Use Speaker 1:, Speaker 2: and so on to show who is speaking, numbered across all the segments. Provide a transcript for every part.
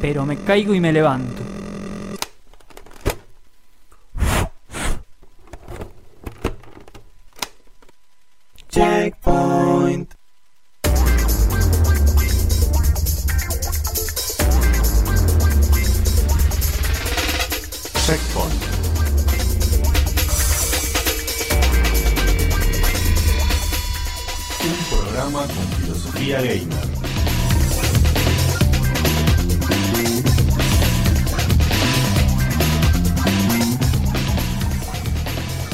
Speaker 1: Pero me caigo y me levanto.
Speaker 2: Checkpoint.
Speaker 3: Checkpoint. Un programa con filosofía gamer.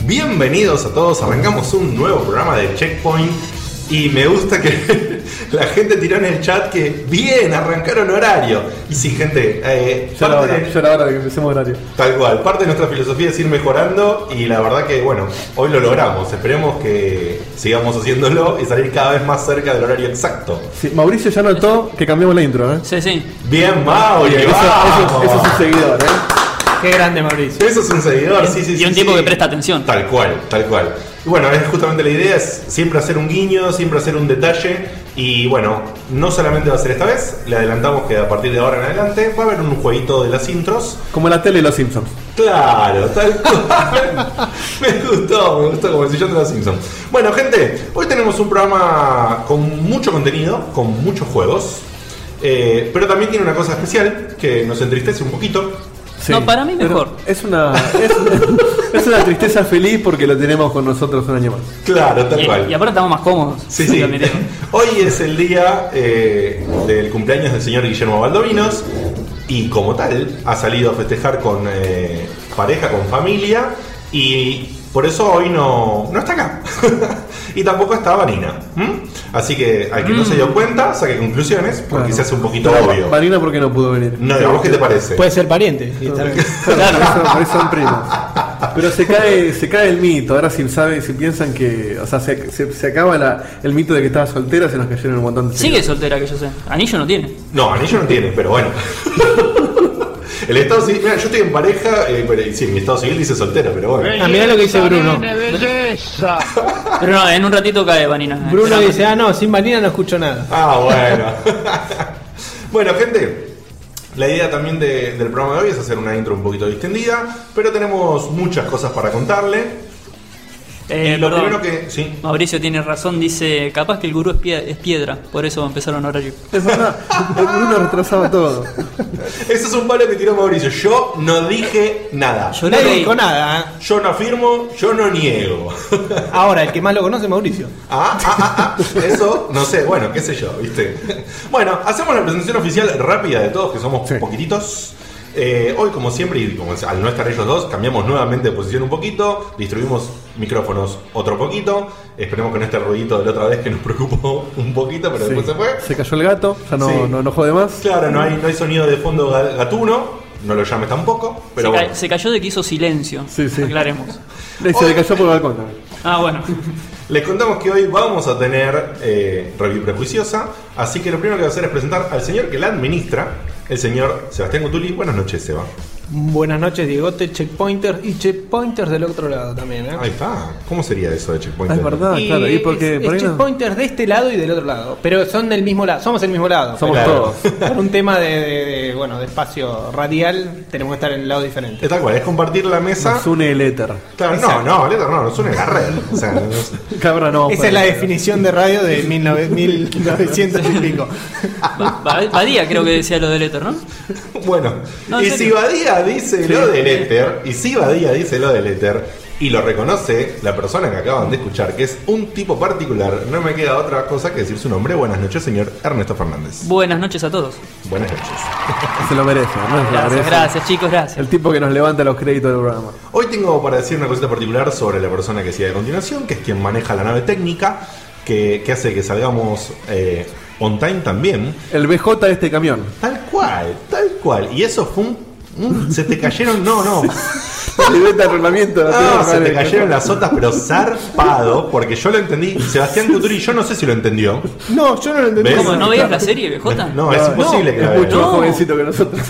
Speaker 3: Bienvenidos a todos, arrancamos un nuevo programa de Checkpoint y me gusta que la gente tiró en el chat que bien, arrancaron horario. Y sí, gente, eh,
Speaker 4: Ya era
Speaker 3: parte
Speaker 4: hora,
Speaker 3: de-
Speaker 4: ya era hora de que empecemos horario.
Speaker 3: Tal cual, parte de nuestra filosofía es ir mejorando y la verdad que, bueno, hoy lo logramos. Esperemos que sigamos haciéndolo y salir cada vez más cerca del horario exacto.
Speaker 4: Sí, Mauricio ya notó que cambiamos la intro, ¿eh?
Speaker 1: Sí, sí.
Speaker 3: Bien, Mauri,
Speaker 4: eso, eso-
Speaker 3: vamos.
Speaker 4: eso es un seguidor, ¿eh?
Speaker 5: Qué grande, Mauricio.
Speaker 3: Eso es un seguidor, sí, sí,
Speaker 1: y
Speaker 3: sí,
Speaker 1: un tipo
Speaker 3: sí.
Speaker 1: que presta atención.
Speaker 3: Tal cual, tal cual. Y bueno, es justamente la idea es siempre hacer un guiño, siempre hacer un detalle. Y bueno, no solamente va a ser esta vez, le adelantamos que a partir de ahora en adelante va a haber un jueguito de las intros.
Speaker 4: Como la tele y los Simpsons.
Speaker 3: Claro, tal cual. me gustó, me gustó como el sillón de los Simpsons. Bueno, gente, hoy tenemos un programa con mucho contenido, con muchos juegos. eh, pero también tiene una cosa especial que nos entristece un poquito.
Speaker 4: Sí.
Speaker 1: No, para mí
Speaker 4: Pero
Speaker 1: mejor.
Speaker 4: Es una, es, es una tristeza feliz porque lo tenemos con nosotros un año más.
Speaker 3: Claro, tal
Speaker 1: Y,
Speaker 3: cual.
Speaker 1: y aparte estamos más cómodos.
Speaker 3: Sí, sí.
Speaker 1: Lo admitimos.
Speaker 3: Hoy es el día eh, del cumpleaños del señor Guillermo Baldovinos y como tal ha salido a festejar con eh, pareja, con familia y por eso hoy no, no está acá. y tampoco está Vanina. ¿Mm? Así que al que no se dio cuenta, saque conclusiones porque
Speaker 4: Claro.
Speaker 3: se hace un poquito obvio.
Speaker 4: Marina, ¿por qué no pudo venir?
Speaker 3: No, digamos, ¿qué te parece?
Speaker 5: Puede ser pariente. directamente.
Speaker 4: Claro, por eso- por eso son primos. Pero se cae, se cae el mito. Ahora, si saben, si piensan que. O sea, se, se- se acaba la- el mito de que estaba soltera, se nos cayeron un montón de.
Speaker 1: Sigue soltera que yo sé. Anillo no tiene.
Speaker 3: No, anillo no tiene, pero bueno. El estado civil, mira, yo estoy en pareja, eh, pero sí, mi estado civil dice soltero, pero bueno.
Speaker 5: Ah, mirá lo que dice Bruno.
Speaker 1: Pero no, en un ratito cae Vanina. Eh,
Speaker 5: Bruno
Speaker 1: Esperá.
Speaker 5: dice, ah, no, sin Vanina no escucho nada.
Speaker 3: Ah, bueno. bueno, gente, la idea también de- del programa de hoy es hacer una intro un poquito distendida, pero tenemos muchas cosas para contarle.
Speaker 1: Eh,
Speaker 3: y lo
Speaker 1: perdón.
Speaker 3: primero que. Sí.
Speaker 1: Mauricio tiene razón, dice, capaz que el gurú es, pie- es piedra, por eso empezaron a horario.
Speaker 4: Es verdad, Bruno retrasaba todo.
Speaker 3: Ese es un palo que tiró Mauricio. Yo no dije nada. Yo,
Speaker 1: Yo no
Speaker 5: Nadie
Speaker 1: leí.
Speaker 5: dijo nada. ¿eh?
Speaker 3: no afirmo, yo no niego. ah,
Speaker 5: Ahora, el que más lo conoce es Mauricio.
Speaker 3: ah, ah, ah, eso, no sé, bueno, qué sé yo, ¿viste? bueno, hacemos la presentación oficial rápida de todos, que somos
Speaker 4: Sí.
Speaker 3: poquititos. Eh, hoy, como siempre, y como al no estar ellos dos, cambiamos nuevamente de posición un poquito, distribuimos micrófonos otro poquito. Esperemos con este ruidito de la otra vez que nos preocupó un poquito, pero después
Speaker 4: Sí.
Speaker 3: se fue.
Speaker 4: Se cayó el gato, ya no,
Speaker 3: Sí.
Speaker 4: no, no jode más.
Speaker 3: Claro, no hay, no hay sonido de fondo ga- gatuno, no lo llame tampoco, pero
Speaker 1: se, ca-
Speaker 3: bueno.
Speaker 1: se cayó de que hizo silencio.
Speaker 4: Sí, sí.
Speaker 1: Aclaremos.
Speaker 4: Le- Se le cayó por el balcón también.
Speaker 1: Ah, bueno.
Speaker 3: Les contamos que hoy vamos a tener eh, review prejuiciosa, así que lo primero que voy a hacer es presentar al señor que la administra, el señor Sebastián Gutuli. Buenas noches, Seba.
Speaker 5: Buenas noches, Diegote, checkpointer y checkpointers del otro lado también. ¿eh?
Speaker 3: Ahí está. ¿Cómo sería eso de checkpoint?
Speaker 4: Ah, es verdad,
Speaker 5: Y
Speaker 4: claro. ¿Y por qué?
Speaker 5: es-
Speaker 4: por
Speaker 5: es
Speaker 4: ahí no?
Speaker 5: checkpointers de este lado y del otro lado. Pero son del mismo lado. Somos el mismo lado.
Speaker 4: Somos
Speaker 3: Claro.
Speaker 4: todos.
Speaker 5: Pero Por un tema de, de- de, bueno, de espacio radial, tenemos que estar en el lado diferente.
Speaker 3: Es tal cual, es compartir la mesa.
Speaker 4: Nos une el éter.
Speaker 3: Claro, no, no, letra no, nos une la red. O sea, nos-
Speaker 4: Cabra, no.
Speaker 5: Esa
Speaker 4: fuera.
Speaker 5: es la definición de radio de 19- 1900 y pico.
Speaker 1: Ba- Ba- Badía creo que decía lo del éter, ¿no?
Speaker 3: Bueno,
Speaker 1: No, en
Speaker 3: y si
Speaker 1: serio.
Speaker 3: Badía dice
Speaker 1: Sí.
Speaker 3: lo del éter, y si Badía dice lo del éter, y lo reconoce la persona que acaban de escuchar, que es un tipo particular, no me queda otra cosa que decir su nombre. Buenas noches, señor Ernesto Fernández.
Speaker 1: Buenas noches a todos.
Speaker 3: Buenas noches.
Speaker 4: Se lo merece. ¿no? Se lo
Speaker 1: Gracias,
Speaker 4: merece.
Speaker 1: gracias chicos, gracias.
Speaker 4: El tipo que nos levanta los créditos del programa.
Speaker 3: Hoy tengo para decir una cosita particular sobre la persona que sigue a continuación, que es quien maneja la nave técnica, que, que hace que salgamos eh, on time también.
Speaker 4: El BJ de este camión.
Speaker 3: Tal cual, tal cual. Y eso fue un- un se te cayeron, no, no.
Speaker 4: Libreta de arreglamiento. la
Speaker 5: Ah,
Speaker 3: No,
Speaker 4: tenemos
Speaker 3: se
Speaker 4: acá
Speaker 3: te
Speaker 4: en el-
Speaker 3: cayeron las sotas, pero zarpado, porque yo lo entendí. Sebastián Couturi, yo no sé si lo entendió.
Speaker 5: No, yo no lo entendí.
Speaker 3: ¿Ves?
Speaker 1: ¿Cómo? ¿No veías la serie, BJ?
Speaker 3: No, es imposible que
Speaker 4: es
Speaker 3: lo
Speaker 4: mucho
Speaker 3: vea.
Speaker 4: más
Speaker 1: No.
Speaker 4: jovencito que nosotros.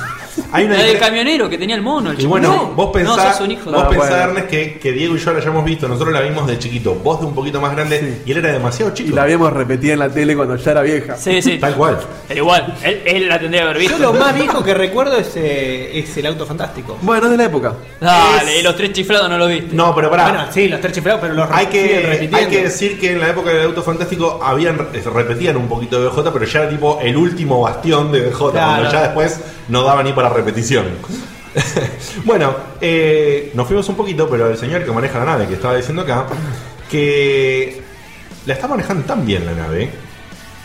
Speaker 3: Hay una
Speaker 1: La del
Speaker 3: diferencia-
Speaker 1: camionero que tenía el mono. El
Speaker 3: Y bueno,
Speaker 1: chico. No,
Speaker 3: vos pensás,
Speaker 1: No, sos un hijo de-
Speaker 3: vos
Speaker 4: No,
Speaker 3: pensás,
Speaker 4: bueno.
Speaker 3: Ernest, que, que Diego y yo la hayamos visto. Nosotros la vimos de chiquito. Vos de un poquito más grande y él era demasiado
Speaker 4: Y
Speaker 3: chico.
Speaker 4: la habíamos repetida en la tele cuando ya era vieja.
Speaker 1: Sí, sí.
Speaker 3: Tal cual.
Speaker 1: Pero Igual, él, él la tendría que haber
Speaker 5: Yo
Speaker 1: visto.
Speaker 5: lo más viejo que recuerdo es, eh, es el auto fantástico.
Speaker 4: Bueno, es de la época.
Speaker 1: Dale, los tres chiflados no lo viste.
Speaker 3: No, pero pará.
Speaker 5: Bueno, sí, los tres chiflados, pero los
Speaker 3: hay
Speaker 5: siguen
Speaker 3: que,
Speaker 5: repitiendo.
Speaker 3: hay que decir que en la época del Auto Fantástico habían eh, repetían un poquito de BJ, pero ya era tipo el último bastión de BJ, cuando
Speaker 5: Claro.
Speaker 3: ya después no daba ni para repetición. bueno, eh, nos fuimos un poquito, pero el señor que maneja la nave, que estaba diciendo acá, que la está manejando tan bien la nave,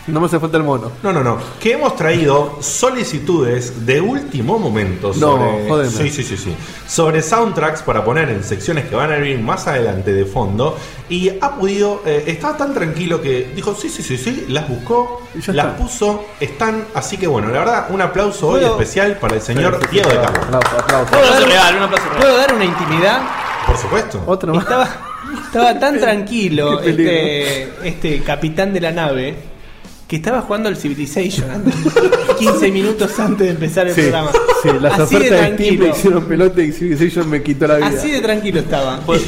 Speaker 4: No me hace falta el mono.
Speaker 3: no, no, no. Que hemos traído solicitudes de último momento sobre.
Speaker 4: jodeme.
Speaker 3: sí, sí, sí, sí. Sobre soundtracks para poner en secciones que van a venir más adelante de fondo. Y ha podido. eh, estaba tan tranquilo que dijo: sí, sí, sí, sí. Las buscó,
Speaker 4: Y ya
Speaker 3: las
Speaker 4: está.
Speaker 3: puso, están. Así que bueno, la verdad, un aplauso hoy
Speaker 5: ¿Puedo?
Speaker 3: especial para el señor
Speaker 4: Perfecto.
Speaker 3: Diego de Cabo.
Speaker 4: Aplauso, aplauso.
Speaker 1: Un aplauso real, un aplauso real.
Speaker 5: ¿Puedo dar una intimidad?
Speaker 3: Por supuesto.
Speaker 4: Otro más.
Speaker 5: Estaba, estaba tan tranquilo
Speaker 4: Qué peligro.
Speaker 5: este, este capitán de la nave que estaba jugando al Civilization antes, 15 minutos antes de empezar el
Speaker 4: Sí,
Speaker 5: programa.
Speaker 4: sí, las
Speaker 5: así de
Speaker 4: ofertas de Steam me
Speaker 5: tranquilo.
Speaker 4: hicieron pelote y Civilization me quitó la vida.
Speaker 5: Así de tranquilo estaba.
Speaker 1: Puedo,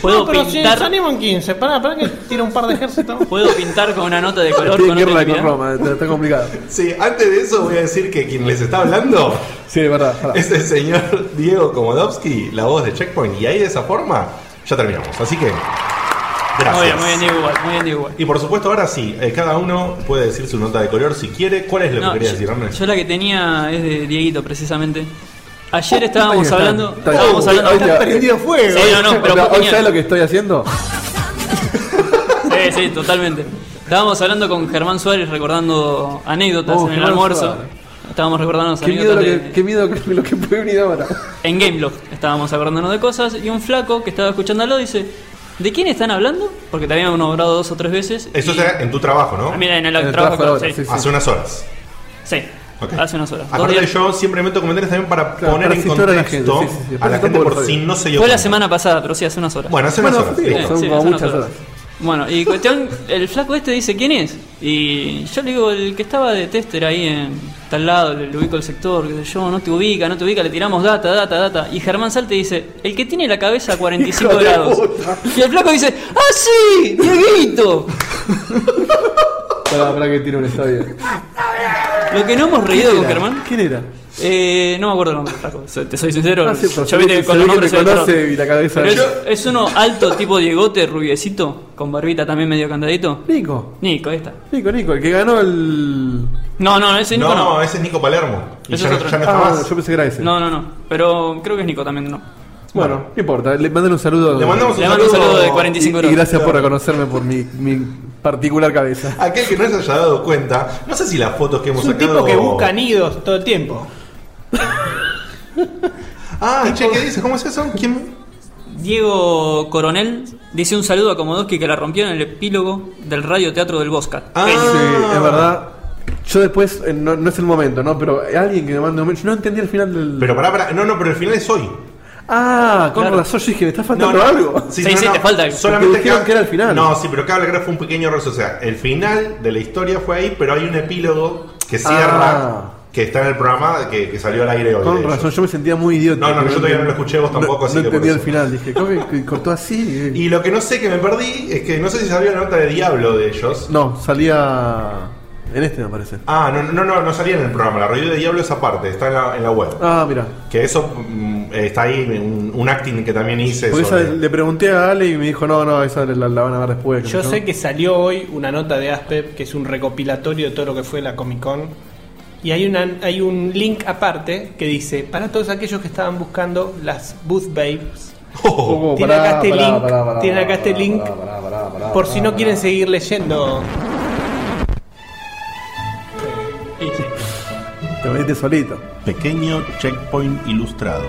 Speaker 1: puedo
Speaker 5: no, pero
Speaker 1: pintar,
Speaker 5: si salimos en 15, pará, pará que tira un par de ejércitos.
Speaker 1: puedo pintar con una nota de color.
Speaker 4: Tiene
Speaker 1: con
Speaker 4: que
Speaker 1: otra
Speaker 4: irla con
Speaker 1: infinidad.
Speaker 4: Roma, está, está complicado.
Speaker 3: Sí, antes de eso voy a decir que quien les está hablando
Speaker 4: Sí, de verdad. pará.
Speaker 3: es el señor Diego Komodowski, la voz de Checkpoint. Y ahí de esa forma ya terminamos. Así que. Gracias.
Speaker 1: Muy bien, muy bien, Diego, igual, muy bien, Diego, igual.
Speaker 3: Y por supuesto, ahora sí, eh, cada uno puede decir su nota de color si quiere. ¿Cuál es lo
Speaker 1: No,
Speaker 3: que quería
Speaker 1: yo,
Speaker 3: decir, Ernest?
Speaker 1: yo la que tenía es de Dieguito, precisamente. Ayer
Speaker 4: Ahí
Speaker 1: estábamos
Speaker 4: Oh, está,
Speaker 1: hablando.
Speaker 4: está bien.
Speaker 1: estábamos hablando.
Speaker 4: Ahí está.
Speaker 5: Prendido fuego.
Speaker 1: Sí, no, no, pero
Speaker 4: O sea,
Speaker 1: fue
Speaker 4: ¿Hoy
Speaker 1: genial.
Speaker 4: sabes lo que estoy haciendo?
Speaker 1: Sí, sí, totalmente. Estábamos hablando con Germán Suárez recordando anécdotas
Speaker 4: Oh,
Speaker 1: en el
Speaker 4: Germán
Speaker 1: almuerzo.
Speaker 4: Suárez.
Speaker 1: Estábamos recordando las
Speaker 4: Qué miedo, lo
Speaker 1: anécdotas
Speaker 4: que,
Speaker 1: de-
Speaker 4: qué miedo que- lo que puede venir ahora.
Speaker 1: en Gameblog. Estábamos acordándonos de cosas y un flaco que estaba escuchándolo dice, ¿de quién están hablando? Porque te habíamos nombrado dos o tres veces.
Speaker 3: Eso
Speaker 1: y-
Speaker 3: será en tu trabajo, ¿no?
Speaker 1: Ah, mira, en el,
Speaker 4: En el
Speaker 1: trabajo,
Speaker 4: trabajo
Speaker 1: con-
Speaker 4: ahora,
Speaker 1: sí,
Speaker 4: sí,
Speaker 3: Hace unas horas.
Speaker 1: sí,
Speaker 3: Ok.
Speaker 1: hace unas horas. Dos
Speaker 3: Acuérdate
Speaker 1: días.
Speaker 3: que yo siempre meto comentarios también para
Speaker 4: Claro,
Speaker 3: poner
Speaker 4: para
Speaker 3: en
Speaker 4: situar
Speaker 3: contexto
Speaker 4: a la gente, sí, sí, sí, para
Speaker 3: a la
Speaker 4: situar
Speaker 3: gente
Speaker 4: por
Speaker 3: por si
Speaker 4: radio.
Speaker 3: no se dio
Speaker 1: Fue la
Speaker 3: cuenta.
Speaker 1: semana pasada, pero sí, hace unas horas.
Speaker 3: Bueno, hace unas
Speaker 4: Bueno,
Speaker 3: horas.
Speaker 4: sí,
Speaker 3: listo.
Speaker 4: son
Speaker 1: sí,
Speaker 4: como
Speaker 1: hace unas
Speaker 4: muchas
Speaker 1: horas.
Speaker 4: horas.
Speaker 1: Bueno, y cuestión, el flaco este dice, ¿quién es? Y yo le digo, el que estaba de tester ahí en tal lado, le, le ubico el sector, qué sé yo, no te ubica, no te ubica, le tiramos data, data, data. Y Germán Salte dice, el que tiene la cabeza a 45
Speaker 4: Hijo de
Speaker 1: grados.
Speaker 4: puta.
Speaker 1: Y el flaco dice, ¡ah, sí! ¡Dieguito!
Speaker 4: Para, que tiene un está bien.
Speaker 1: Lo que no hemos reído con
Speaker 4: Era,
Speaker 1: Germán.
Speaker 4: ¿Quién era?
Speaker 1: Eh, no me acuerdo el nombre, flaco. Se- Te soy sincero.
Speaker 4: Ah, sí, pero se
Speaker 1: yo viste
Speaker 4: ve-
Speaker 1: que con los
Speaker 4: se ve que
Speaker 1: nombres
Speaker 4: me
Speaker 1: soy
Speaker 4: conoce
Speaker 1: torpe.
Speaker 4: y la cabeza-
Speaker 1: Pero es,
Speaker 4: Yo-
Speaker 1: es uno alto tipo Diegote, rubiecito, con barbita también medio candadito.
Speaker 4: Nico.
Speaker 1: Nico, ahí está.
Speaker 4: Nico, Nico, el que ganó el.
Speaker 1: No, no, ese Nico
Speaker 3: No,
Speaker 1: no.
Speaker 3: no, ese es Nico Palermo. Y
Speaker 1: Ese
Speaker 3: ya,
Speaker 1: es
Speaker 3: no-
Speaker 1: otro.
Speaker 3: ya no está
Speaker 4: Ah,
Speaker 3: más.
Speaker 4: yo pensé que era ese.
Speaker 1: No, no, no. Pero creo que es Nico también, no.
Speaker 4: Bueno, no importa, le mandan un saludo.
Speaker 3: Le mandamos
Speaker 1: Le mando un saludo de 45
Speaker 4: Y, y
Speaker 1: euros.
Speaker 4: gracias por reconocerme por mi, mi particular cabeza.
Speaker 3: Aquel que no se haya dado cuenta, no sé si las fotos que hemos
Speaker 5: Es un
Speaker 3: sacado.
Speaker 5: tipo que busca nidos todo el tiempo.
Speaker 3: Ah, che, ¿qué dices? ¿Cómo es eso? ¿Quién?
Speaker 1: Diego Coronel dice un saludo a Komodowski que la rompió en el epílogo del radioteatro del Bosca.
Speaker 3: Ah.
Speaker 4: Sí, es verdad. Yo después, eh, no, no es el momento, ¿no? Pero alguien que me mande un mensaje. Yo no entendí el final del.
Speaker 3: Pero pará, pará. No, no, pero el final es hoy.
Speaker 4: Ah, con
Speaker 1: Claro.
Speaker 4: razón, yo dije, me está faltando algo.
Speaker 1: Sí, sí, te falta algo.
Speaker 3: Solamente
Speaker 4: Porque dijeron
Speaker 3: acá-
Speaker 4: que era el final.
Speaker 3: No, sí, pero acá la fue un pequeño error. O sea, el final de la historia fue ahí, pero hay un epílogo que cierra,
Speaker 4: Ah.
Speaker 3: que está en el programa, que, que salió al aire hoy. de
Speaker 4: Con
Speaker 3: hecho.
Speaker 4: razón, yo me sentía muy idiota.
Speaker 3: No, no, yo todavía no lo
Speaker 4: entendí-
Speaker 3: escuché, vos tampoco,
Speaker 4: no,
Speaker 3: así
Speaker 4: No
Speaker 3: que por
Speaker 4: entendí el
Speaker 3: eso.
Speaker 4: final, dije, ¿cómo que cortó así? eh".
Speaker 3: Y lo que no sé que me perdí es que no sé si salió la nota de Diablo de ellos.
Speaker 4: No, salía. En este me parece.
Speaker 3: Ah, no, no, no, no salía en el programa. La review de Diablo es aparte, está en la, en la web.
Speaker 4: Ah, mira.
Speaker 3: Que eso mm, está ahí, un, un acting que también hice.
Speaker 4: Porque esa
Speaker 3: sobre-
Speaker 4: le pregunté a Ale y me dijo, no, no, esa la, la van a ver después.
Speaker 5: Yo sé que salió hoy una nota de Aspep que es un recopilatorio de todo lo que fue la Comic Con. Y hay, una, hay un link aparte que dice: Para todos aquellos que estaban buscando las Booth Babes,
Speaker 3: Oh,
Speaker 5: tiene acá este link, tiene acá este link, por si
Speaker 4: Ah.
Speaker 5: no quieren seguir leyendo.
Speaker 1: Sí, sí.
Speaker 4: Te metiste solito.
Speaker 3: Pequeño checkpoint ilustrado.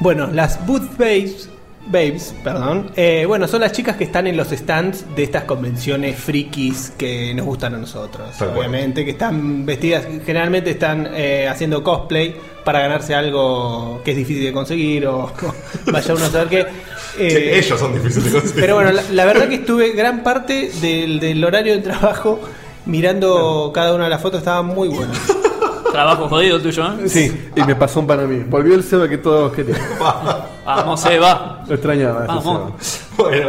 Speaker 5: Bueno, las Booth Babes. Babes, perdón. eh, bueno, son las chicas que están en los stands de estas convenciones frikis que nos gustan a nosotros.
Speaker 3: Tal cual.
Speaker 5: obviamente, que están vestidas, generalmente están eh, haciendo cosplay para ganarse algo que es difícil de conseguir o vaya uno a saber qué. Eh,
Speaker 3: Che, ellos son difíciles de conseguir.
Speaker 5: pero bueno, la, la verdad que estuve gran parte
Speaker 3: Eh,
Speaker 5: del, del horario de trabajo mirando cada una de las fotos, estaba muy bueno.
Speaker 1: Trabajo jodido tuyo, ¿eh?
Speaker 4: Sí, y me pasó un pan a mí. Volvió el Seba que todos querían.
Speaker 1: Vamos, Eva.
Speaker 4: Lo extrañaba. ese
Speaker 1: Vamos.
Speaker 4: Seba.
Speaker 3: Bueno,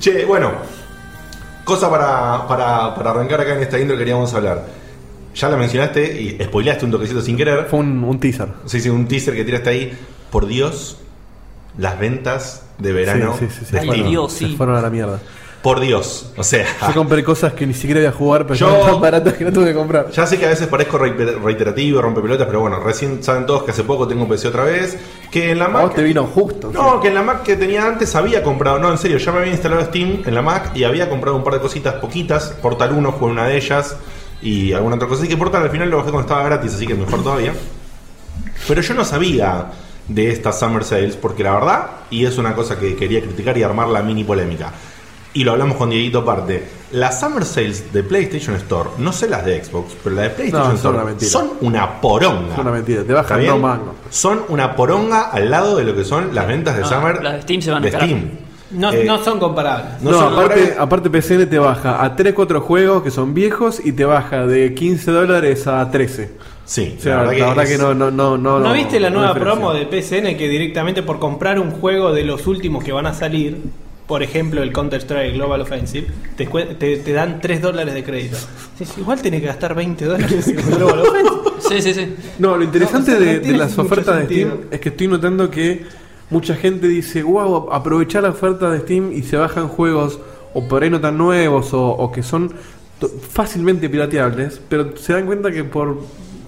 Speaker 3: che, bueno. Cosa para, para, para arrancar acá en esta intro que queríamos hablar. Ya la mencionaste y spoileaste un toquecito sin querer.
Speaker 4: Fue un, un teaser.
Speaker 3: Sí, sí, un teaser que tiraste ahí. Por Dios, las ventas de verano.
Speaker 4: Sí, sí, sí, se
Speaker 3: de
Speaker 1: Ay,
Speaker 3: Steam.
Speaker 4: fueron,
Speaker 1: Dios,
Speaker 4: se
Speaker 1: sí.
Speaker 4: fueron a la mierda.
Speaker 3: Por Dios. O sea,
Speaker 4: Yo compré cosas que ni siquiera iba a jugar, pero
Speaker 3: Ah. Yo-
Speaker 4: estaban tan baratas que no tuve que comprar.
Speaker 3: ya sé que a veces parezco reiter- reiterativo, rompe pelotas, pero bueno, recién saben todos que hace poco tengo un PC otra vez. Que en la
Speaker 4: A
Speaker 3: Mac.
Speaker 4: vos te vino justo.
Speaker 3: No, que en la Mac que tenía antes había comprado, no, en serio, ya me había instalado Steam en la Mac y había comprado un par de cositas poquitas, Portal 1 fue una de ellas y alguna otra cosa, así que Portal al final lo bajé cuando estaba gratis, así que mejor todavía. Pero yo no sabía de estas Summer Sales porque la verdad, y es una cosa que quería criticar y armar la mini polémica, y lo hablamos con Dieguito aparte, las Summer Sales de PlayStation Store, no sé las de Xbox, pero las de PlayStation
Speaker 4: No, son
Speaker 3: Store
Speaker 4: una mentira.
Speaker 3: son una poronga.
Speaker 4: Son una mentira, te
Speaker 3: ¿Está
Speaker 4: bajan
Speaker 3: bien?
Speaker 4: dos mangos.
Speaker 3: Son una poronga al lado de lo que son las ventas de
Speaker 1: No,
Speaker 3: Summer.
Speaker 1: Ah, las de Steam se van
Speaker 3: de
Speaker 1: al carajo.
Speaker 3: Steam.
Speaker 5: No,
Speaker 3: Eh,
Speaker 5: no son comparables.
Speaker 3: no
Speaker 4: No,
Speaker 3: son
Speaker 4: aparte,
Speaker 3: comparables.
Speaker 4: aparte PCN te baja a 3, 4 juegos que son viejos y te baja de 15 dólares a 13.
Speaker 3: Sí,
Speaker 4: O sea, la verdad, que,
Speaker 3: es-
Speaker 4: no, no, no, no.
Speaker 5: ¿No, viste la nueva
Speaker 4: diferencia.
Speaker 5: promo de PCN que directamente por comprar un juego de los últimos que van a salir, por ejemplo el Counter-Strike Global Offensive, te, cue- te, te dan 3 dólares de crédito? Dices, Igual tenés que gastar 20 dólares en el Global Offensive.
Speaker 1: Sí, sí, sí.
Speaker 4: No, lo interesante
Speaker 5: No, o sea, no
Speaker 4: de, de
Speaker 5: tiene
Speaker 4: las
Speaker 5: mucho
Speaker 4: ofertas de Steam
Speaker 5: sentido.
Speaker 4: es que estoy notando que mucha gente dice, wow, aprovechar la oferta de Steam y se bajan juegos o por ahí no tan nuevos o, o que son to- fácilmente pirateables, pero se dan cuenta que por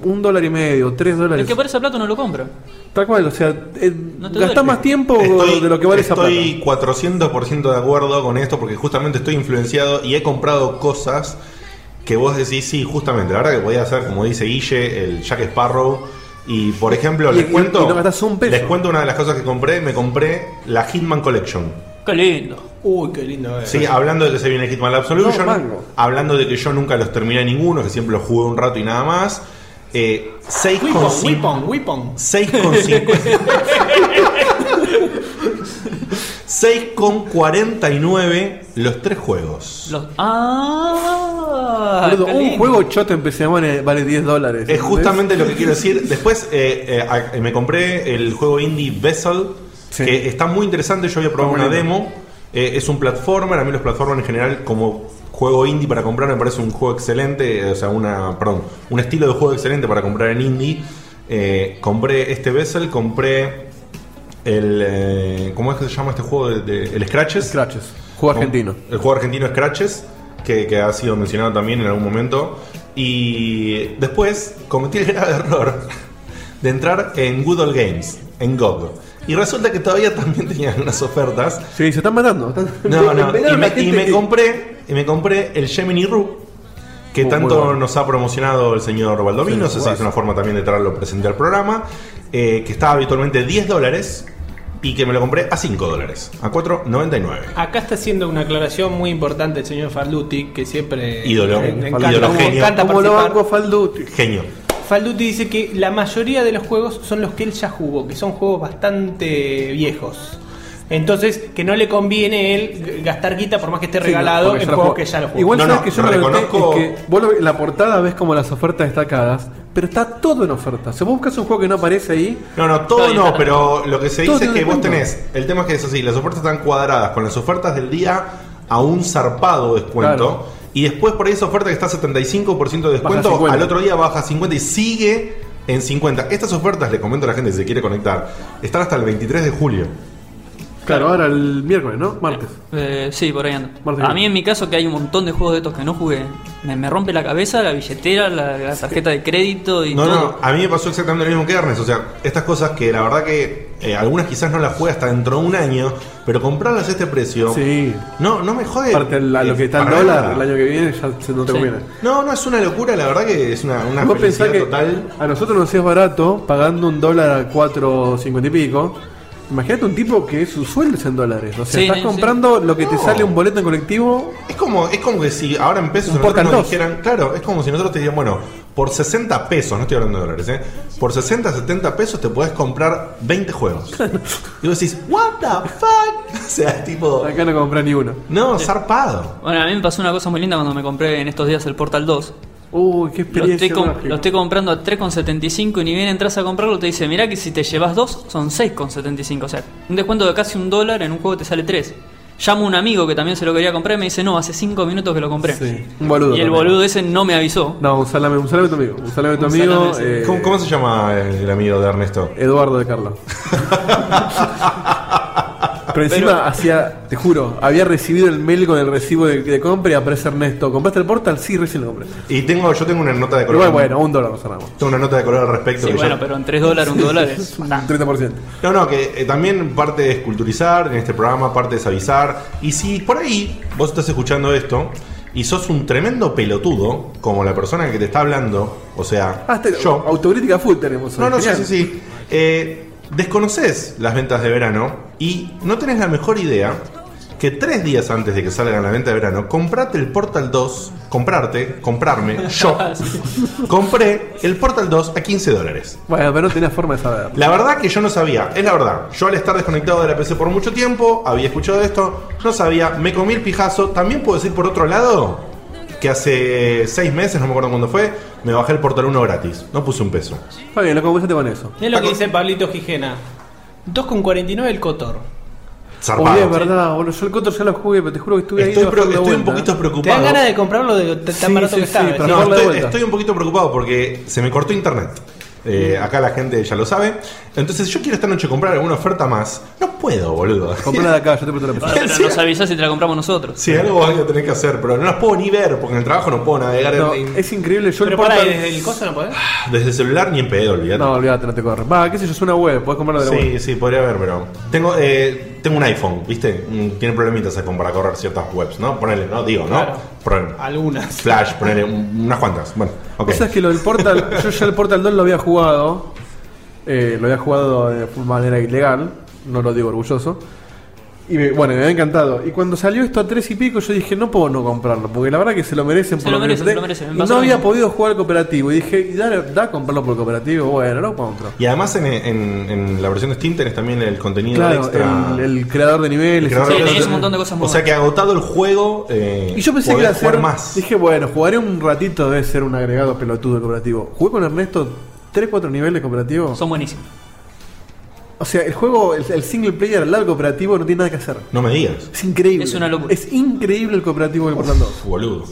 Speaker 4: un dólar y medio, tres dólares,
Speaker 1: El que por esa plata no lo compra.
Speaker 4: tal cual, o sea, eh,
Speaker 1: No te
Speaker 4: gastás
Speaker 1: duele.
Speaker 4: más tiempo
Speaker 3: Estoy,
Speaker 4: de lo que vale esa plata.
Speaker 3: estoy 400% de acuerdo con esto porque justamente estoy influenciado y he comprado cosas que vos decís, sí, justamente, la verdad que podía hacer, como dice Guille, el Jack Sparrow. Y por ejemplo,
Speaker 4: Y-
Speaker 3: les
Speaker 4: y-
Speaker 3: cuento
Speaker 4: y no gastás un peso.
Speaker 3: les cuento una de las cosas que compré, me compré la Hitman Collection.
Speaker 1: Qué lindo.
Speaker 5: Uy, qué lindo. eh.
Speaker 3: Sí, hablando de que se viene Hitman Absolution,
Speaker 4: No, mango.
Speaker 3: hablando de que yo nunca los terminé ninguno, que siempre los jugué un rato y nada más. Eh, seis con
Speaker 5: Weapon,
Speaker 3: cin-
Speaker 5: weapon, weapon.
Speaker 3: 6,49 los tres juegos.
Speaker 1: Los... Ah.
Speaker 4: Boludo,
Speaker 1: qué
Speaker 4: un
Speaker 1: lindo.
Speaker 4: juego choto empecé vale, vale 10 dólares.
Speaker 3: Es
Speaker 4: ¿entendés?
Speaker 3: justamente lo que quiero decir. Después eh, eh, a- eh, me compré el juego indie Vessel,
Speaker 4: Sí.
Speaker 3: que está muy interesante. Yo había probado
Speaker 4: Está
Speaker 3: una
Speaker 4: muy lindo.
Speaker 3: demo. Eh, es un platformer. A mí los platformers en general, como juego indie para comprar, me parece un juego excelente. eh, O sea, una, perdón, un estilo de juego excelente para comprar en indie. Eh, compré este Vessel, compré el. eh, ¿Cómo es que se llama este juego? De, de- el Scratches.
Speaker 4: Scratches,
Speaker 3: Oh.
Speaker 4: juego argentino.
Speaker 3: El juego argentino Scratches, que, que ha sido mencionado también en algún momento. Y después cometí el grave error de entrar en Good Old Games, en GOG. Y resulta que todavía también tenían unas ofertas.
Speaker 4: Sí, se están matando. están-
Speaker 3: No, no, y
Speaker 4: Pegaron a
Speaker 3: me,
Speaker 4: la
Speaker 3: y
Speaker 4: gente
Speaker 3: me
Speaker 4: que-
Speaker 3: compré, y me compré el Gemini Roo, que
Speaker 4: Uh, Muy
Speaker 3: tanto
Speaker 4: bueno.
Speaker 3: nos ha promocionado el señor Baldovino.
Speaker 4: Sí, pues.
Speaker 3: esa es
Speaker 4: juegazo.
Speaker 3: una forma también de traerlo presente al programa. eh, que está habitualmente 10 dólares y que me lo compré a 5 dólares, a 4,99.
Speaker 5: Acá está haciendo una aclaración muy importante el señor Falduti, que siempre
Speaker 3: Ídolo.
Speaker 5: le- le encanta,
Speaker 3: Ídolo
Speaker 5: como
Speaker 3: genio.
Speaker 5: encanta
Speaker 4: Como lo
Speaker 5: participar.
Speaker 4: banco Falduti.
Speaker 3: Genio.
Speaker 5: Falduti dice que la mayoría de los juegos son los que él ya jugó, que son juegos bastante viejos. Entonces, que no le conviene él gastar guita por más que esté
Speaker 4: Sí,
Speaker 5: regalado
Speaker 4: porque
Speaker 5: en
Speaker 4: ya lo
Speaker 5: juegos
Speaker 4: jugó.
Speaker 5: que ya lo jugó.
Speaker 4: Igual
Speaker 3: No,
Speaker 4: sabes
Speaker 3: no,
Speaker 4: que yo me lo noté,
Speaker 3: reconozco-
Speaker 4: es que vos lo- en la portada ves como las ofertas destacadas, pero está todo en oferta. Si vos buscas un juego que no aparece ahí,
Speaker 3: No, no, todo
Speaker 1: Está bien,
Speaker 3: no,
Speaker 1: está bien.
Speaker 3: pero lo que se
Speaker 4: Todo
Speaker 3: dice es
Speaker 4: tiene
Speaker 3: que vos
Speaker 4: descuento.
Speaker 3: tenés. El tema es que es así: las ofertas están cuadradas con las ofertas del día a un zarpado descuento.
Speaker 4: Claro.
Speaker 3: Y después por ahí esa oferta que está a 75% de
Speaker 4: Baja a
Speaker 3: descuento,
Speaker 4: 50.
Speaker 3: al otro día baja a 50 y sigue en 50. Estas ofertas, le comento a la gente si se quiere conectar, están hasta el 23 de julio.
Speaker 4: claro, ahora el miércoles, ¿no? Martes.
Speaker 1: Eh, sí, por ahí ando.
Speaker 4: Martín.
Speaker 1: A mí en mi caso que hay un montón de juegos de estos que no jugué, me, me rompe la cabeza, la billetera, la, la tarjeta de crédito y
Speaker 3: No,
Speaker 1: todo.
Speaker 3: no, a mí me pasó exactamente lo mismo que Ernest. O sea, estas cosas que la verdad que eh, algunas quizás no las juegue hasta dentro de un año, pero comprarlas a este precio.
Speaker 4: Sí.
Speaker 3: No, no me jode.
Speaker 4: Aparte, a lo
Speaker 3: Eh,
Speaker 4: que está el
Speaker 3: para
Speaker 4: dólar
Speaker 3: nada.
Speaker 4: el año que viene ya se- no te
Speaker 1: Sí.
Speaker 4: conviene.
Speaker 3: No, no, es una locura, la verdad que es una, una
Speaker 4: Vos pensás
Speaker 3: felicidad
Speaker 4: que
Speaker 3: total.
Speaker 4: a nosotros nos es barato pagando un dólar a 4.50 y pico. Imagínate un tipo que su sueldo es en dólares. O sea,
Speaker 1: Sí,
Speaker 4: estás
Speaker 1: sí.
Speaker 4: comprando lo que te
Speaker 3: No.
Speaker 4: sale un boleto en colectivo.
Speaker 3: Es como, es como que si ahora en pesos
Speaker 4: Un
Speaker 3: a nosotros nos
Speaker 4: portantós.
Speaker 3: dijeran, claro, es como si nosotros te dijeran, bueno, por 60 pesos, no estoy hablando de dólares, ¿eh? por 60, 70 pesos te podés comprar 20 juegos. Y vos decís, what the fuck? O sea, es tipo,
Speaker 4: Acá no compré ni uno.
Speaker 3: no, zarpado.
Speaker 1: Bueno, a mí me pasó una cosa muy linda cuando me compré en estos días el Portal 2.
Speaker 4: Uy, qué
Speaker 1: Lo
Speaker 4: experiencia.
Speaker 1: estoy, com-
Speaker 4: mágica.
Speaker 1: lo estoy comprando a 3,75 y ni bien entras a comprarlo te dice, mirá que si te llevas dos son 6,75. O sea, un descuento de casi un dólar en un juego te sale 3. Llamo a un amigo que también se lo quería comprar y me dice, no, hace 5 minutos que lo compré.
Speaker 4: Sí, un boludo.
Speaker 1: y el
Speaker 4: también.
Speaker 1: boludo ese no me avisó.
Speaker 4: No, un salame, un salame a tu amigo. Un salame a tu
Speaker 1: Un
Speaker 4: amigo.
Speaker 1: salame, sí.
Speaker 4: eh,
Speaker 3: ¿Cómo, cómo se llama el amigo de Ernesto?
Speaker 4: Eduardo de Carlos. Pero encima
Speaker 1: Pero-
Speaker 4: hacía, te juro, había recibido el mail con el recibo de, de compra y aparece Ernesto. ¿Compraste el portal? Sí, recién lo compré.
Speaker 3: Y tengo, yo tengo una nota de
Speaker 4: Pero
Speaker 3: color.
Speaker 4: bueno, bueno, un dólar nos cerramos.
Speaker 3: Tengo una nota de color al respecto.
Speaker 1: Sí,
Speaker 3: que
Speaker 1: bueno,
Speaker 3: yo-
Speaker 1: pero en 3 dólares, un dólar es
Speaker 4: Un
Speaker 1: bastante.
Speaker 4: 30%.
Speaker 3: No, no, que eh, también parte es culturizar en este programa, parte es avisar. Y si por ahí vos estás escuchando esto y sos un tremendo pelotudo, como la persona que te está hablando, o sea,
Speaker 4: Ah, este-
Speaker 3: yo.
Speaker 4: Autocrítica full tenemos. hoy,
Speaker 3: No, no, sí,
Speaker 4: genial.
Speaker 3: sí, sí. Eh, desconoces las ventas de verano y no tenés la mejor idea que tres días antes de que salga la venta de verano, comprate el Portal 2, comprarte, comprarme, yo compré el Portal 2 a 15 dólares.
Speaker 4: Bueno, pero no tenía forma de saber.
Speaker 3: La verdad que yo no sabía, es la verdad. Yo al estar desconectado de la PC por mucho tiempo, había escuchado esto, no sabía, me comí el pijazo. También puedo decir por otro lado que hace seis meses, no me acuerdo cuándo fue, me bajé el Portal 1 gratis. No puse un peso.
Speaker 4: Está bien, lo compensaste con eso.
Speaker 5: Es lo que dice Pablito Gijena. 2,49 el Cotor.
Speaker 3: Zarpado.
Speaker 4: Oye, es verdad, boludo. Yo el Cotor ya lo jugué, pero te juro que estuve ahí.
Speaker 3: Estoy,
Speaker 4: dando
Speaker 3: pro-
Speaker 4: la
Speaker 3: estoy un
Speaker 4: vuelta,
Speaker 3: poquito
Speaker 4: ¿eh?
Speaker 5: Te dan
Speaker 3: preocupado.
Speaker 5: ganas de comprarlo de lo tan
Speaker 4: Sí,
Speaker 5: barato
Speaker 4: sí,
Speaker 5: que
Speaker 4: sí,
Speaker 5: está.
Speaker 4: pero-
Speaker 5: ¿eh?
Speaker 3: No,
Speaker 4: Darle
Speaker 3: estoy,
Speaker 4: vuelta.
Speaker 3: estoy un poquito preocupado porque se me cortó internet. Eh, acá la gente ya lo sabe. Entonces, yo quiero esta noche comprar alguna oferta más. No puedo, boludo.
Speaker 4: Comprala de acá, yo te presto la
Speaker 1: Bueno,
Speaker 4: persona.
Speaker 1: pero nos avisás si te la compramos nosotros.
Speaker 3: Si algo voy a tener que hacer, pero no las puedo ni ver porque en el trabajo no puedo navegar
Speaker 4: No,
Speaker 3: en-
Speaker 4: es increíble, yo el
Speaker 5: Pero pará, ¿y
Speaker 4: portal-
Speaker 5: desde el coso no podés?
Speaker 3: desde el celular ni en pedo, olvidate.
Speaker 4: No, olvídate, no te corre. Va, qué sé yo, es una web, podés comprarlo de la web.
Speaker 3: sí, sí, podría haber, pero. Tengo, eh, tengo un iPhone, ¿viste? Mm, Tiene problemitas iPhone para correr ciertas webs, ¿no? Ponele, ¿no? Digo, ¿no?
Speaker 5: Claro.
Speaker 3: Ponele.
Speaker 5: Algunas.
Speaker 3: Flash, ponele un- unas cuantas. Bueno, ok.
Speaker 4: Vos sabés que lo del Portal, yo ya el Portal 2 lo había jugado. eh, lo había jugado de manera ilegal, no lo digo orgulloso. Y me- bueno, me había encantado. Y cuando salió esto a tres y pico, yo dije, no puedo no comprarlo, porque la verdad que se lo merecen
Speaker 1: Se
Speaker 4: por
Speaker 1: lo
Speaker 4: que
Speaker 1: merecen,
Speaker 4: me
Speaker 1: se lo merecen, me
Speaker 4: Y
Speaker 1: pasó
Speaker 4: no
Speaker 1: lo
Speaker 4: había
Speaker 1: mismo.
Speaker 4: podido jugar cooperativo. Y dije, y da, da comprarlo por cooperativo, bueno, lo compro.
Speaker 3: Y además en, en- en la versión de Steam tenés también el contenido
Speaker 4: Claro,
Speaker 3: extra.
Speaker 4: el, el creador de niveles.
Speaker 3: creador
Speaker 1: Sí,
Speaker 3: de-
Speaker 1: tenés un montón de cosas
Speaker 3: O sea
Speaker 1: nuevas.
Speaker 3: que agotado el juego. eh,
Speaker 4: Y yo pensé que
Speaker 3: podés
Speaker 4: iba a ser.
Speaker 3: jugar más.
Speaker 4: Dije, bueno, jugaré un ratito, debe ser un agregado pelotudo de cooperativo. Jugué con Ernesto 3-4 niveles de cooperativo.
Speaker 1: Son buenísimos.
Speaker 4: O sea, el juego, el, el single player al lado del cooperativo no tiene nada que hacer.
Speaker 3: No me digas.
Speaker 4: Es increíble.
Speaker 1: Es una locura.
Speaker 4: Es increíble el cooperativo del Portal 2.
Speaker 3: Boludo.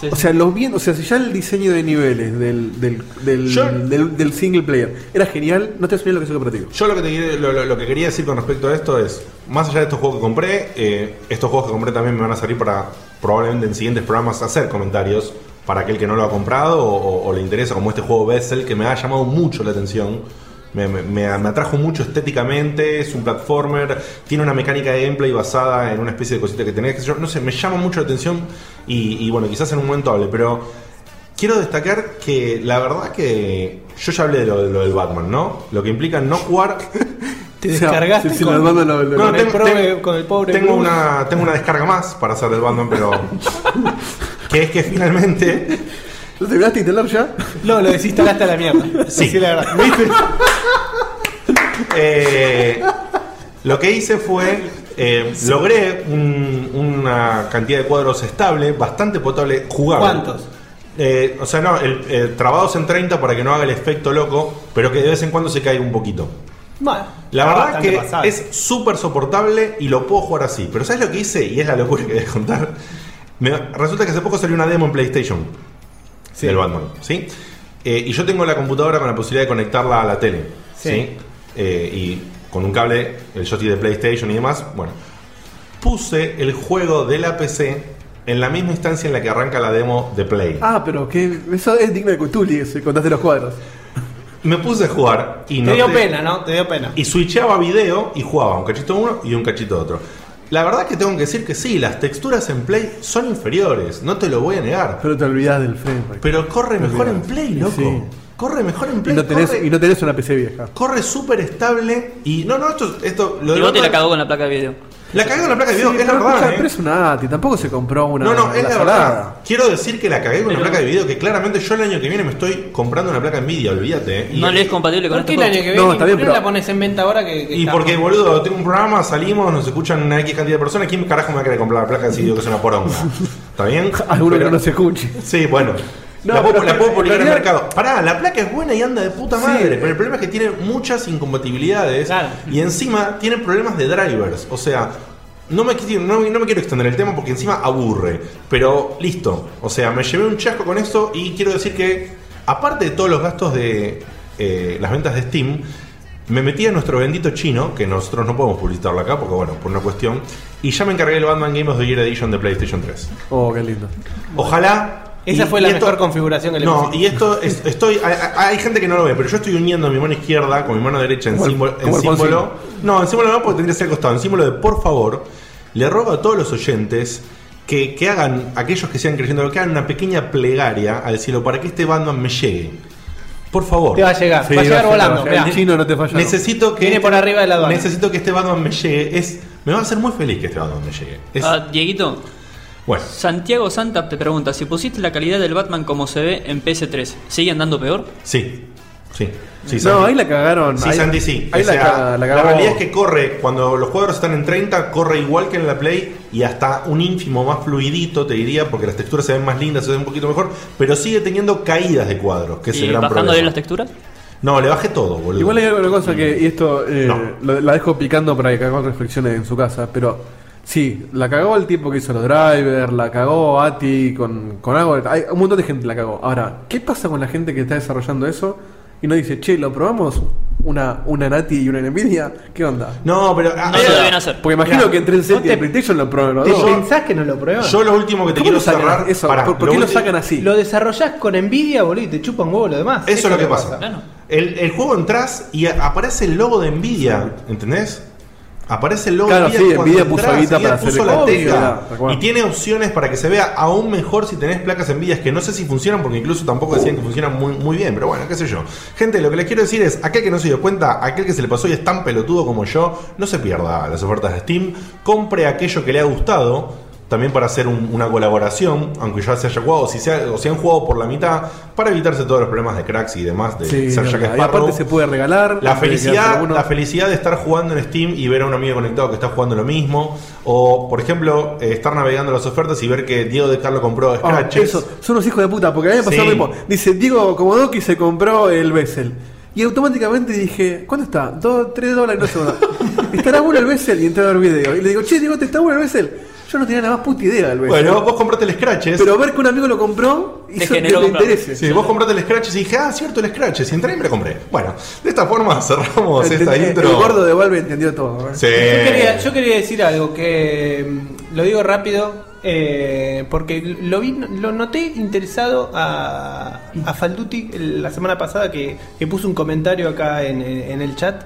Speaker 1: Sí,
Speaker 4: O
Speaker 1: sí.
Speaker 4: sea, los bien, o sea, si ya el diseño de niveles del, del, del,
Speaker 3: Yo-
Speaker 4: del- del single player era genial, no te explico lo que es el cooperativo.
Speaker 3: Yo lo que, te quiero- lo, lo- lo que quería decir con respecto a esto es, más allá de estos juegos que compré, eh, estos juegos que compré también me van a salir para probablemente en siguientes programas hacer comentarios para aquel que no lo ha comprado o, o- o le interesa, como este juego Bessel, que me ha llamado mucho la atención. Me, me- me- me atrajo mucho estéticamente, es un platformer, tiene una mecánica de gameplay basada en una especie de cosita que tenés, qué sé yo, no sé, me llama mucho la atención y, y bueno, quizás en un momento hable, pero Quiero destacar que la verdad que yo ya hablé de lo, de lo del Batman, ¿no? Lo que implica no jugar.
Speaker 5: Te
Speaker 4: O sea,
Speaker 5: descargaste
Speaker 4: si- si
Speaker 5: con,
Speaker 4: nos mandan lo- lo-
Speaker 5: con
Speaker 3: No,
Speaker 5: el
Speaker 3: tengo-
Speaker 5: prove-
Speaker 3: tengo-
Speaker 5: con el pobre
Speaker 3: Tengo
Speaker 5: Bruce.
Speaker 3: una, tengo una descarga más para hacer del Batman, pero. que es que finalmente.
Speaker 4: ¿Lo te a instalar ya?
Speaker 5: No, lo desinstalaste a la mierda.
Speaker 3: Sí.
Speaker 5: Decí la verdad.
Speaker 3: eh, lo que hice fue. eh, logré un- una cantidad de cuadros estable, bastante potable, jugable.
Speaker 5: ¿Cuántos?
Speaker 3: Eh, o sea, no, el, eh, trabados en 30 para que no haga el efecto loco, pero que de vez en cuando se caiga un poquito.
Speaker 5: Bueno,
Speaker 3: La
Speaker 5: está
Speaker 3: verdad
Speaker 5: bastante
Speaker 3: que
Speaker 5: pasable.
Speaker 3: es súper soportable y lo puedo jugar así. Pero ¿sabes lo que hice? Y es la locura que voy a contar. Me- resulta que hace poco salió una demo en PlayStation
Speaker 5: Sí.
Speaker 3: del Batman, ¿sí? Eh, y yo tengo la computadora con la posibilidad de conectarla a la tele, ¿sí?
Speaker 5: Sí.
Speaker 3: Eh, y con un cable, el joystick de PlayStation y demás. Bueno, puse el juego de la PC en la misma instancia en la que arranca la demo de Play.
Speaker 4: Ah, pero que eso es digno de Cutuli, eso, y contaste los cuadros.
Speaker 3: Me puse a jugar y no
Speaker 5: Te dio
Speaker 3: te-
Speaker 5: pena, ¿no? Te dio pena.
Speaker 3: Y switchaba video y jugaba un cachito uno y un cachito otro. La verdad que tengo que decir que sí, las texturas en Play son inferiores, no te lo voy a negar.
Speaker 4: Pero te olvidás del frame. rate.
Speaker 3: Pero corre mejor en Play, loco.
Speaker 4: Sí.
Speaker 3: Corre mejor en
Speaker 4: y,
Speaker 3: Play.
Speaker 4: no tenés,
Speaker 3: corre,
Speaker 4: y no tenés una PC vieja.
Speaker 3: corre súper estable y. No, no, esto. esto lo
Speaker 1: y
Speaker 3: de
Speaker 1: vos te
Speaker 3: Batman-
Speaker 1: la cagó con la placa de video.
Speaker 3: La cagué con la placa de video,
Speaker 4: Sí,
Speaker 3: es la
Speaker 4: pero
Speaker 3: verdad.
Speaker 4: escucha,
Speaker 3: eh.
Speaker 4: pero es una ATI, tampoco se compró una.
Speaker 3: No, no, es la verdad.
Speaker 4: salada.
Speaker 3: Quiero decir que la cagué con la
Speaker 1: Pero-
Speaker 3: placa de video, que claramente yo el año que viene me estoy comprando una placa Nvidia, olvídate. eh. Y-
Speaker 1: No le es compatible con
Speaker 5: ¿Por qué
Speaker 1: este
Speaker 5: el año que
Speaker 1: juego.
Speaker 5: viene?
Speaker 4: No, está bien,
Speaker 5: ¿Por qué
Speaker 4: pero-
Speaker 5: la pones en venta ahora que, que
Speaker 3: Y
Speaker 5: está-
Speaker 3: porque, boludo, tengo un programa, salimos, nos escuchan una X cantidad de personas. ¿Quién carajo me va a querer comprar la placa si digo que es una poronga? ¿Está bien?
Speaker 4: Alguno que
Speaker 3: Pero-
Speaker 4: no se escuche.
Speaker 3: Sí, bueno.
Speaker 4: No,
Speaker 3: la, puedo,
Speaker 4: pero
Speaker 3: la puedo
Speaker 4: en
Speaker 3: publicar en el
Speaker 4: realidad-
Speaker 3: mercado. Pará, la placa es buena y anda de puta
Speaker 4: Sí.
Speaker 3: madre. Pero el problema es que tiene muchas incompatibilidades.
Speaker 5: Claro.
Speaker 3: Y encima tiene problemas de drivers. O sea, no me, qui- no, no me quiero extender el tema porque encima aburre. Pero listo. O sea, me llevé un chasco con esto y quiero decir que, aparte de todos los gastos de eh, las ventas de Steam, me metí a nuestro bendito chino, que nosotros no podemos publicitarlo acá porque, bueno, por una cuestión. Y ya me encargué el Batman Game of the Year Edition de PlayStation 3.
Speaker 4: Oh, qué lindo.
Speaker 3: Ojalá.
Speaker 5: Esa
Speaker 3: y-
Speaker 5: fue
Speaker 3: y
Speaker 5: la
Speaker 3: esto-
Speaker 5: mejor configuración que le
Speaker 3: No,
Speaker 5: pusiste.
Speaker 3: y esto es- estoy. Hay, hay gente que no lo ve, pero yo estoy uniendo mi mano izquierda con mi mano derecha en
Speaker 4: Como el-
Speaker 3: símbolo. en
Speaker 4: como el
Speaker 3: símbolo- no, en símbolo no, porque tendría que ser al costado. En símbolo de por favor, le rogo a todos los oyentes que, que hagan, aquellos que sean creyendo, que hagan una pequeña plegaria al cielo para que este Batman me llegue. Por favor.
Speaker 5: Te va a llegar,
Speaker 4: Sí,
Speaker 5: va a llegar
Speaker 4: va a
Speaker 5: volando.
Speaker 4: llegar. El
Speaker 5: mirá.
Speaker 4: chino no te falla.
Speaker 3: Necesito que. este
Speaker 5: Viene por arriba de la aduana.
Speaker 3: Necesito que este Batman me llegue. Es, me va a hacer muy feliz que este Batman me llegue. Es-
Speaker 1: Ah, Dieguito,
Speaker 3: bueno.
Speaker 1: Santiago Santa te pregunta, si pusiste la calidad del Batman como se ve en PS3, ¿sigue andando peor?
Speaker 3: Sí. Sí. sí
Speaker 4: no,
Speaker 3: Santi.
Speaker 4: ahí la cagaron.
Speaker 3: Sí,
Speaker 4: ahí,
Speaker 3: Sandy, sí.
Speaker 4: Ahí
Speaker 3: O
Speaker 4: la,
Speaker 3: sea,
Speaker 4: ca- la
Speaker 3: la
Speaker 4: cagó.
Speaker 3: realidad es que corre, cuando los cuadros están en 30, corre igual que en la Play y hasta un ínfimo más fluidito, te diría, porque las texturas se ven más lindas, se ven un poquito mejor, pero sigue teniendo caídas de cuadros, que es
Speaker 1: ¿Y
Speaker 3: el gran
Speaker 1: bajando
Speaker 3: problema.
Speaker 1: las texturas?
Speaker 3: no, le bajé todo, boludo.
Speaker 4: Igual hay alguna cosa que, y esto eh,
Speaker 3: No.
Speaker 4: lo- la dejo picando para que cada cual reflexione en su casa, pero sí, la cagó el tipo que hizo los drivers, la cagó Ati con, con algo, hay un montón de gente la cagó. Ahora, ¿qué pasa con la gente que está desarrollando eso y no dice, che, lo probamos? Una, una Nati y una Nvidia, ¿qué onda?
Speaker 3: No, pero... ah,
Speaker 1: No
Speaker 3: o
Speaker 1: lo
Speaker 3: sea, pues,
Speaker 1: deben hacer.
Speaker 4: Porque imagino
Speaker 5: Mirá,
Speaker 4: que entre el set
Speaker 5: no
Speaker 4: y
Speaker 5: te-
Speaker 4: el PlayStation lo probaron los
Speaker 5: ¿Te
Speaker 4: dos.
Speaker 5: pensás que no lo pruebas?
Speaker 3: Yo lo último que te
Speaker 4: ¿Cómo
Speaker 3: quiero
Speaker 4: lo sacan?
Speaker 3: cerrar...
Speaker 4: Eso,
Speaker 3: pará,
Speaker 4: ¿por, por qué lo
Speaker 3: último-
Speaker 4: sacan así?
Speaker 5: Lo desarrollás con envidia, boludo, y te chupa un huevo lo demás.
Speaker 3: Eso, es lo que pasa.
Speaker 1: Claro.
Speaker 3: El, el juego entras y a- aparece el logo de Nvidia, ¿entendés? Aparece el logo
Speaker 4: Claro,
Speaker 3: de
Speaker 4: sí,
Speaker 3: cuando
Speaker 4: Nvidia puso
Speaker 3: entrás,
Speaker 4: guita
Speaker 3: Nvidia
Speaker 4: para hacer
Speaker 3: puso
Speaker 4: el
Speaker 3: la
Speaker 4: juego.
Speaker 3: teja.
Speaker 4: Obvio, tal cual.
Speaker 3: Y tiene opciones para que se vea aún mejor si tenés placas Nvidia, que no sé si funcionan, porque incluso tampoco decían que funcionan muy, muy bien, pero bueno, qué sé yo. Gente, lo que les quiero decir es, aquel que no se dio cuenta, aquel que se le pasó y es tan pelotudo como yo, no se pierda las ofertas de Steam, compre aquello que le ha gustado. También para hacer un- una colaboración, aunque ya se haya jugado, si se, ha- o si han jugado por la mitad, para evitarse todos los problemas de cracks y demás de
Speaker 4: Sí,
Speaker 3: ser
Speaker 4: no,
Speaker 3: Jack
Speaker 4: y
Speaker 3: Sparrow.
Speaker 4: aparte se puede regalar.
Speaker 3: La
Speaker 4: puede quedarse
Speaker 3: felicidad,
Speaker 4: alguno.
Speaker 3: la felicidad de estar jugando en Steam y ver a un amigo conectado que está jugando lo mismo. O, por ejemplo, eh, estar navegando las ofertas y ver que Diego de Carlo compró
Speaker 4: Ah,
Speaker 3: Scratches.
Speaker 4: eso, son los hijos de puta, porque a mí me pasó
Speaker 3: Sí.
Speaker 4: lo mismo. Dice, Diego Comodoki se compró el Bessel. Y automáticamente dije, ¿cuánto está? Dos, tres dólares, no sé cuánto. Estará bueno el Bessel y entré a ver video. Y le digo, che, Diego, ¿te está bueno el Bessel? Yo no tenía nada más puta idea del Bessel.
Speaker 3: bueno, vos compraste el Scratches.
Speaker 4: pero ver que un amigo lo compró hizo que
Speaker 1: generó
Speaker 4: te
Speaker 1: comprar.
Speaker 4: interese.
Speaker 3: Sí, vos compraste el Scratches y dije, ah, cierto, el Scratches. Y entré y me lo compré. Bueno, de esta forma cerramos
Speaker 4: El,
Speaker 3: esta
Speaker 4: el-
Speaker 3: intro.
Speaker 4: el gordo de Valve entendió todo. ¿eh?
Speaker 3: Sí.
Speaker 5: Yo quería, yo quería decir algo que mm, lo digo rápido eh, porque lo vi, lo noté interesado a, a Falduti la semana pasada que, que puso un comentario acá en, en el chat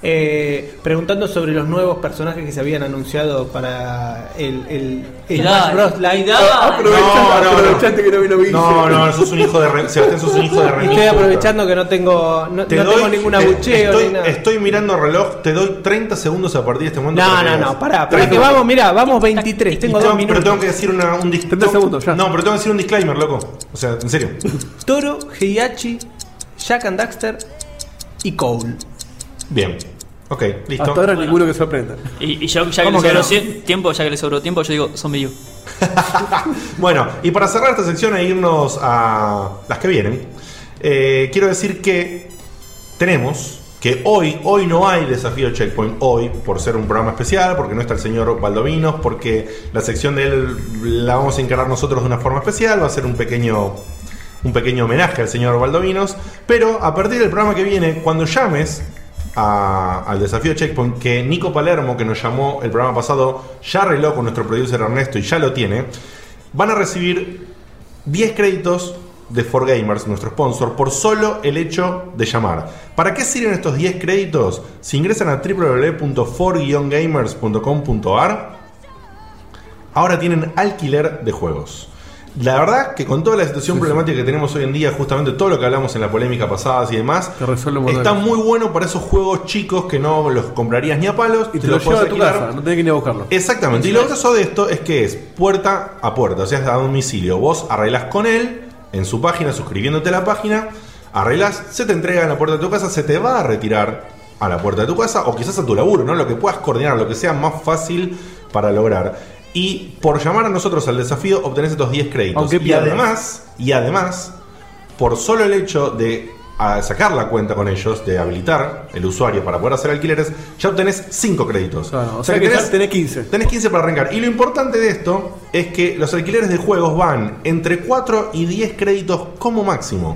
Speaker 5: eh, preguntando sobre los nuevos personajes que se habían anunciado para el, el, el
Speaker 1: Dale,
Speaker 5: Smash Bros. Live.
Speaker 1: dale.
Speaker 3: No,
Speaker 4: Aprovechaste,
Speaker 3: no, no.
Speaker 4: aprovechaste que no vino Vince.
Speaker 3: No, no, sos un hijo de re... Sebastián, sos un hijo de re...
Speaker 5: Ah, Estoy aprovechando que no tengo no,
Speaker 3: Te
Speaker 5: no
Speaker 3: doy-
Speaker 5: tengo ningún
Speaker 3: te-
Speaker 5: abucheo
Speaker 3: estoy,
Speaker 5: ni nada.
Speaker 3: estoy mirando el reloj, te doy 30 segundos a partir de este momento.
Speaker 5: no,
Speaker 3: para que
Speaker 5: no,
Speaker 3: veas.
Speaker 5: no, pará, pará,
Speaker 3: Treinta
Speaker 5: que vamos, mirá, vamos 23, tengo
Speaker 3: Y
Speaker 5: dos
Speaker 3: tengo- Pero
Speaker 5: minutos.
Speaker 3: tengo que decir una, un dis-
Speaker 4: 30 segundos, ya.
Speaker 3: No, pero tengo que decir un disclaimer, loco. O sea, en serio.
Speaker 5: Toro, Heihachi, Jack and Daxter y Cole.
Speaker 3: Bien. Ok, listo.
Speaker 4: Hasta ahora ninguno que sorprenda.
Speaker 1: Y, y yo, ya que, le
Speaker 5: ¿Cómo que
Speaker 1: sobró
Speaker 5: no?
Speaker 1: cien- tiempo, ya que le sobró tiempo, yo digo, zombie you.
Speaker 3: Bueno, y para cerrar esta sección e irnos a las que vienen, eh, quiero decir que tenemos que hoy, hoy no hay desafío Checkpoint, hoy, por ser un programa especial, porque no está el señor Baldovinos, porque la sección de él la vamos a encarar nosotros de una forma especial, va a ser un pequeño, un pequeño homenaje al señor Baldovinos, pero a partir del programa que viene, cuando llames a- al desafío Checkpoint, que Nico Palermo, que nos llamó el programa pasado, ya arregló con nuestro producer Ernesto y ya lo tiene, van a recibir 10 créditos de 4Gamers, nuestro sponsor, por solo el hecho de llamar. ¿Para qué sirven estos 10 créditos? Si ingresan a www.for-gamers.com.ar, ahora tienen alquiler de juegos. La verdad que con toda la situación problemática que tenemos hoy en día, justamente todo lo que hablamos en la polémica pasada y demás,
Speaker 4: Te resuelve un montón
Speaker 3: está
Speaker 4: de
Speaker 3: muy bueno para esos juegos chicos que no los comprarías ni a palos.
Speaker 4: Y te,
Speaker 3: los
Speaker 4: lo
Speaker 3: puedes
Speaker 4: lleva a tu
Speaker 3: alquilar.
Speaker 4: casa, no tenés que ir a buscarlo.
Speaker 3: Exactamente. Y lo grosso de esto es que es puerta a puerta, o sea, es a domicilio. Vos arreglás con él en su página, suscribiéndote a la página, arreglás, se te entrega en la puerta de tu casa, se te va a retirar a la puerta de tu casa o quizás a tu laburo, ¿no? Lo que puedas coordinar, lo que sea más fácil para lograr. Y por llamar a nosotros al desafío, obtenés estos 10 créditos.
Speaker 4: Aunque
Speaker 3: y
Speaker 4: pierdas.
Speaker 3: además, y además, por solo el hecho de ah, sacar la cuenta con ellos, de habilitar el usuario para poder hacer alquileres, ya obtenés 5 créditos.
Speaker 4: Claro, o sea, que ya tenés 15.
Speaker 3: Tenés 15 para arrancar. Y lo importante de esto es que los alquileres de juegos van entre 4 y 10 créditos como máximo.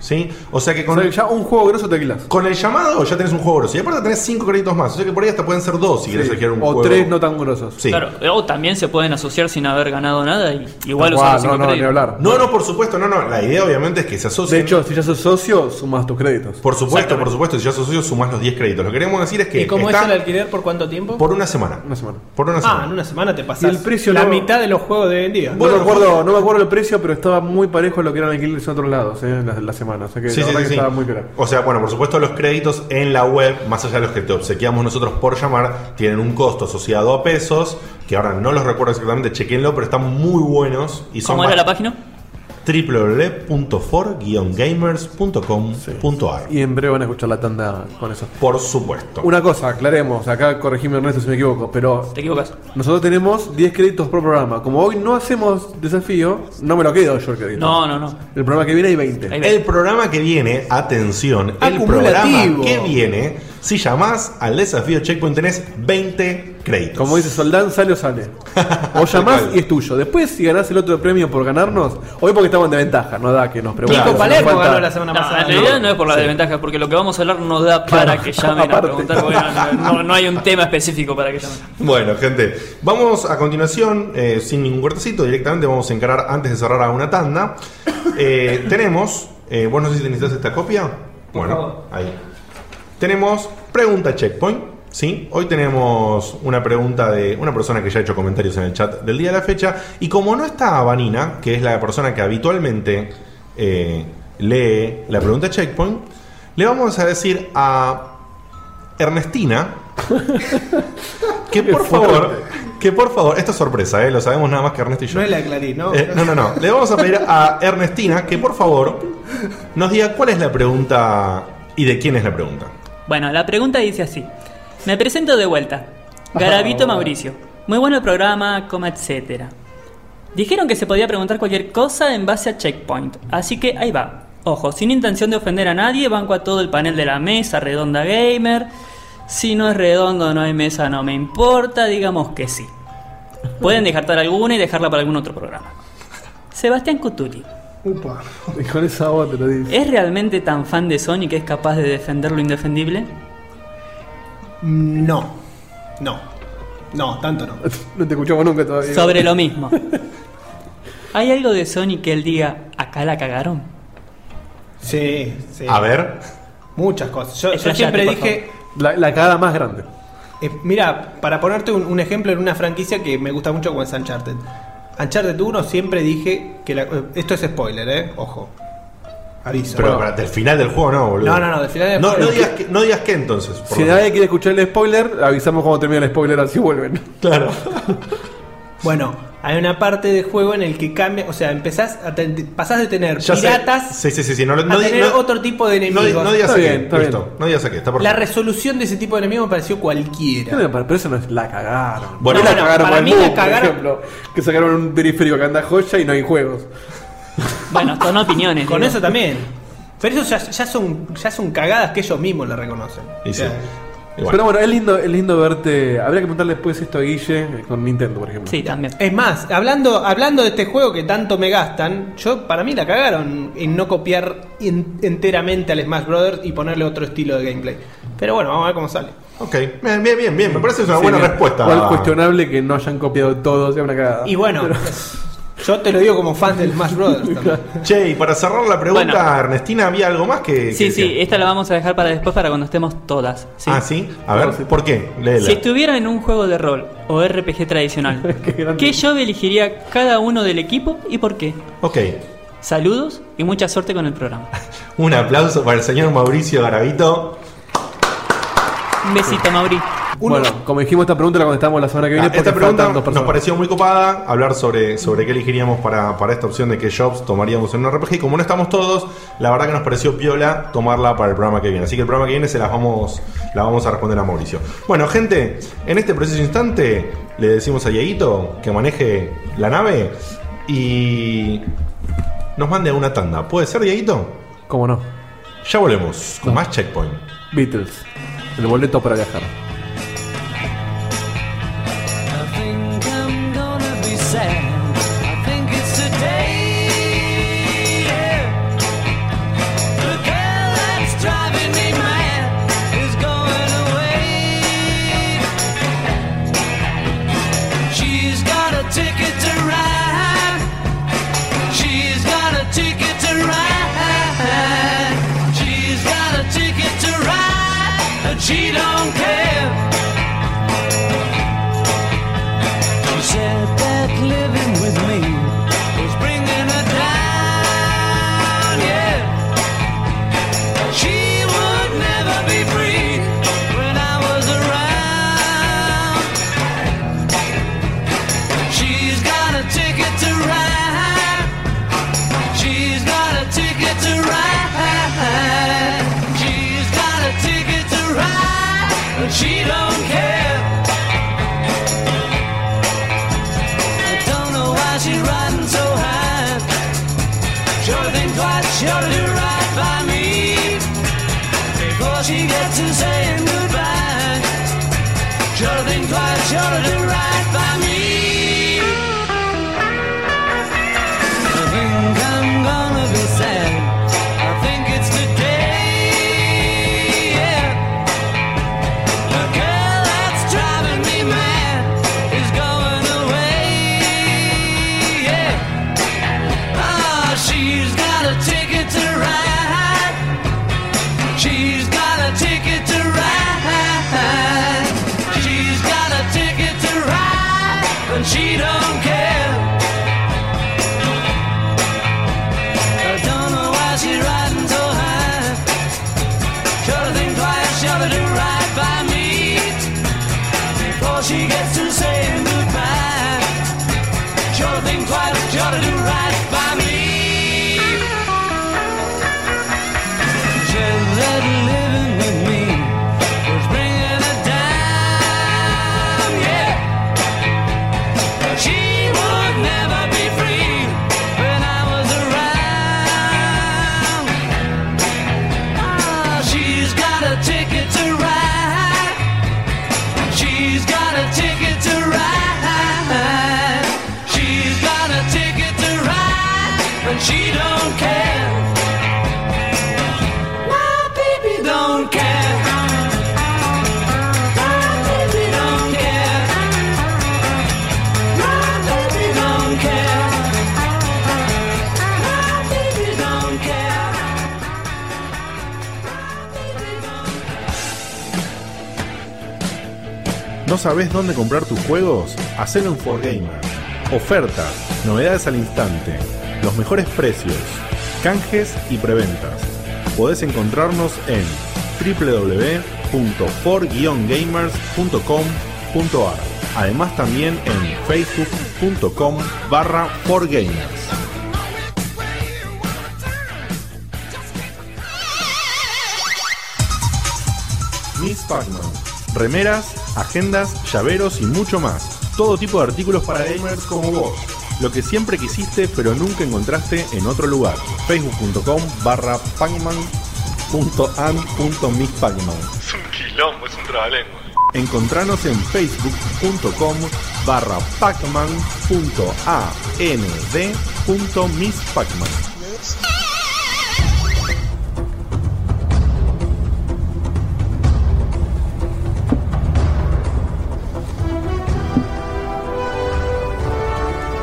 Speaker 3: ¿Sí? O sea que
Speaker 4: O
Speaker 3: con,
Speaker 4: sea, que ya un juego grosso te alquilas.
Speaker 3: con el llamado ya tenés un juego grosso. Y aparte tenés 5 créditos más. O sea que por ahí hasta pueden ser 2 si querés alquilar un
Speaker 4: o
Speaker 3: juego.
Speaker 4: tres no tan grosos.
Speaker 3: Sí.
Speaker 1: Claro, o también se pueden asociar sin haber ganado nada y igual
Speaker 4: Guau,
Speaker 1: usar los
Speaker 4: no,
Speaker 1: cinco
Speaker 4: no, ni
Speaker 1: créditos.
Speaker 4: hablar.
Speaker 3: No, no, por supuesto, no, no. La idea obviamente es que se asocien.
Speaker 4: De hecho, si ya sos socio, sumas tus créditos.
Speaker 3: por supuesto, por supuesto, si ya sos socio sumás los 10 créditos. Lo que queremos decir es que
Speaker 5: ¿Y cómo
Speaker 3: está
Speaker 5: es el alquiler por cuánto tiempo?
Speaker 3: por una semana.
Speaker 4: Una semana.
Speaker 3: Por una
Speaker 5: ah,
Speaker 3: semana.
Speaker 5: en una semana te pasas.
Speaker 4: Y el precio
Speaker 5: la
Speaker 4: no-
Speaker 5: mitad de los juegos de vendida.
Speaker 4: No
Speaker 3: Bueno,
Speaker 4: me, acuerdo, no me acuerdo el precio, pero estaba muy parejo a lo que eran alquileres en otros lados, eh, la, la semana. O sea que
Speaker 3: Sí,
Speaker 4: la
Speaker 3: sí, sí,
Speaker 4: verdad que
Speaker 3: sí.
Speaker 4: estaba muy cara.
Speaker 3: O sea, bueno, por supuesto los créditos en la web, más allá de los que te obsequiamos nosotros por llamar, tienen un costo asociado a pesos, que ahora no los recuerdo exactamente, chequenlo, pero están muy buenos y son
Speaker 1: ¿Cómo era la
Speaker 3: más-
Speaker 1: página?
Speaker 3: www.for-gamers.com.ar.
Speaker 4: Y en breve van a escuchar la tanda con eso.
Speaker 3: Por supuesto.
Speaker 4: Una cosa, aclaremos, acá corregime Ernesto si me equivoco, pero
Speaker 1: Te equivocas.
Speaker 4: nosotros tenemos 10 créditos por programa. Como hoy no hacemos desafío, no me lo quedo yo el crédito.
Speaker 1: No, no, no.
Speaker 4: El programa que viene hay 20.
Speaker 1: Ahí va.
Speaker 3: El programa que viene, atención, el
Speaker 4: Acumulativo.
Speaker 3: programa que viene, si llamás al desafío Checkpoint tenés 20 créditos.
Speaker 4: Como dice Soldán, sale o sale. O llamás
Speaker 3: cual.
Speaker 4: y es tuyo. Después, si ganás el otro premio por ganarnos, hoy porque estamos de ventaja, no da que nos pregunten.
Speaker 5: Nico
Speaker 3: Claro,
Speaker 5: Palermo
Speaker 4: Nos falta-
Speaker 5: ganó la semana
Speaker 1: No,
Speaker 5: pasada.
Speaker 1: en realidad no es por la desventaja, porque lo que vamos a hablar no da para que llamen a
Speaker 4: aparte.
Speaker 1: preguntar, porque no, no- no hay un tema específico para que llamen.
Speaker 3: Bueno, gente, vamos a continuación, eh, sin ningún cortecito, directamente vamos a encarar antes de cerrar a una tanda. Eh, tenemos, eh, vos no sé si necesitas esta copia. Bueno, ahí. Tenemos pregunta checkpoint, ¿sí? Hoy tenemos una pregunta de una persona que ya ha hecho comentarios en el chat del día de la fecha. Y como no está Vanina, que es la persona que habitualmente eh, lee la pregunta checkpoint, le vamos a decir a Ernestina que por
Speaker 4: fuerte.
Speaker 3: favor, que por favor, esto es sorpresa, ¿eh? lo sabemos nada más que Ernesto y yo.
Speaker 5: No es la de Clarín, ¿no?
Speaker 3: Eh, no, no, no. Le vamos a pedir a Ernestina que por favor nos diga cuál es la pregunta y de quién es la pregunta.
Speaker 1: Bueno, la pregunta dice así. Me presento de vuelta. Garabito Mauricio. Muy bueno el programa, coma, etcétera. Dijeron que se podía preguntar cualquier cosa en base a Checkpoint, así que ahí va. Ojo, sin intención de ofender a nadie, banco a todo el panel de la mesa, redonda gamer. Si no es redondo, no hay mesa, no me importa, digamos que sí. Pueden descartar alguna y dejarla para algún otro programa. Sebastián Cutuli.
Speaker 5: Upa.
Speaker 4: Y con esa voz te lo dice.
Speaker 1: ¿Es realmente tan fan de Sony que es capaz de defender lo indefendible?
Speaker 5: Mm, No. No. No, tanto no.
Speaker 4: No te escuchamos nunca todavía.
Speaker 1: Sobre lo mismo. ¿Hay algo de Sony que él diga, acá la cagaron?
Speaker 5: Sí, sí.
Speaker 3: A ver,
Speaker 5: Muchas cosas. Yo, yo
Speaker 1: Explayate,
Speaker 5: siempre
Speaker 1: por
Speaker 5: dije.
Speaker 4: La, la cagada más grande.
Speaker 5: eh, mira, para ponerte un, un ejemplo en una franquicia que me gusta mucho como es Uncharted. Uncharted 1 siempre dije que la- eh, esto es spoiler, eh. Ojo. Aviso.
Speaker 3: pero
Speaker 5: No.
Speaker 3: para del final del juego no, boludo.
Speaker 5: No, no, no, del final del
Speaker 3: no,
Speaker 5: juego.
Speaker 3: No digas que, no digas que entonces. por
Speaker 4: Si
Speaker 3: lo menos.
Speaker 4: nadie quiere escuchar el spoiler, avisamos cuando termina el spoiler, así vuelven.
Speaker 3: Claro.
Speaker 5: Bueno, hay una parte del juego en el que cambia, o sea, empezás a ten- pasás de tener
Speaker 3: Ya sé.
Speaker 5: piratas
Speaker 3: Sí, sí, sí, sí, No, lo-
Speaker 5: a
Speaker 3: no di-
Speaker 5: tener
Speaker 3: no-
Speaker 5: otro tipo de
Speaker 3: no
Speaker 5: enemigos.
Speaker 3: di- no digas
Speaker 4: Está
Speaker 3: a qué.
Speaker 4: bien, está
Speaker 3: listo.
Speaker 4: bien.
Speaker 3: No digas a qué. Está
Speaker 5: la
Speaker 3: perfecto.
Speaker 5: resolución de ese tipo de enemigos me pareció
Speaker 4: ¿Qué me
Speaker 5: cualquiera.
Speaker 4: parece? Pero eso no es la cagaron.
Speaker 3: Bueno,
Speaker 4: No la
Speaker 3: bueno,
Speaker 4: cagaron con
Speaker 5: para
Speaker 4: el
Speaker 5: mí la
Speaker 4: Move,
Speaker 5: cagaron-
Speaker 4: por ejemplo. Que sacaron un periférico que anda joya y no hay juegos.
Speaker 1: Bueno, son opiniones.
Speaker 5: Con
Speaker 1: digo.
Speaker 5: eso también. Pero eso ya, ya son, ya son cagadas que ellos mismos le reconocen.
Speaker 3: Y
Speaker 5: O
Speaker 3: sí.
Speaker 5: sea,
Speaker 3: Y bueno.
Speaker 4: Pero bueno, es lindo, es lindo verte. Habría que preguntarle después esto a Guille eh, con Nintendo, por ejemplo.
Speaker 1: Sí, también.
Speaker 5: Es más, hablando, hablando de este juego que tanto me gastan, yo para mí la cagaron en no copiar en- enteramente al Smash Brothers y ponerle otro estilo de gameplay. Pero bueno, vamos a ver cómo sale.
Speaker 3: Ok. Bien, bien, bien, bien. Me parece que es una
Speaker 4: Sí,
Speaker 3: buena
Speaker 4: bien.
Speaker 3: respuesta.
Speaker 4: Igual cuestionable que no hayan copiado todo, sea una cagada.
Speaker 5: Y bueno, yo te lo digo como fan del Smash Brothers también.
Speaker 3: Che, y para cerrar la pregunta,
Speaker 1: Bueno.
Speaker 3: Ernestina, ¿había algo más que.?
Speaker 1: Sí,
Speaker 3: que-
Speaker 1: sí, esta la vamos a dejar para después, para cuando estemos todas. ¿sí?
Speaker 3: Ah, sí. A ver,
Speaker 4: No, sí.
Speaker 3: ¿por qué? Léela.
Speaker 1: Si estuviera en un juego de rol o RPG tradicional,
Speaker 4: Qué grande.
Speaker 1: ¿qué yo elegiría cada uno del equipo y por qué?
Speaker 3: Ok.
Speaker 1: Saludos y mucha suerte con el programa.
Speaker 3: Un aplauso para el señor Mauricio Garavito.
Speaker 1: Un besito, Mauri.
Speaker 5: Uno-
Speaker 4: Bueno, como dijimos, esta pregunta la contestamos la semana que viene.
Speaker 3: Ah, esta
Speaker 4: porque
Speaker 3: pregunta
Speaker 4: faltan dos
Speaker 3: nos
Speaker 4: personas.
Speaker 3: pareció muy copada, hablar sobre, sobre qué elegiríamos para, para esta opción de qué jobs tomaríamos en un RPG. Y como no estamos todos, la verdad que nos pareció piola tomarla para el programa que viene. Así que el programa que viene se las vamos, la vamos a responder a Mauricio. Bueno, gente, en este preciso instante le decimos a Dieguito que maneje la nave y nos mande a una tanda. ¿Puede ser, Dieguito?
Speaker 4: ¿Cómo no?
Speaker 3: Ya volvemos con más Checkpoint.
Speaker 4: Beatles. El boleto para viajar.
Speaker 2: I think I'm gonna be sad. I think it's today. Yeah. The girl that's driving me mad is going away. She's got a ticket to ride. She's got a ticket to ride. She's got a ticket to ride, and she don't care. She said that living with me was bringing her down, yeah. She would never be free when I was around. She's got a ticket to ride. She's got a ticket to ride. She's got a ticket to ride, but she don't care. I don't know why she's riding so high. Sure thing twice, sure to ride by me before she gets to saying goodbye. Sure thing twice, sure to ride by me. I think I'm gonna be sad. I think it's today. Yeah. The girl that's driving me mad is going away. Yeah. Ah, she's got a ticket to ride. She's got a ticket to ride. She's got a ticket to ride, and she don't care. I don't know why she's riding so high. Shoulda think twice, shoulda do right by me before she gets to saying goodbye. Shoulda think twice, shoulda do right by me. Just that living with me was bringing her down, yeah. She would never be free when I was around. Ah, She's got a ticket to ride. She's got a ticket to ride. She's got a ticket to ride, but she don't care. My baby don't care. My baby don't care. My baby don't care. My baby don't care.
Speaker 6: ¿No sabes dónde comprar tus juegos? Hacelo en Forgamer. Ofertas, novedades al instante, los mejores precios, canjes y preventas. Podés encontrarnos en www.for-gamers.com.ar. Además también en facebook.com barra forgamers. Miss Pac-Man. Remeras, agendas, llaveros y mucho más. Todo tipo de artículos para gamers como vos. Lo que siempre quisiste pero nunca encontraste en otro lugar. Facebook.com barra pacman.an.misspacman.
Speaker 7: Es un quilombo, es un trabalengua.
Speaker 6: Encontranos en facebook.com barra pacman.and.misspacman.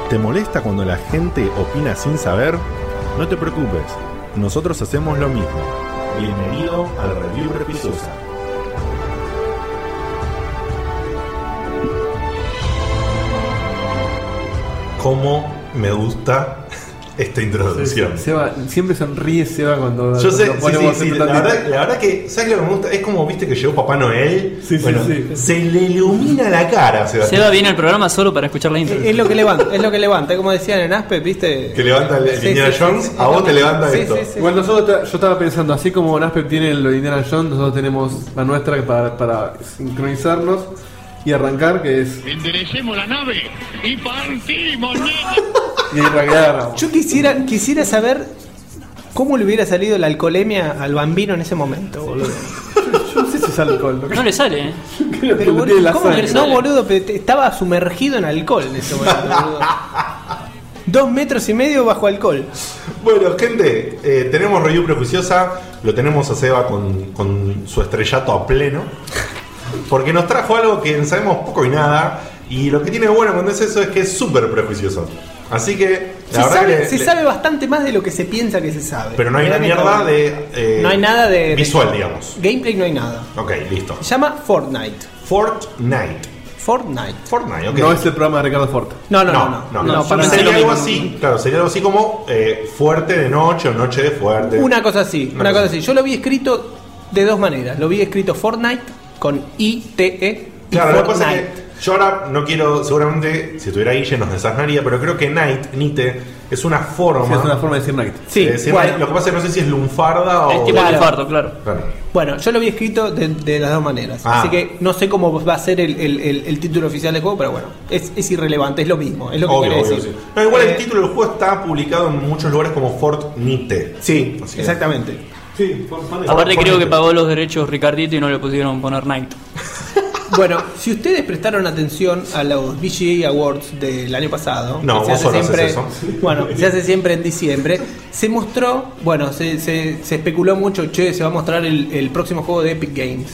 Speaker 6: ¿Te molesta cuando la gente opina sin saber? No te preocupes, nosotros hacemos lo mismo. Bienvenido al Review Repisosa.
Speaker 3: ¿Cómo me gusta esta introducción.
Speaker 4: Seba, siempre sonríe Seba cuando,
Speaker 3: Yo sé,
Speaker 4: cuando
Speaker 3: sí,
Speaker 4: ponemos
Speaker 3: sí, sí,
Speaker 4: un
Speaker 3: la,
Speaker 4: ratito.
Speaker 3: verdad, la verdad que, ¿sabes lo que me gusta? Es como viste que llegó Papá Noel.
Speaker 4: Sí, sí,
Speaker 3: bueno,
Speaker 4: sí.
Speaker 3: Se le ilumina la cara, Sebastián.
Speaker 1: Seba viene al programa solo para escuchar la intro.
Speaker 5: Es es lo que levanta, es lo que levanta, es como decían en Aspe, ¿viste?
Speaker 3: Que levanta el- el Indiana Jones, a vos te levanta
Speaker 5: Sí,
Speaker 3: esto.
Speaker 5: sí, sí.
Speaker 4: Igual nosotros, ta- yo estaba pensando, así como Naspep tiene lo de Indiana Jones, nosotros tenemos la nuestra para, para sincronizarnos y arrancar, que es...
Speaker 7: Enderecemos la nave y partimos,
Speaker 4: Y arrancar.
Speaker 5: Yo quisiera, quisiera saber cómo le hubiera salido la alcoholemia al bambino en ese momento, boludo.
Speaker 4: Yo no sé si es alcohol, lo que
Speaker 1: No le sale, ¿eh?
Speaker 4: que lo
Speaker 5: Ah, Pero,
Speaker 4: tiene
Speaker 5: boludo,
Speaker 4: la
Speaker 5: ¿cómo
Speaker 4: sangre.
Speaker 5: que no, boludo? Pero te- estaba sumergido en alcohol en ese momento, boludo. Dos metros y medio bajo alcohol.
Speaker 3: Bueno, gente, eh, tenemos review prejuiciosa. Lo tenemos a Seba con, con su estrellato a pleno. Porque nos trajo algo que sabemos poco y nada. Y lo que tiene bueno cuando es eso es que es súper prejuicioso. Así que,
Speaker 5: Se,
Speaker 3: la verdad
Speaker 5: sabe,
Speaker 3: que. le-
Speaker 5: se
Speaker 3: le-
Speaker 5: sabe bastante más de lo que se piensa que se sabe.
Speaker 3: Pero no hay
Speaker 5: Mirá
Speaker 3: una
Speaker 5: que está
Speaker 3: mierda
Speaker 5: bueno.
Speaker 3: de. eh,
Speaker 5: No hay nada de. de-
Speaker 3: Visual, digamos.
Speaker 5: Gameplay no hay nada.
Speaker 3: Ok, listo.
Speaker 5: Se llama Fortnite.
Speaker 3: Fortnite.
Speaker 5: Fortnite.
Speaker 3: Fortnite, ok.
Speaker 4: No es el programa de Ricardo Forte.
Speaker 5: No, no, no. No,
Speaker 1: no,
Speaker 5: para
Speaker 1: pensé
Speaker 5: nada.
Speaker 3: sería
Speaker 1: lo mismo.
Speaker 3: algo así, claro, sería algo así como eh, fuerte de noche o noche de fuerte.
Speaker 5: Una cosa así,
Speaker 3: Una
Speaker 5: una
Speaker 3: cosa
Speaker 5: cosa así. Yo lo vi escrito de dos maneras. Lo vi escrito Fortnite con I-T-E y
Speaker 3: Claro, la cosa es
Speaker 5: Fortnite.
Speaker 3: que yo ahora no quiero, seguramente, si tuviera Guille nos desasnaría, pero creo que Night, Nite, es una
Speaker 4: Sí,
Speaker 3: forma.
Speaker 4: es una forma de decir Night.
Speaker 3: de
Speaker 5: Sí,
Speaker 3: decir
Speaker 5: bueno.
Speaker 3: Night. Lo que pasa es que no sé si es lunfarda o.
Speaker 1: Es tipo
Speaker 5: Claro.
Speaker 1: de fardo, claro.
Speaker 3: Claro.
Speaker 5: Bueno, yo lo vi escrito de, de las dos maneras.
Speaker 3: Ah.
Speaker 5: Así que no sé cómo va a ser el, el- el- el título oficial del juego, pero bueno, es, es irrelevante, es lo mismo, es lo que
Speaker 3: Obvio,
Speaker 5: quiere
Speaker 3: obvio,
Speaker 5: decir.
Speaker 3: sí. No, igual el
Speaker 5: Eh,
Speaker 3: título del juego está publicado en muchos lugares como Fortnite.
Speaker 5: Sí,
Speaker 3: Así que-
Speaker 5: exactamente.
Speaker 4: Sí,
Speaker 1: Aparte creo que
Speaker 3: Fortnite.
Speaker 1: pagó los derechos Ricardito y no le pusieron poner Night.
Speaker 5: Bueno, si ustedes prestaron atención a los VGA Awards del año pasado,
Speaker 3: No,
Speaker 5: que
Speaker 3: vos solo haces eso.
Speaker 5: bueno, se hace siempre en diciembre, se mostró, bueno, se, se- se especuló mucho, che, se va a mostrar el, el próximo juego de Epic Games.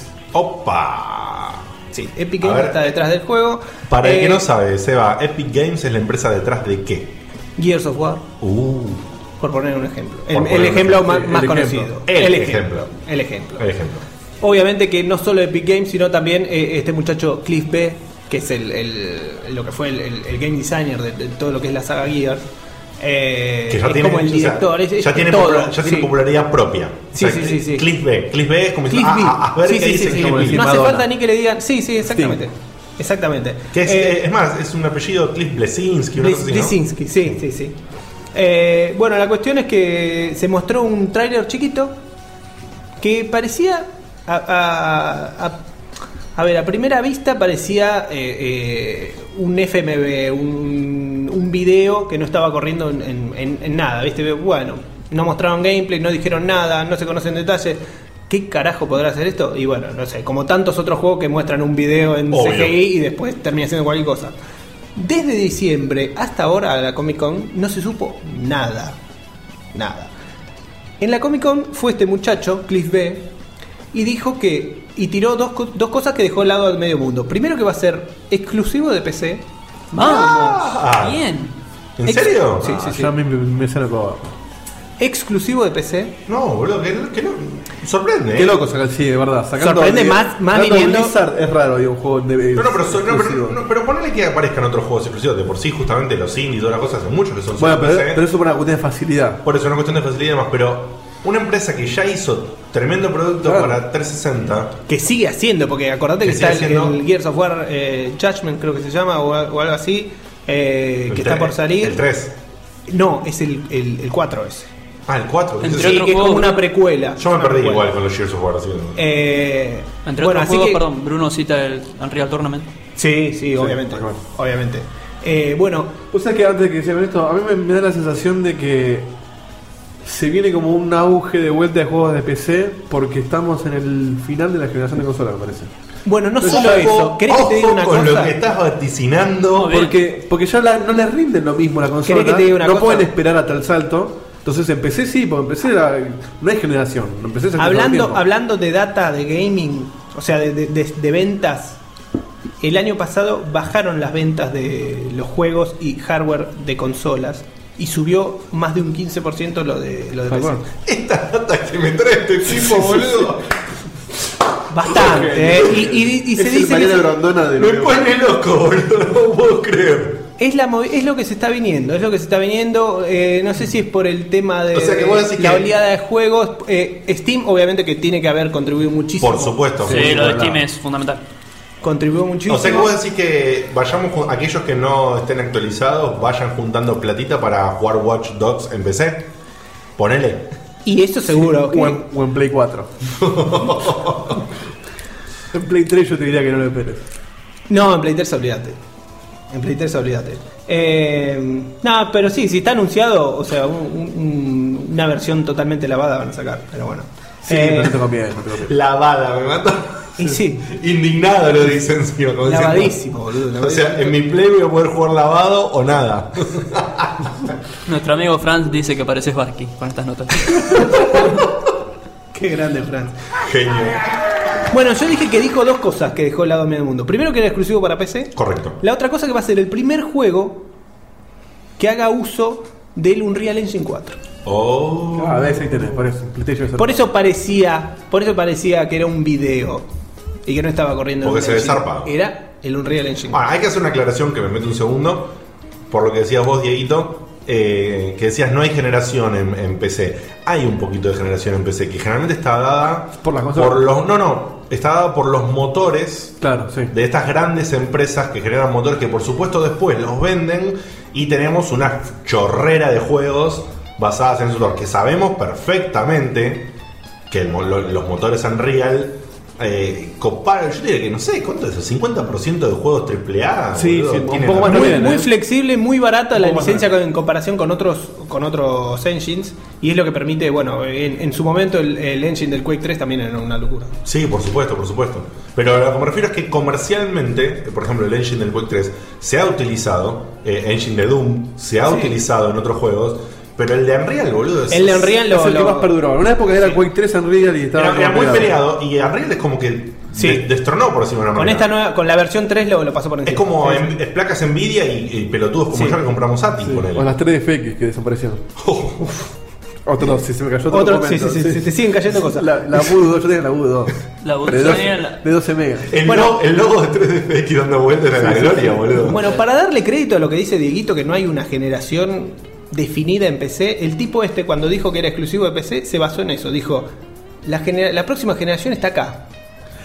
Speaker 3: ¡Opa!
Speaker 5: Sí, Epic
Speaker 3: A
Speaker 5: Games
Speaker 3: ver.
Speaker 5: está detrás del juego.
Speaker 3: Para el
Speaker 5: Eh,
Speaker 3: que no sabe, Seba, Epic Games es la empresa detrás de qué?
Speaker 5: Gears of War,
Speaker 3: Uh,
Speaker 5: por poner un ejemplo.
Speaker 3: Por
Speaker 5: El, el
Speaker 3: poner un
Speaker 5: ejemplo
Speaker 3: ejemplo,
Speaker 5: más,
Speaker 4: sí,
Speaker 5: más
Speaker 4: el
Speaker 5: conocido.
Speaker 4: ejemplo.
Speaker 3: El ejemplo.
Speaker 5: El ejemplo.
Speaker 3: por ejemplo.
Speaker 5: Obviamente que no solo Epic Games, sino también eh, este muchacho Cliff B, que es el, el- lo que fue el, el- el game designer de, de todo lo que es la saga Gears. eh,
Speaker 3: Que ya
Speaker 5: es
Speaker 3: tiene,
Speaker 5: como el
Speaker 3: o sea,
Speaker 5: director, es- es
Speaker 3: ya tiene,
Speaker 5: todo,
Speaker 3: popula- ya tiene
Speaker 5: sí.
Speaker 3: popularidad propia.
Speaker 5: Sí, sí, sí, sí.
Speaker 3: Cliff B. Cliff B es como
Speaker 5: Cliff
Speaker 3: ah,
Speaker 5: B.
Speaker 3: ah, a ver
Speaker 5: Sí,
Speaker 3: qué
Speaker 5: sí,
Speaker 3: dice
Speaker 5: sí, sí.
Speaker 3: Cliff B.
Speaker 5: No hace
Speaker 4: Madonna.
Speaker 5: falta ni que le digan. Sí, sí, exactamente. Exactamente.
Speaker 3: Que es,
Speaker 5: Eh,
Speaker 3: eh, es más, es un apellido Cliff Blesinski, una cosa así, ¿no?
Speaker 5: Lisinski, sí, sí, sí. Eh, bueno, la cuestión es que se mostró un tráiler chiquito que parecía a, a- a- a ver, a primera vista parecía eh, eh, un FMV, un, un video que no estaba corriendo en, en- en- en nada, ¿viste? Bueno, no mostraron gameplay, no dijeron nada, no se conocen detalles. ¿Qué carajo podrá hacer esto? Y bueno, no sé, como tantos otros juegos que muestran un video en
Speaker 3: Obvio.
Speaker 5: CGI y después termina siendo cualquier cosa. Desde diciembre hasta ahora a la Comic Con no se supo nada. Nada. En la Comic Con fue este muchacho, Cliff B, y dijo que. Y tiró dos, co- dos cosas que dejó al lado al medio mundo. Primero que va a ser exclusivo de PC.
Speaker 1: Vamos.
Speaker 3: Ah.
Speaker 1: Bien.
Speaker 3: ¿En
Speaker 5: Ex-
Speaker 3: serio?
Speaker 5: Sí, sí, sí.
Speaker 4: Ah, Ya me, me suena como-
Speaker 5: Exclusivo de PC.
Speaker 3: No, boludo, que, que no. Sorprende.
Speaker 4: Qué
Speaker 3: eh.
Speaker 4: loco sacar, sí, de verdad. Sacando
Speaker 5: Sorprende más- más
Speaker 4: sacando
Speaker 5: viniendo-
Speaker 4: Blizzard es raro, digo, un juego de.
Speaker 3: No, no, pero, so- no,
Speaker 4: exclusivo.
Speaker 3: pero, no, pero ponele que aparezcan otros juegos exclusivos. De por sí, justamente los indies y todas las cosas, son muchos que son
Speaker 4: Bueno, pero,
Speaker 3: PC.
Speaker 4: pero eso por una cuestión de facilidad.
Speaker 3: Por eso es una cuestión de facilidad y demás. Pero una empresa que ya hizo tremendo producto
Speaker 4: Claro.
Speaker 3: para 360.
Speaker 5: Que sigue haciendo, porque acordate que,
Speaker 3: Que
Speaker 5: está
Speaker 3: sigue
Speaker 5: el,
Speaker 3: haciendo.
Speaker 5: el Gears of War eh, Judgment, creo que se llama, o, a- o algo así, eh,
Speaker 3: el
Speaker 5: que
Speaker 3: tre-
Speaker 5: está por salir.
Speaker 3: El 3.
Speaker 5: No, es el, el, el 4 ese.
Speaker 3: Ah, el 4.
Speaker 1: Entre
Speaker 5: Sí,
Speaker 1: otros
Speaker 5: que es como
Speaker 1: juegos,
Speaker 5: una
Speaker 1: ¿no?
Speaker 5: precuela.
Speaker 3: Yo me
Speaker 5: Una
Speaker 3: perdí
Speaker 5: precuela.
Speaker 3: igual con los Gears of War. Así que...
Speaker 5: Eh,
Speaker 1: Entre
Speaker 5: bueno,
Speaker 1: otros
Speaker 5: así
Speaker 1: juegos,
Speaker 5: que-
Speaker 1: perdón, Bruno cita el Unreal Tournament.
Speaker 5: Sí, sí, obviamente.
Speaker 4: bueno.
Speaker 5: Obviamente. Eh, bueno,
Speaker 4: O sea que antes de que se vean esto, a mí me, me da la sensación de que se viene como un auge de vuelta de juegos de PC porque estamos en el final de la generación de consolas, me parece.
Speaker 5: bueno, no
Speaker 3: Ojo-
Speaker 5: solo eso. ¿Querés que te diga
Speaker 3: ojo
Speaker 5: una
Speaker 3: con lo
Speaker 5: cosa?
Speaker 3: que estás vaticinando.
Speaker 1: Bien.
Speaker 4: Porque, porque ya la- no les rinden lo mismo la consola.
Speaker 5: ¿Querés que te diga una
Speaker 4: no
Speaker 5: cosa?
Speaker 4: pueden esperar hasta el salto. Entonces empecé sí, porque empecé la, no hay generación. Empecé hace
Speaker 5: Hablando,
Speaker 4: tiempo.
Speaker 5: hablando de data de gaming, o sea, de, de- de- de ventas, el año pasado bajaron las ventas de los juegos y hardware de consolas y subió más de un 15% lo de, lo de
Speaker 4: Tal
Speaker 5: PC.
Speaker 4: cual.
Speaker 3: Esta data que me trae este tipo, boludo.
Speaker 5: Bastante, ¿eh? Y, y- y
Speaker 4: Es
Speaker 5: se
Speaker 4: el
Speaker 5: dice. que
Speaker 4: Mariano
Speaker 5: se-
Speaker 4: Grondona de
Speaker 3: Me pone loco, boludo. No puedo creer.
Speaker 5: Es, la movi- es lo que se está viniendo, es lo que se está viniendo. eh, no sé si es por el tema de
Speaker 8: O sea que vos decís
Speaker 5: la
Speaker 8: que-
Speaker 5: oleada de juegos. eh, Steam, obviamente, que tiene que haber contribuido muchísimo.
Speaker 3: Por supuesto.
Speaker 1: Sí, lo de Steam es fundamental.
Speaker 5: Contribuyó muchísimo.
Speaker 3: O sea que vos decís que vayamos jun- aquellos que no estén actualizados vayan juntando platita para jugar Watch Dogs en PC. Ponele.
Speaker 5: y eso seguro.
Speaker 4: O
Speaker 5: que-
Speaker 4: en, o en Play 4. en Play 3 yo te diría que no lo esperes.
Speaker 5: No, en Play 3 olvídate. En Play 3 olvídate. Eh, no, pero sí, si está anunciado, o sea, un- un- una versión totalmente lavada van a sacar, pero bueno.
Speaker 4: Sí,
Speaker 5: Eh,
Speaker 4: pero no te conviene, no te conviene.
Speaker 3: Lavada, me mató.
Speaker 5: Y sí.
Speaker 3: Indignado lo dicen encima. como diciendo-
Speaker 5: Lavadísimo, boludo.
Speaker 3: O sea,
Speaker 5: lavadísimo.
Speaker 3: en mi play voy a poder jugar lavado o nada.
Speaker 1: Nuestro amigo Franz dice que pareces Barky con estas notas.
Speaker 5: Qué grande, Fran.
Speaker 3: Genio.
Speaker 5: Bueno, yo dije que dijo dos cosas que dejó el lado medio del mundo. Primero que era exclusivo para PC.
Speaker 3: Correcto.
Speaker 5: La otra cosa que va a ser el primer juego que haga uso del Unreal Engine 4.
Speaker 3: Oh.
Speaker 4: Ah, ves, ahí tenés, por eso. PlayStation es el-
Speaker 5: Por eso parecía, por eso parecía que era un video y que no estaba corriendo. el
Speaker 3: Porque se Ah,
Speaker 5: Unreal Engine.
Speaker 3: desarpa.
Speaker 5: Era el Unreal Engine.
Speaker 3: Bueno, hay que hacer una aclaración que me mete un segundo. Por lo que decías vos, Dieguito, eh, que decías no hay generación en, en PC. Hay un poquito de generación en PC, que generalmente está dada
Speaker 4: Por las consolas.
Speaker 3: por los. No, no. Está dada por los motores
Speaker 4: Claro, sí.
Speaker 3: de estas grandes empresas que generan motores que por supuesto después los venden y tenemos una chorrera de juegos basadas en su motor que sabemos perfectamente que el mo- lo- los motores Unreal eh, coparon, yo diría que no sé, ¿cuánto es? ¿El 50% de juegos AAA?
Speaker 4: Sí,
Speaker 3: boludo,
Speaker 4: sí, un
Speaker 3: tienen
Speaker 4: poco más
Speaker 3: Unreal?
Speaker 5: Muy,
Speaker 4: bien,
Speaker 5: muy
Speaker 4: ¿eh?
Speaker 5: flexible, muy barata la
Speaker 4: poco más
Speaker 5: licencia en comparación con otros con otros engines y es lo que permite, bueno, en, en su momento el, el engine del Quake 3 también era una locura.
Speaker 3: Sí, por supuesto, por supuesto. Pero a lo que me refiero es que comercialmente, eh, por ejemplo, el engine del Quake 3 se ha utilizado, eh, engine de Doom, se ha
Speaker 5: Sí.
Speaker 3: utilizado en otros juegos, pero el de Unreal, boludo, es,
Speaker 5: El de Unreal lo,
Speaker 4: es el que
Speaker 5: lo-
Speaker 4: más perduró. En una época era Quake 3 Unreal y estaba
Speaker 3: Era, era
Speaker 4: como
Speaker 3: muy peleado
Speaker 4: pegado.
Speaker 3: y Unreal es como que
Speaker 5: Sí.
Speaker 3: de- destronó, por decirlo de una
Speaker 5: con
Speaker 3: manera.
Speaker 5: esta nueva con la versión 3 lo, lo pasó por
Speaker 3: es
Speaker 5: encima.
Speaker 3: como
Speaker 5: Sí,
Speaker 3: en- es placas Nvidia y, y pelotudos como
Speaker 5: Sí.
Speaker 3: yo que compramos ATI con
Speaker 4: O las 3DFX que desaparecieron. Otro, sí, se me cayó otro,
Speaker 5: Otro-
Speaker 4: documento,
Speaker 5: sí, sí, sí, se te siguen cayendo cosas.
Speaker 4: La, la Voodoo, yo tenía la Voodoo 2.
Speaker 1: La Voodoo
Speaker 4: de, 12,
Speaker 1: tenía la-
Speaker 4: de 12 megas.
Speaker 3: El,
Speaker 5: Bueno.
Speaker 3: logo, el logo de 3DFX dando vueltas en la gloria, boludo.
Speaker 5: Bueno, para darle crédito a lo que dice Dieguito, que no hay una generación definida en PC, el tipo este cuando dijo que era exclusivo de PC se basó en eso. Dijo, la, genera- la próxima generación está acá.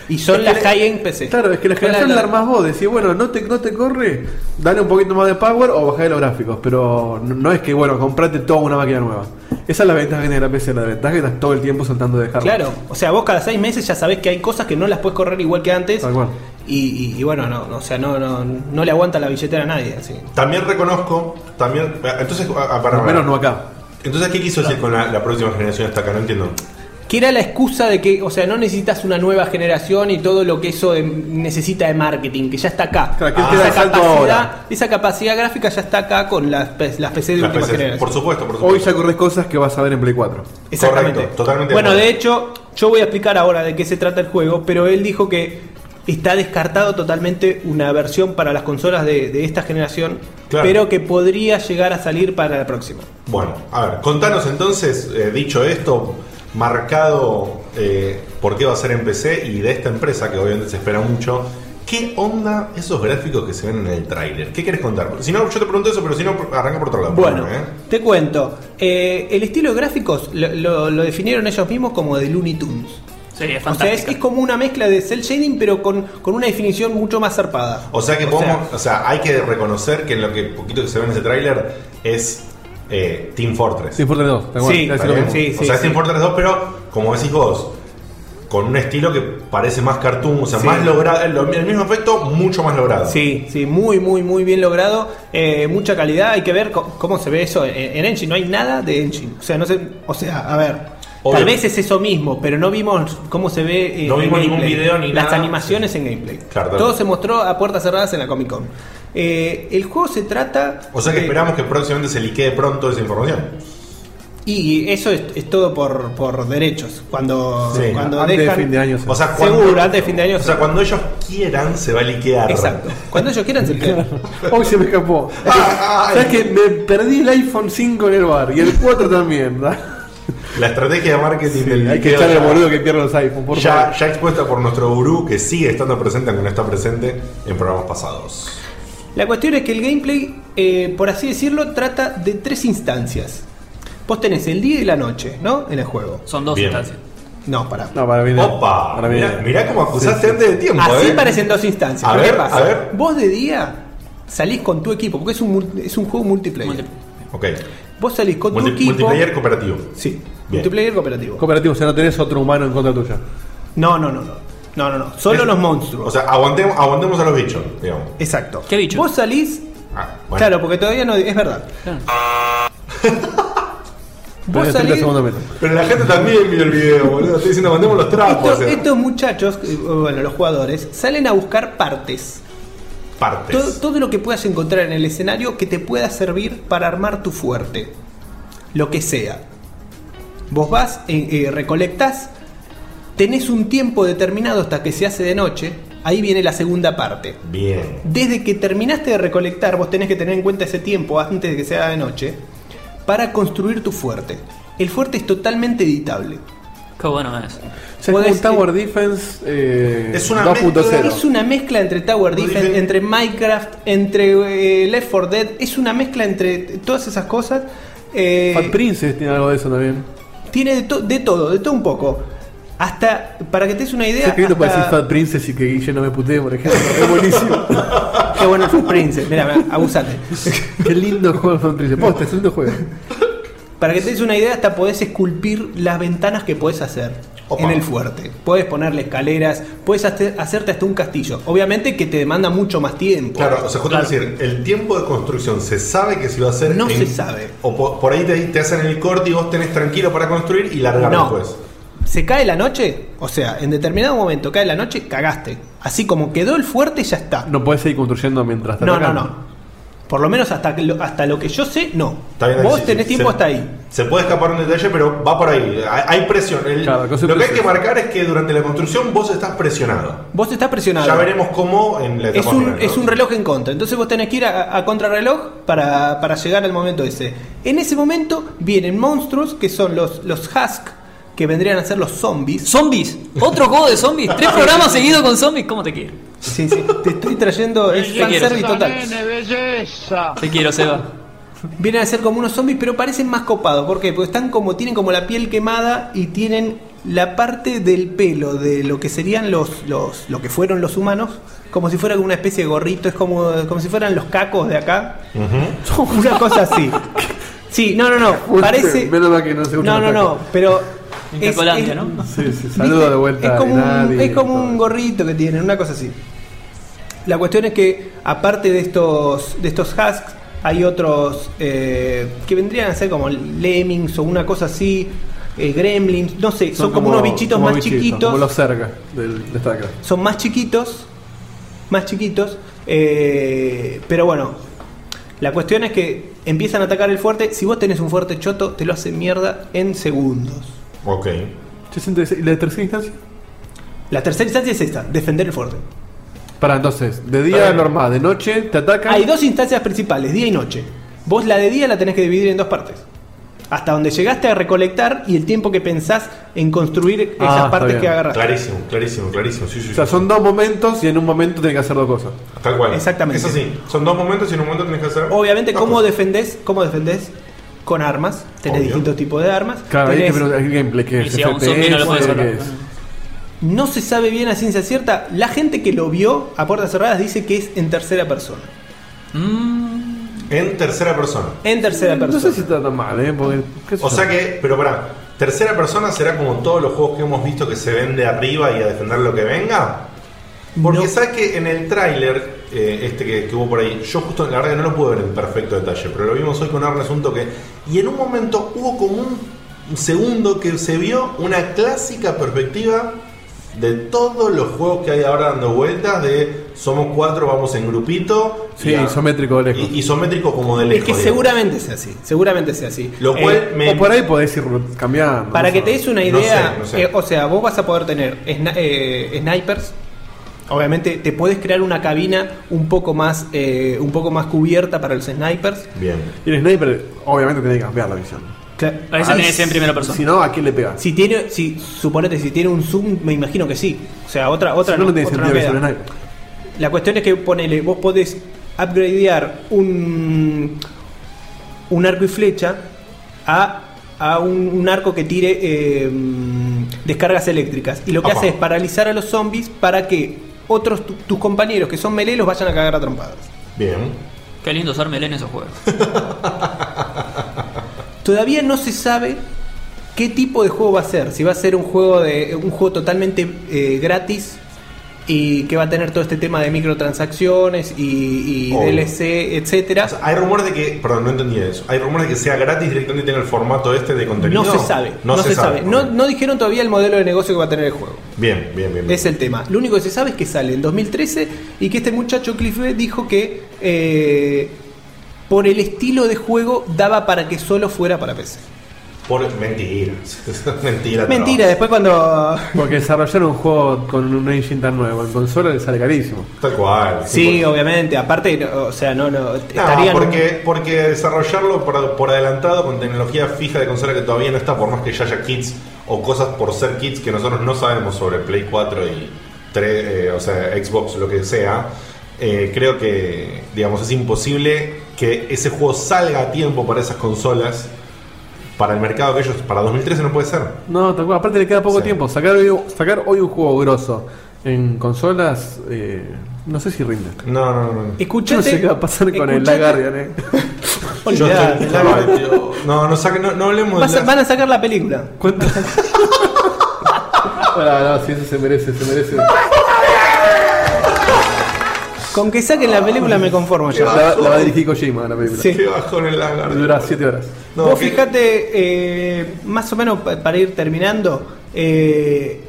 Speaker 5: Y son
Speaker 4: Es que
Speaker 5: las
Speaker 4: la-
Speaker 5: high-end PC.
Speaker 4: Claro, es que la
Speaker 5: Son
Speaker 4: generación la armás vos. Decís, bueno, no te, no te corre, dale un poquito más de power o bajá de los gráficos. Pero no, no es que, bueno, comprate toda una máquina nueva. Esa es la ventaja que tiene la PC. La ventaja es que estás todo el tiempo saltando de hardware.
Speaker 5: Claro, o sea, vos cada seis meses ya sabés que hay cosas que no las puedes correr igual que antes.
Speaker 4: Tal cual.
Speaker 5: Y, y- y bueno, no, no, o sea, no, no, no le aguanta la billetera a nadie. Así.
Speaker 3: También reconozco, también. Entonces, ah, ah, para,
Speaker 4: Al menos
Speaker 3: para.
Speaker 4: no acá.
Speaker 3: Entonces, ¿qué quiso decir con la, la próxima generación hasta acá? No entiendo.
Speaker 5: Que era la excusa de que, o sea, no necesitas una nueva generación y todo lo que eso de- necesita de marketing, que ya está acá.
Speaker 4: Claro, que él
Speaker 3: Ah,
Speaker 4: te da
Speaker 5: esa,
Speaker 4: el salto ahora.
Speaker 5: capacidad, esa capacidad gráfica ya está acá con las, pe- las PC de
Speaker 3: Las
Speaker 5: última
Speaker 3: PCs,
Speaker 5: generación.
Speaker 3: por supuesto, por
Speaker 4: Hoy
Speaker 3: supuesto.
Speaker 4: ya corres cosas que vas a ver en Play 4.
Speaker 5: Exactamente.
Speaker 3: Correcto, totalmente de
Speaker 5: bueno,
Speaker 3: acuerdo.
Speaker 5: de hecho, yo voy a explicar ahora de qué se trata el juego, pero él dijo que está descartado totalmente una versión para las consolas de, de esta generación,
Speaker 3: Claro.
Speaker 5: pero que podría llegar a salir para la próxima.
Speaker 3: Bueno, a ver, contanos entonces, eh, dicho esto, marcado eh, por qué va a ser en PC y de esta empresa que obviamente se espera mucho, ¿qué onda esos gráficos que se ven en el tráiler? ¿Qué querés contar? Porque Si no, yo te pregunto eso, pero si no, arranca por otro lado.
Speaker 5: Bueno,
Speaker 3: ¿eh?
Speaker 5: te cuento. Eh, el estilo de gráficos lo, lo- lo definieron ellos mismos como de Looney Tunes.
Speaker 1: Sí, es
Speaker 5: O sea, es,
Speaker 1: fantástico.
Speaker 5: es como una mezcla de cel shading, pero con, con una definición mucho más zarpada.
Speaker 3: O sea que podemos, o sea, hay que reconocer que en lo que poquito que se ve en ese tráiler es eh, Team Fortress.
Speaker 4: Sí, Fortnite 2. tal cual.
Speaker 5: Sí,
Speaker 4: Te
Speaker 3: ¿Está
Speaker 4: hace lo
Speaker 3: bien?
Speaker 4: mismo.
Speaker 5: sí,
Speaker 3: o sea, es
Speaker 5: sí.
Speaker 3: Team Fortress 2, pero como decís vos, con un estilo que parece más cartoon, o sea,
Speaker 5: Sí.
Speaker 3: más logrado, el, el mismo efecto, mucho más logrado.
Speaker 5: Sí, sí, muy, muy, muy bien logrado. Eh, mucha calidad. Hay que ver co- cómo se ve eso en, en Engine. No hay nada de Engine. O sea, no sé. O sea, a ver.
Speaker 3: Obvio.
Speaker 5: Tal vez es eso mismo, pero no vimos cómo se ve. eh,
Speaker 3: No
Speaker 5: en
Speaker 3: vimos ningún
Speaker 5: gameplay.
Speaker 3: video ni
Speaker 5: Las
Speaker 3: nada.
Speaker 5: animaciones en gameplay.
Speaker 3: Claro, claro.
Speaker 5: Todo se mostró a puertas cerradas en la Comic Con. Eh, el juego se trata.
Speaker 3: O sea que
Speaker 5: de-
Speaker 3: esperamos que próximamente se liquee pronto esa información.
Speaker 5: Y eso es, es todo por, por derechos. Cuando,
Speaker 3: Sí,
Speaker 5: cuando
Speaker 4: antes de
Speaker 5: dejan.
Speaker 4: fin de año, sí.
Speaker 3: O sea,
Speaker 5: Seguro, antes de fin de año,
Speaker 3: O sea,
Speaker 5: sí.
Speaker 3: cuando ellos quieran, se va a liquear.
Speaker 5: Exacto. Cuando ellos quieran se quedan.
Speaker 4: Hoy se me escapó.
Speaker 3: Ah,
Speaker 4: ¿Sabes que Me perdí el iPhone 5 en el bar y el 4 también. ¿verdad?
Speaker 3: La estrategia de marketing del
Speaker 4: Hay que
Speaker 3: liqueo
Speaker 4: echar el
Speaker 3: ya-
Speaker 4: boludo que pierde los iPhone, por
Speaker 3: Ya,
Speaker 4: favor.
Speaker 3: ya expuesta por nuestro gurú que sigue estando presente, aunque no está presente en programas pasados.
Speaker 5: La cuestión es que el gameplay, eh, por así decirlo, trata de tres instancias. Vos tenés el día y la noche, ¿no? En el juego.
Speaker 1: Son dos
Speaker 3: Bien.
Speaker 1: instancias.
Speaker 5: No, para.
Speaker 4: No, para mí no.
Speaker 3: Opa,
Speaker 4: Para mí
Speaker 3: mirá,
Speaker 4: no.
Speaker 3: mirá cómo acusaste antes de tiempo.
Speaker 5: Así
Speaker 3: eh.
Speaker 5: parecen dos instancias.
Speaker 3: A
Speaker 5: ¿Qué
Speaker 3: ver,
Speaker 5: pasa?
Speaker 3: a ver.
Speaker 5: Vos de día salís con tu equipo, porque es un, mul- es un juego multiplayer.
Speaker 1: Multi-
Speaker 3: Ok.
Speaker 5: Vos salís con
Speaker 3: Multi-
Speaker 5: tu equipo.
Speaker 3: multiplayer cooperativo.
Speaker 5: Sí,
Speaker 3: Bien.
Speaker 5: multiplayer cooperativo.
Speaker 4: Cooperativo, o sea, no tenés otro humano en contra tuya.
Speaker 5: No, no, no, no. No, no, no. Solo
Speaker 3: Es-
Speaker 5: los monstruos.
Speaker 3: O sea, aguantemos, aguantemos a los bichos, digamos.
Speaker 5: Exacto.
Speaker 1: ¿Qué bicho?
Speaker 5: Vos salís.
Speaker 3: Ah, bueno.
Speaker 5: Claro, porque todavía no. Es verdad.
Speaker 1: Claro.
Speaker 5: Vos
Speaker 4: Tenés 30
Speaker 5: salís.
Speaker 4: segundos menos.
Speaker 3: Pero la gente también vio el video, boludo. Estoy diciendo, mandemos los trapos.
Speaker 5: Estos,
Speaker 3: o sea,
Speaker 5: estos muchachos, eh, bueno, los jugadores, salen a buscar partes.
Speaker 3: partes.
Speaker 5: Todo, todo lo que puedas encontrar en el escenario que te pueda servir para armar tu fuerte. Lo que sea. Vos vas, eh, eh, recolectas, tenés un tiempo determinado hasta que se hace de noche. Ahí viene la segunda parte.
Speaker 3: Bien.
Speaker 5: Desde que terminaste de recolectar, vos tenés que tener en cuenta ese tiempo antes de que sea de noche para construir tu fuerte. El fuerte es totalmente editable.
Speaker 1: Qué bueno es.
Speaker 4: O sea, es como un
Speaker 5: Podés-
Speaker 4: Tower Defense eh,
Speaker 3: Es una
Speaker 5: Es
Speaker 4: 2.0.
Speaker 5: una mezcla entre Tower
Speaker 3: Muy
Speaker 5: Defense,
Speaker 3: bien.
Speaker 5: entre Minecraft, entre eh, Left 4 Dead. Es una mezcla entre t- todas esas cosas. Eh,
Speaker 4: Fat Princess tiene algo de eso también.
Speaker 5: tiene de, to- de todo, de todo un poco. Hasta, para que te des una idea.
Speaker 4: Sé que esto para decir
Speaker 5: hasta-
Speaker 4: Fat Princess y que Guille no me putee, por ejemplo. Es buenísimo.
Speaker 5: Qué bueno el Fat Princess. Mira, abusate.
Speaker 4: Qué lindo juego el Fat Princess. Posta, es un lindo juego.
Speaker 5: Para que te des una idea, hasta podés esculpir las ventanas que podés hacer
Speaker 3: Opa.
Speaker 5: en el fuerte. Podés ponerle escaleras, podés hace- hacerte hasta un castillo. Obviamente que te demanda mucho más tiempo.
Speaker 3: Claro, o sea, justo decir, el tiempo de construcción se sabe que si va a ser.
Speaker 5: No se sabe.
Speaker 3: O po- por ahí te, te hacen el corte y vos tenés tranquilo para construir y largar
Speaker 5: No.
Speaker 3: después.
Speaker 5: Se cae la noche, o sea, en determinado momento cae la noche, cagaste. Así como quedó el fuerte, ya está.
Speaker 4: No puedes seguir construyendo mientras estás
Speaker 5: no, no,
Speaker 4: atacando.
Speaker 5: no. Por lo menos hasta, que lo- hasta lo que yo sé, no.
Speaker 3: Está bien,
Speaker 5: Vos
Speaker 3: sí, sí,
Speaker 5: tenés
Speaker 3: sí.
Speaker 5: tiempo
Speaker 3: Se-
Speaker 5: hasta ahí.
Speaker 3: Se puede escapar un detalle, pero va por ahí. Hay, hay presión. El-
Speaker 4: Claro, cosa
Speaker 3: lo que hay
Speaker 4: presión.
Speaker 3: que marcar es que durante la construcción vos estás presionado.
Speaker 5: Vos estás presionado.
Speaker 3: Ya veremos cómo en la
Speaker 5: Es
Speaker 3: etapa
Speaker 5: un,
Speaker 3: final, ¿no?
Speaker 5: es un reloj en contra. Entonces vos tenés que ir a, a contrarreloj para, para llegar al momento ese. En ese momento vienen monstruos que son los, los Husk, que vendrían a ser los zombies.
Speaker 1: ¿Zombies? ¿Otro juego de zombies? ¿Tres programas seguidos con zombies? ¿Cómo te quiero?
Speaker 5: Sí, sí, te estoy trayendo es
Speaker 1: ¿Qué quieres?
Speaker 5: fanservice total.
Speaker 7: Nene, belleza.
Speaker 1: Te quiero, Seba.
Speaker 5: Vienen a ser como unos zombies, pero parecen más copados. ¿Por qué? Porque están como, tienen como la piel quemada y tienen la parte del pelo de lo que serían los, los lo que fueron los humanos, como si fuera una especie de gorrito, es como, como si fueran los cacos de acá. Una cosa así. Sí, no, no, no.
Speaker 4: Uy,
Speaker 5: Parece.
Speaker 4: menos mal que no se
Speaker 5: No,
Speaker 4: escuchan
Speaker 5: no,
Speaker 4: los
Speaker 5: no,
Speaker 4: tacos.
Speaker 5: pero.
Speaker 1: En Cacolandia, ¿no?
Speaker 4: Sí, sí,
Speaker 5: ¿viste?
Speaker 4: saludo de vuelta.
Speaker 5: Es como,
Speaker 4: a
Speaker 5: un,
Speaker 4: Nadi,
Speaker 5: es como
Speaker 4: todo.
Speaker 5: un gorrito que tienen, una cosa así. La cuestión es que, aparte de estos, de estos husks, hay otros eh, que vendrían a ser como lemmings o una cosa así, eh, gremlins, no sé, son, como, unos bichitos
Speaker 4: como
Speaker 5: más chiquitos
Speaker 4: Como los cerca del, de StarCraft.
Speaker 5: son más chiquitos, más chiquitos, eh, pero bueno, la cuestión es que empiezan a atacar el fuerte, si vos tenés un fuerte choto, te lo hacen mierda en segundos.
Speaker 3: Ok.
Speaker 4: Yo siento que- ¿Y la de tercera instancia?
Speaker 5: La tercera instancia es esta, defender el fuerte.
Speaker 4: Para entonces, de día
Speaker 3: Eh.
Speaker 4: normal, de noche te atacan.
Speaker 5: Hay dos instancias principales, día y noche. Vos la de día la tenés que dividir en dos partes. Hasta donde llegaste a recolectar y el tiempo que pensás en construir
Speaker 4: Ah,
Speaker 5: esas
Speaker 4: está
Speaker 5: partes
Speaker 4: bien.
Speaker 5: que agarraste.
Speaker 3: Clarísimo, clarísimo, clarísimo. Sí, sí,
Speaker 4: O sea,
Speaker 3: sí.
Speaker 4: son dos momentos y en un momento tienes que hacer dos cosas.
Speaker 3: Tal cual.
Speaker 5: Exactamente.
Speaker 3: Es así. Son dos momentos y en un momento tenés que hacer.
Speaker 5: Obviamente,
Speaker 3: dos
Speaker 5: ¿cómo
Speaker 3: cosas.
Speaker 5: defendés? ¿Cómo defendés? Con armas. Tenés
Speaker 3: Obvio.
Speaker 5: distintos tipos de armas.
Speaker 4: Claro, ahí
Speaker 5: Tenés-
Speaker 4: te preguntas el gameplay que
Speaker 1: Y
Speaker 4: es.
Speaker 1: si a un zombie no lo puedes
Speaker 4: ¿qué
Speaker 1: hablar.
Speaker 4: es?
Speaker 5: No se sabe bien a ciencia cierta. La gente que lo vio a puertas cerradas dice que es en tercera persona.
Speaker 1: Mm,
Speaker 3: En tercera persona.
Speaker 5: En tercera
Speaker 4: No
Speaker 5: persona.
Speaker 4: sé si está tan mal, ¿eh? Porque, qué sé
Speaker 3: O
Speaker 4: yo.
Speaker 3: sea que, pero pará, tercera persona será como todos los juegos que hemos visto que se ven de arriba y a defender lo que venga. Porque
Speaker 5: No.
Speaker 3: sabes que en el tráiler, eh, este que, que hubo por ahí, yo justo, la verdad que no lo pude ver en perfecto detalle, pero lo vimos hoy con Arnes un toque. Y en un momento hubo como un segundo que se vio una clásica perspectiva de todos los juegos que hay ahora dando vueltas de somos cuatro, vamos en grupito.
Speaker 4: Sí,
Speaker 3: y a-
Speaker 4: isométrico de lejos.
Speaker 3: Y, isométrico como de
Speaker 5: es
Speaker 3: lejos.
Speaker 5: que
Speaker 3: digamos.
Speaker 5: seguramente sea así. Seguramente sea así.
Speaker 3: Lo
Speaker 5: Eh,
Speaker 3: cual me...
Speaker 4: O por ahí podés ir cambiando.
Speaker 5: para
Speaker 4: no
Speaker 5: que
Speaker 4: sé.
Speaker 5: te des una
Speaker 3: No
Speaker 5: idea,
Speaker 3: sé, no sé.
Speaker 5: eh, o sea, vos vas a poder tener sni- eh, snipers. Obviamente, te puedes crear una cabina un poco más, eh, un poco más cubierta para los snipers.
Speaker 3: Bien.
Speaker 4: Y el sniper, obviamente, tiene que cambiar la visión.
Speaker 5: Cla-
Speaker 1: a veces
Speaker 5: Ah,
Speaker 1: tenés en primera persona.
Speaker 4: Si no, ¿a quién le pegas?
Speaker 5: Si tiene, si suponete si tiene un zoom, me imagino que sí. O sea, otra, otra
Speaker 4: Si no, no tiene
Speaker 5: otra
Speaker 4: sentido que sea
Speaker 5: queda.
Speaker 4: un sniper.
Speaker 5: La cuestión es que ponele, vos podés upgradear un, un arco y flecha a, a un, un arco que tire eh, descargas eléctricas. Y lo que
Speaker 3: Apa.
Speaker 5: hace es paralizar a los zombies para que otros tu- tus compañeros que son melee los vayan a cagar a trompadas.
Speaker 3: Bien.
Speaker 1: Qué lindo usar melee en esos juegos.
Speaker 5: Todavía no se sabe qué tipo de juego va a ser. Si va a ser un juego de un juego totalmente eh, gratis y que va a tener todo este tema de microtransacciones y, y
Speaker 3: Obvio.
Speaker 5: DLC, etcétera.
Speaker 3: O sea, hay rumores de que. Perdón, no entendí eso. Hay rumores de que sea gratis directamente y tenga el formato este de contenido.
Speaker 5: no se sabe.
Speaker 3: No, se, sabe.
Speaker 5: No,
Speaker 3: Ok.
Speaker 5: no dijeron todavía el modelo de negocio que va a tener el juego.
Speaker 3: Bien, bien, bien. bien.
Speaker 5: Es el tema. Lo único que se sabe es que sale en 2013 y que este muchacho Cliff B dijo que eh, por el estilo de juego daba para que solo fuera para PC.
Speaker 3: Por mentiras. Mentira.
Speaker 5: Mentira, después cuando
Speaker 4: Porque desarrollar un juego con un engine tan nuevo en consola le sale carísimo.
Speaker 3: No. Tal cual.
Speaker 5: Sí,
Speaker 3: Por-
Speaker 5: obviamente. Aparte, no, o sea, no, no.
Speaker 3: No,
Speaker 5: Estarían.
Speaker 3: porque, porque desarrollarlo por, por adelantado con tecnología fija de consola que todavía no está, por más que ya haya kits o cosas por ser kits que nosotros no sabemos sobre Play 4 y 3, eh, o sea, Xbox, lo que sea, eh, creo que, digamos, es imposible que ese juego salga a tiempo para esas consolas, para el mercado que ellos, para 2013 no puede ser.
Speaker 4: No, tal cual, aparte le queda poco
Speaker 3: Sí.
Speaker 4: tiempo. Sacar hoy, sacar hoy un juego grosso en consolas, eh, no sé si rinde.
Speaker 3: No, no, no. no.
Speaker 4: Yo
Speaker 5: Escuchate.
Speaker 4: no sé qué va a pasar con el La
Speaker 5: escuchate-
Speaker 4: Guardian, eh.
Speaker 3: Yo
Speaker 5: Olvidate,
Speaker 3: estoy-
Speaker 5: la-
Speaker 3: no, no, saque- no, no hablemos
Speaker 5: vas a-
Speaker 3: de la-
Speaker 5: Van a sacar la película.
Speaker 4: ¿Cuánto? no, no, sí, eso se merece, se merece.
Speaker 5: Con que saquen la película me conformo
Speaker 4: La,
Speaker 5: yo.
Speaker 4: la va a dirigir Kojima, la película.
Speaker 5: Sí.
Speaker 3: Qué bajón el lagarto.
Speaker 4: Dura 7 horas.
Speaker 3: No,
Speaker 5: Vos
Speaker 3: que-
Speaker 5: fijate, eh, más o menos pa- para ir terminando, eh,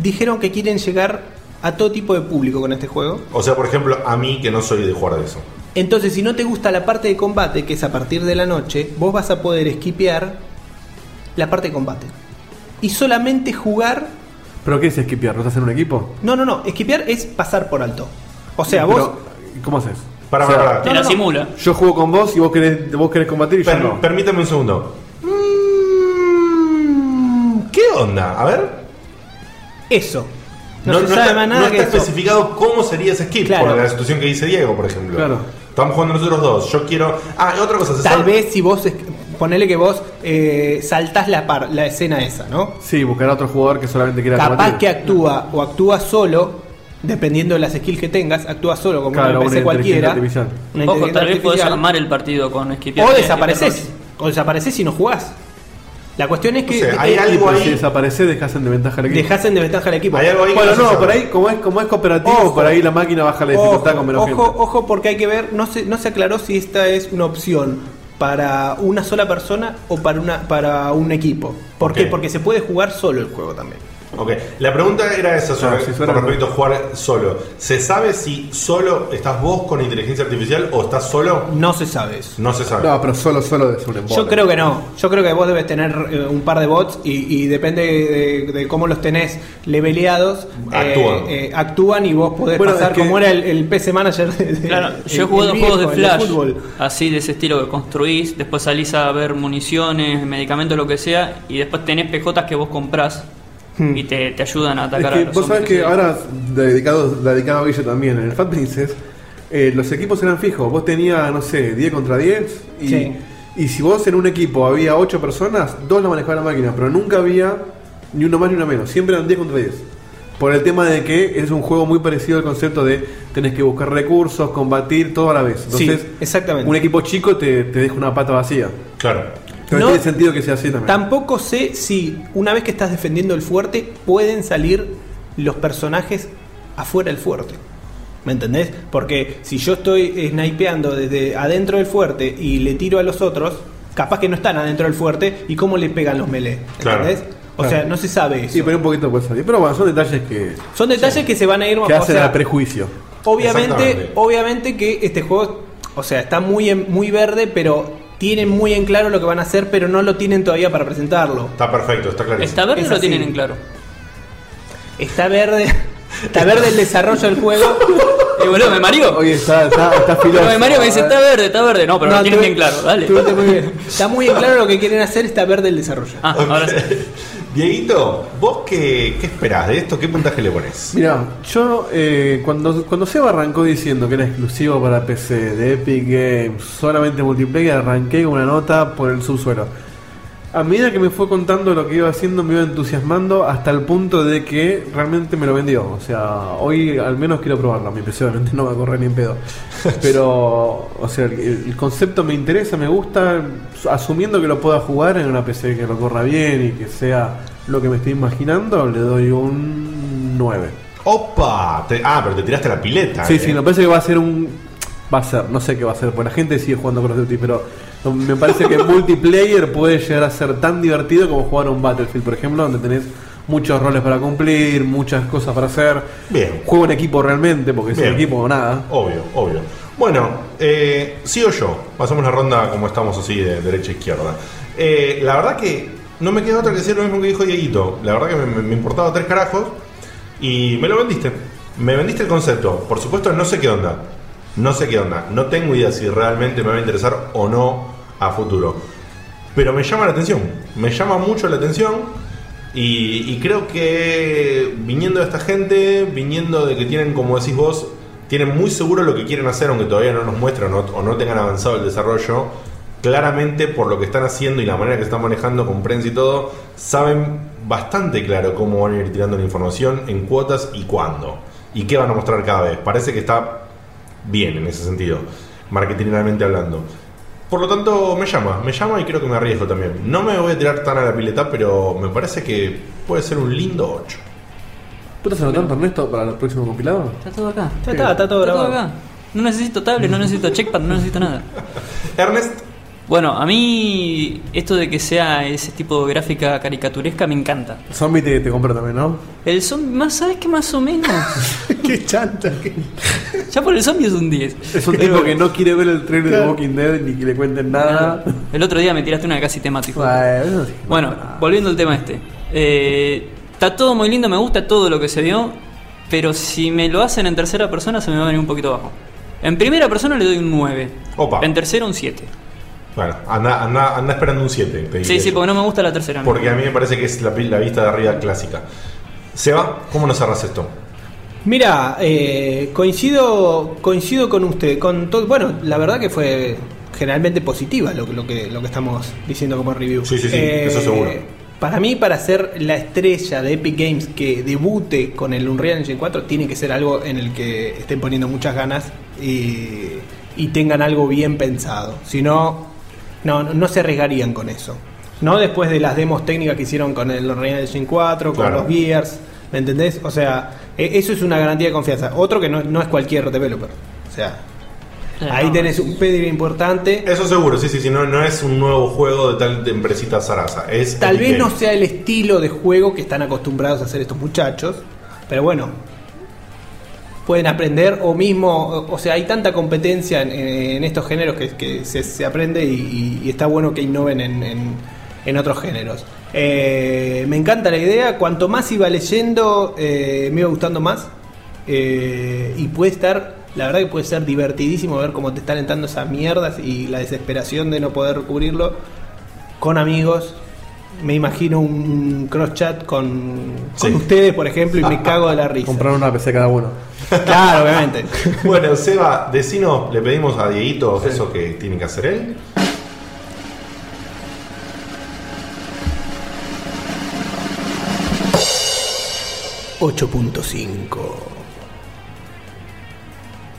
Speaker 5: dijeron que quieren llegar a todo tipo de público con este juego.
Speaker 3: O sea, por ejemplo, a mí que no soy de jugar de eso.
Speaker 5: Entonces, si no te gusta la parte de combate, que es a partir de la noche, vos vas a poder esquipear la parte de combate. Y solamente jugar
Speaker 4: ¿Pero qué es esquipear? ¿No estás en un equipo?
Speaker 5: No, no, no. Esquipear es pasar por alto. O sea,
Speaker 4: Pero,
Speaker 5: vos.
Speaker 4: ¿Cómo haces?
Speaker 3: Para,
Speaker 4: O sea,
Speaker 3: para, para.
Speaker 1: Te
Speaker 5: No,
Speaker 1: la
Speaker 5: no, no.
Speaker 1: simula.
Speaker 4: Yo juego con vos y vos querés, vos querés combatir y yo
Speaker 3: Per-
Speaker 4: no.
Speaker 3: Permítame un segundo. Mm, ¿Qué onda? A ver.
Speaker 5: Eso. No, se sabe
Speaker 3: está,
Speaker 5: más nada
Speaker 3: no
Speaker 5: que
Speaker 3: está
Speaker 5: eso.
Speaker 3: especificado cómo sería ese skip
Speaker 5: Claro.
Speaker 3: por la situación que dice Diego, por ejemplo.
Speaker 4: Claro.
Speaker 3: Estamos jugando nosotros dos. Yo quiero. Ah, y otra cosa. se
Speaker 5: Tal
Speaker 3: sabe-
Speaker 5: vez si vos. es- Ponele que vos eh, saltás la, par, la escena esa, ¿no?
Speaker 4: Sí, buscar a otro jugador que solamente quiera
Speaker 5: Capaz
Speaker 4: combatir.
Speaker 5: que actúa o actúa solo, dependiendo de las skills que tengas, actúa solo como
Speaker 4: Claro,
Speaker 5: un NPC
Speaker 4: una
Speaker 5: cualquiera.
Speaker 4: inteligencia artificial.
Speaker 5: Una
Speaker 1: Ojo,
Speaker 5: inteligencia
Speaker 1: tal vez podés
Speaker 5: artificial.
Speaker 1: armar el partido con esquipear.
Speaker 5: O desapareces. O desapareces y no jugás. La cuestión es que
Speaker 3: No sé, hay
Speaker 5: eh,
Speaker 3: algo-
Speaker 4: Y pero
Speaker 3: ahí-
Speaker 4: si desaparecés, dejás en desventaja al equipo.
Speaker 5: dejás en desventaja al equipo.
Speaker 3: Hay algo ahí que
Speaker 4: Bueno,
Speaker 3: se
Speaker 4: no,
Speaker 3: sabe.
Speaker 4: por ahí, como es, como es cooperativo,
Speaker 5: Ojo.
Speaker 4: por ahí la máquina baja la dificultad con menos
Speaker 5: ojo,
Speaker 4: gente.
Speaker 5: ojo, porque hay que ver, no se, no se aclaró si esta es una opción para una sola persona o para una para un equipo. ¿Por
Speaker 3: Ok.
Speaker 5: qué? Porque se puede jugar solo el juego también.
Speaker 3: Ok, la pregunta era esa sobre,
Speaker 4: Claro, si suena
Speaker 3: con
Speaker 4: mejor.
Speaker 3: respecto a jugar solo. ¿Se sabe si solo estás vos con inteligencia artificial o estás solo?
Speaker 5: No se sabe eso.
Speaker 3: No se sabe.
Speaker 4: No, pero solo, solo es un embole.
Speaker 5: Yo creo que no. Yo creo que vos debes tener eh, un par de bots y, y depende de, de cómo los tenés leveleados,
Speaker 3: Actúan.
Speaker 5: eh, eh, actúan y vos podés
Speaker 4: Bueno,
Speaker 5: pasar
Speaker 4: es que-
Speaker 5: como era el, el PC Manager. de- de-
Speaker 1: Claro,
Speaker 5: Este, el-
Speaker 1: yo he jugado
Speaker 5: el
Speaker 1: juegos de
Speaker 5: viejo, el
Speaker 1: Flash,
Speaker 5: fútbol.
Speaker 1: así de ese estilo que construís, después salís a ver municiones, medicamentos, lo que sea, y después tenés PJs que vos comprás y te, te ayudan a
Speaker 4: Es
Speaker 1: atacar a
Speaker 4: que
Speaker 1: los
Speaker 4: vos sabés
Speaker 1: zombies,
Speaker 4: que
Speaker 1: sí.
Speaker 4: ahora, dedicado, dedicado a Guille también, en el Fat Princess, eh, los equipos eran fijos. Vos tenías, no sé, 10 contra 10. Y,
Speaker 5: Sí.
Speaker 4: y si vos en un equipo había 8 personas, dos lo manejaba la máquina, pero nunca había ni uno más ni uno menos. Siempre eran 10 contra 10. Por el tema de que es un juego muy parecido al concepto de tenés que buscar recursos, combatir, todo a la vez.
Speaker 5: Sí,
Speaker 4: Entonces,
Speaker 5: exactamente.
Speaker 4: un equipo chico te, te deja una pata vacía.
Speaker 3: Claro.
Speaker 4: Entonces
Speaker 5: No.
Speaker 4: tiene sentido que sea así también.
Speaker 5: Tampoco sé si una vez que estás defendiendo el fuerte pueden salir los personajes afuera del fuerte. ¿Me entendés? Porque si yo estoy snipeando desde adentro del fuerte y le tiro a los otros, capaz que no están adentro del fuerte y cómo le pegan los melee.
Speaker 3: Claro.
Speaker 5: ¿Entendés? O
Speaker 4: Claro.
Speaker 5: sea, no se sabe eso.
Speaker 4: sí, pero un poquito puede salir. Pero bueno, son detalles que,
Speaker 5: Son detalles que se van a ir
Speaker 4: que
Speaker 5: o
Speaker 4: hacen
Speaker 5: sea,
Speaker 4: al prejuicio.
Speaker 5: Obviamente,
Speaker 3: Exactamente.
Speaker 5: obviamente que este juego, o sea, está muy en- muy verde, pero tienen muy en claro lo que van a hacer, pero no lo tienen todavía para presentarlo.
Speaker 3: Está perfecto, está clarísimo.
Speaker 1: ¿Está verde
Speaker 5: Es
Speaker 1: o lo
Speaker 5: así.
Speaker 1: tienen en claro?
Speaker 5: Está verde. Está verde el desarrollo del juego.
Speaker 1: Y Eh, boludo, me mareó.
Speaker 8: Oye, está, está, está
Speaker 1: Pero
Speaker 8: filoso.
Speaker 1: me mareo,
Speaker 4: eh.
Speaker 1: me dice, está verde, está verde. No, pero lo tienen
Speaker 5: estuve-
Speaker 1: bien claro, dale.
Speaker 5: estuviste muy bien. Está muy bien claro lo que quieren hacer, está verde el desarrollo.
Speaker 1: Ah, ahora sí.
Speaker 3: Dieguito, ¿vos qué, qué esperás de esto? ¿Qué puntaje le pones?
Speaker 4: Mira, yo eh, cuando, cuando Seba arrancó diciendo que era exclusivo para PC de Epic Games, solamente multiplayer, arranqué con una nota por el subsuelo. A medida que me fue contando lo que iba haciendo, me iba entusiasmando hasta el punto de que realmente me lo vendió. O sea, hoy al menos quiero probarlo. Mi PC obviamente no va a correr ni en pedo. Pero, o sea, el, el concepto me interesa, me gusta, asumiendo que lo pueda jugar en una PC que lo corra bien y que sea lo que me estoy imaginando, le doy un 9.
Speaker 3: ¡Opa! Te- ah, pero te tiraste la pileta.
Speaker 4: Sí,
Speaker 3: eh.
Speaker 4: sí, me parece que va a ser un. Va a ser, no sé qué va a ser, porque la gente sigue jugando Call of Duty, pero no- me parece que multiplayer puede llegar a ser tan divertido como jugar un Battlefield, por ejemplo, donde tenés muchos roles para cumplir, muchas cosas para hacer.
Speaker 3: Bien.
Speaker 4: Juego en equipo realmente, porque sin
Speaker 3: Bien.
Speaker 4: equipo nada.
Speaker 3: Obvio, obvio. Bueno, eh, sí o yo. Pasamos la ronda como estamos así, de derecha a izquierda. Eh, la verdad que no me queda otra que decir lo mismo que dijo Dieguito. La verdad que me, me- me importaba tres carajos y me lo vendiste. Me vendiste el concepto. Por supuesto, no sé qué onda. No sé qué onda. No tengo idea si realmente me va a interesar o no a futuro. Pero me llama la atención. Me llama mucho la atención. Y, y creo que viniendo de esta gente, viniendo de que tienen, como decís vos, tienen muy seguro lo que quieren hacer, aunque todavía no nos muestran o, o no tengan avanzado el desarrollo, claramente por lo que están haciendo y la manera que están manejando con prensa y todo, saben bastante claro cómo van a ir tirando la información, en cuotas y cuándo. Y qué van a mostrar cada vez. Parece que está bien en ese sentido, marketingeramente hablando. Por lo tanto, me llama, me llama y creo que me arriesgo también. No me voy a tirar tan a la pileta, pero me parece que puede ser un lindo 8.
Speaker 4: ¿Tú estás anotando, Ernesto, para el próximo compilado?
Speaker 1: Está todo acá.
Speaker 5: Ya está, está todo
Speaker 1: Está todo
Speaker 5: grabado.
Speaker 1: acá. No necesito tablet, no necesito checkpad, no necesito nada.
Speaker 3: Ernest,
Speaker 1: Bueno, a mí esto de que sea ese tipo de gráfica caricaturesca me encanta.
Speaker 4: Zombie te, te compró también, ¿no?
Speaker 1: El zombie, más sabes que más o menos.
Speaker 8: Qué chanta. qué-
Speaker 1: Ya por el zombie es un 10.
Speaker 4: Es un tipo que no quiere ver el trailer de Walking Dead ni que le cuenten nada.
Speaker 1: El otro día me tiraste una casi temática.
Speaker 4: Bueno, sí.
Speaker 1: Bueno, volviendo al tema este. Eh, está todo muy lindo, me gusta todo lo que se vio, pero si me lo hacen en tercera persona se me va a venir un poquito abajo. En primera persona le doy un 9.
Speaker 3: Opa.
Speaker 1: En tercera un 7.
Speaker 3: bueno, anda, anda, anda esperando un 7. te diría
Speaker 1: Sí, sí,
Speaker 3: yo.
Speaker 1: porque no me gusta la tercera.
Speaker 3: Porque a mí me parece que es la, pi- la vista de arriba clásica. Seba, ¿cómo nos cerras esto?
Speaker 5: Mira, eh, coincido, coincido con usted. Con todo, bueno, la verdad que fue generalmente positiva lo, que- lo que, lo que estamos diciendo como review. Eh,
Speaker 3: Sí, sí, sí, eso seguro.
Speaker 5: Para mí, para ser la estrella de Epic Games que debute con el Unreal Engine 4, tiene que ser algo en el que estén poniendo muchas ganas y, y tengan algo bien pensado. Si no, no, no- no se arriesgarían con eso. No después de las demos técnicas que hicieron con el Unreal Engine 4, con
Speaker 3: Claro.
Speaker 5: los Gears, ¿me entendés? O sea, e- eso es una garantía de confianza. Otro que no, no es cualquier developer. O sea, ahí tenés un pedigrí importante.
Speaker 3: Eso seguro, sí, sí, sí. No, no es un nuevo juego de tal de empresita zaraza. Es
Speaker 5: Tal
Speaker 3: Epic
Speaker 5: vez no
Speaker 3: Games.
Speaker 5: sea el estilo de juego que están acostumbrados a hacer estos muchachos, pero bueno, pueden aprender o mismo, o- o sea, hay tanta competencia en, en estos géneros que, que se, se aprende y, y- y está bueno que innoven en, en- en otros géneros. Eh, me encanta la idea, cuanto más iba leyendo, eh, me iba gustando más Eh, y puede estar... La verdad que puede ser divertidísimo ver cómo te están entrando esas mierdas y la desesperación de no poder cubrirlo con amigos. Me imagino un cross chat con, con
Speaker 3: Sí.
Speaker 5: ustedes, por ejemplo, y me cago de la risa.
Speaker 4: Comprar una PC cada uno.
Speaker 5: Claro, obviamente.
Speaker 3: Bueno, Seba, decinos, le pedimos a Dieguito eso que tiene que hacer él.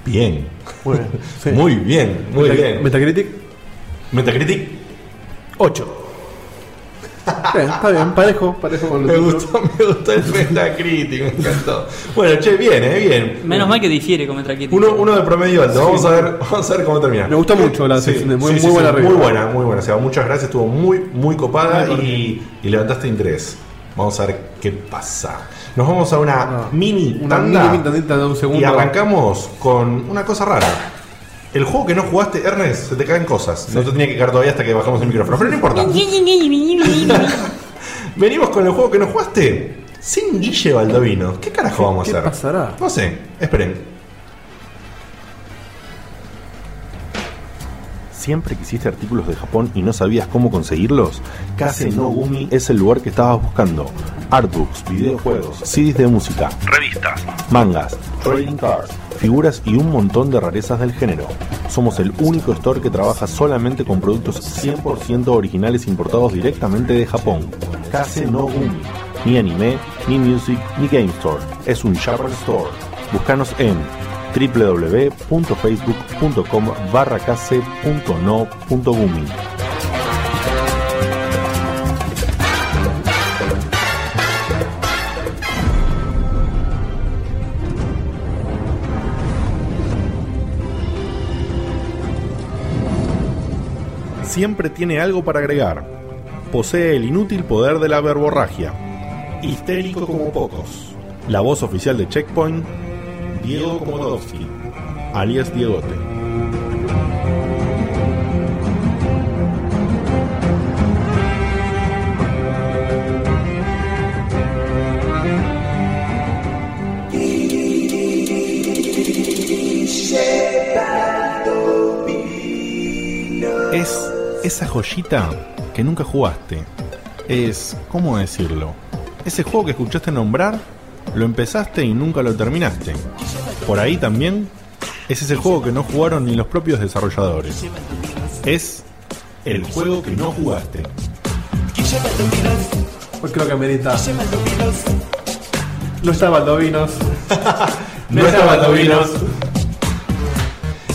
Speaker 3: Bien,
Speaker 4: Bueno, sí.
Speaker 3: muy bien, muy
Speaker 4: Metac-
Speaker 3: bien.
Speaker 4: Metacritic.
Speaker 3: Metacritic,
Speaker 5: 8.
Speaker 4: Eh, está bien, parejo, parejo con los
Speaker 3: me
Speaker 4: otros.
Speaker 3: gustó, me gustó el Metacritic, me encantó. Bueno, che, bien, eh, bien.
Speaker 1: Menos mal que difiere con Metraquiti.
Speaker 3: Uno, uno de promedio alto, vamos, a ver, vamos a ver cómo termina.
Speaker 4: Me gustó mucho la
Speaker 3: Sí,
Speaker 4: sección de muy,
Speaker 3: sí,
Speaker 4: muy
Speaker 3: sí,
Speaker 4: buena
Speaker 3: sí,
Speaker 4: review.
Speaker 3: Muy buena, muy buena. Seba. muchas gracias, estuvo muy, muy copada y, y levantaste interés. Vamos a ver qué pasa. Nos vamos a una
Speaker 4: Ah,
Speaker 3: mini
Speaker 4: Una
Speaker 3: tanda.
Speaker 4: mini tandita de un segundo.
Speaker 3: Y arrancamos con una cosa rara. El juego que no jugaste, Ernest, se te caen cosas. No te tenía que caer todavía hasta que bajamos el micrófono, pero no importa. Venimos con el juego que no jugaste. Sin Guille Baldovino. ¿Qué carajo vamos a
Speaker 4: qué
Speaker 3: hacer?
Speaker 4: pasará?
Speaker 3: No sé, esperen.
Speaker 6: siempre quisiste artículos de Japón y no sabías cómo conseguirlos? Kase no Gumi es el lugar que estabas buscando. Artbooks, videojuegos, CDs de música, revistas, mangas, trading cards, figuras y un montón de rarezas del género. Somos el único store que trabaja solamente con productos 100% originales importados directamente de Japón. Kase no Gumi. Ni anime, ni music, ni game store. Es un Japper Store. Búscanos en www.facebook.com barra Siempre tiene algo para agregar. Posee el inútil poder de la verborragia. Histérico como pocos. La voz oficial de Checkpoint, Diego Komodowski, alias Diegote. Es esa joyita que nunca jugaste. Es, ¿cómo decirlo? Ese juego que escuchaste nombrar, lo empezaste y nunca lo terminaste. Por ahí también es ese juego que no jugaron ni los propios desarrolladores. Es el juego que no jugaste.
Speaker 4: Hoy Pues creo que merita. No está Baldovinos.
Speaker 3: No está Baldovinos.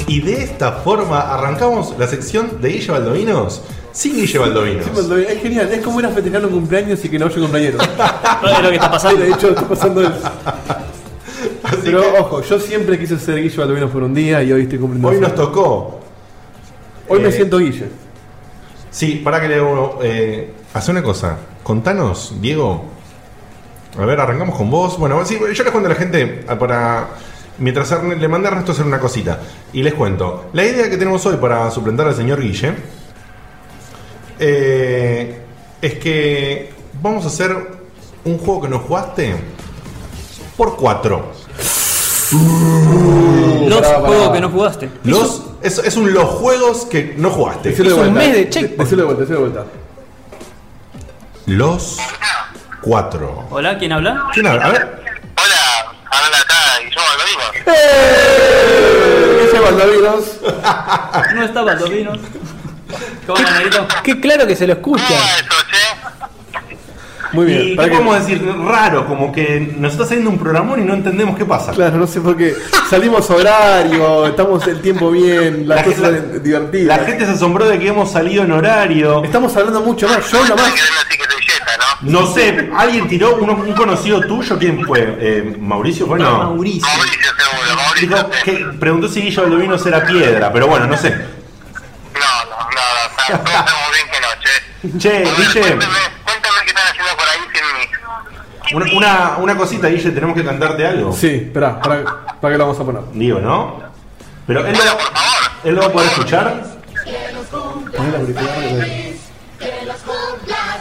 Speaker 3: Y de esta forma arrancamos la sección de Guille Baldovinos sin Guille Baldovinos.
Speaker 4: Es genial, es como ir a festejar un cumpleaños y que no haya compañero.
Speaker 1: es lo que está pasando.
Speaker 4: De hecho, está pasando eso. Pero ojo, yo siempre quise ser Guillo Baldovinos por un día y hoy estoy cumpliendo.
Speaker 3: Hoy
Speaker 4: ese.
Speaker 3: nos tocó.
Speaker 4: Hoy me
Speaker 3: eh,
Speaker 4: siento Guille.
Speaker 3: Sí, para que le eh, hace una cosa. Contanos, Diego. A ver, arrancamos con vos. Bueno, sí, yo les cuento a la gente ah, para. Mientras Erne- le manda a Ernesto hacer una cosita. Y les cuento. La idea que tenemos hoy para suplantar al señor Guille. eh, es que vamos a hacer un juego que no jugaste por cuatro.
Speaker 1: Los
Speaker 4: Pará, pará.
Speaker 1: juegos que no jugaste.
Speaker 3: Los, es, es un los juegos que no jugaste.
Speaker 4: Decirlo de
Speaker 1: hizo un
Speaker 4: vuelta.
Speaker 1: mes de checkpoint.
Speaker 4: Decirlo de vuelta, decirlo de vuelta.
Speaker 3: Los cuatro.
Speaker 1: Hola, ¿quién habla?
Speaker 3: ¿Quién habla? A ver.
Speaker 9: Hola, habla acá Guillermo Alvarino.
Speaker 4: Guille Baldovinos. Ah.
Speaker 1: No está Baldovino. ¿Cómo anda, negrito?
Speaker 5: Qué claro que se lo
Speaker 9: ¿Cómo va
Speaker 5: escucha.
Speaker 9: Ah, eso, che?
Speaker 4: Muy bien.
Speaker 3: Y
Speaker 4: para
Speaker 3: qué
Speaker 4: que-
Speaker 3: podemos decir raro, como que nos está saliendo un programón y no entendemos qué pasa.
Speaker 4: Claro, no sé por qué. Salimos horario, estamos el tiempo bien, las
Speaker 3: La
Speaker 4: cosas
Speaker 3: gente-
Speaker 4: divertidas.
Speaker 3: La gente se asombró de que hemos salido en horario.
Speaker 4: Estamos hablando mucho más. Yo
Speaker 9: Vos
Speaker 4: nomás.
Speaker 9: tenés que decirme así que soy yeta, ¿no?
Speaker 3: No sé, alguien tiró uno- un conocido tuyo, ¿quién fue? Eh, Mauricio, bueno.
Speaker 1: Mauricio.
Speaker 9: Mauricio seguro,
Speaker 3: Dijo
Speaker 9: Mauricio. sí.
Speaker 3: que preguntó si Guillo Baldovino era piedra, pero bueno, no sé.
Speaker 9: No, no, no, no, todos sabemos bien que no,
Speaker 4: Eh,
Speaker 9: che.
Speaker 3: Che,
Speaker 9: A ver,
Speaker 3: Guille,
Speaker 9: Cuéntame, cuéntame qué están haciendo por ahí sin mí.
Speaker 3: una, una, una cosita, Guille, tenemos que cantarte algo.
Speaker 4: Sí, esperá, para, para que lo vamos a poner.
Speaker 3: Digo, ¿no? Pero él
Speaker 9: Bueno, por
Speaker 3: lo,
Speaker 9: favor.
Speaker 3: él lo va a poder escuchar.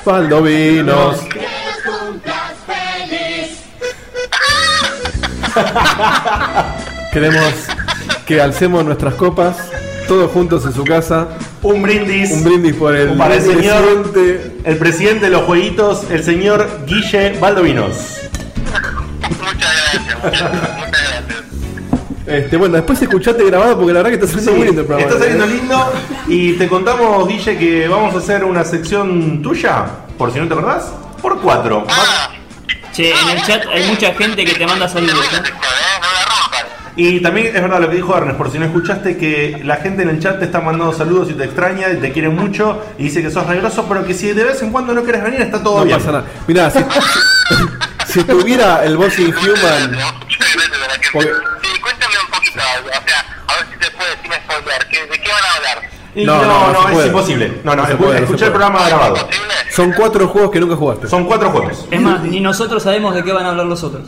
Speaker 4: Baldovinos. Queremos que alcemos nuestras copas, todos juntos en su casa.
Speaker 3: Un brindis.
Speaker 4: Un brindis por el
Speaker 3: Para el señor,
Speaker 4: presidente.
Speaker 3: el presidente de los jueguitos, el señor Guille Baldovinos.
Speaker 9: Muchas gracias, muchas gracias, muchas gracias.
Speaker 4: Este, bueno, después escuchate grabado porque la verdad que está saliendo muy lindo el programa.
Speaker 3: Está saliendo
Speaker 4: ¿eh?
Speaker 3: lindo y te contamos, Guille, que vamos a hacer una sección tuya, por si no te acordás, por cuatro.
Speaker 9: Ah,
Speaker 1: Che, en
Speaker 9: eh,
Speaker 1: el chat hay mucha gente que te manda saludos.
Speaker 9: buena
Speaker 1: ¿eh?
Speaker 9: sección, ¿eh? No la rompan.
Speaker 3: Y también es verdad lo que dijo Ernest, por si no escuchaste, que la gente en el chat te está mandando saludos y te extraña y te quiere mucho y dice que sos regroso, pero que si de vez en cuando no querés venir está todo
Speaker 4: No
Speaker 3: bien.
Speaker 4: pasa nada. Mirá, si, si estuviera el Boss Human.
Speaker 9: Muchas gracias a la gente.
Speaker 4: Porque-
Speaker 9: Sí, cuéntame un poquito, o sea, a ver si se puede, si me spoiler. ¿qué- ¿De qué van a hablar?
Speaker 3: Y
Speaker 4: No,
Speaker 3: No, no,
Speaker 4: no, no se
Speaker 3: es
Speaker 4: puede.
Speaker 3: imposible. No, no,
Speaker 4: No se
Speaker 3: escu-
Speaker 4: puede, Ah, no se
Speaker 3: escuchá el
Speaker 4: puede.
Speaker 3: programa grabado.
Speaker 9: ¿Posible?
Speaker 4: Son cuatro juegos que nunca jugaste.
Speaker 3: Son cuatro juegos.
Speaker 1: Es más, ni nosotros sabemos de qué van a hablar los otros.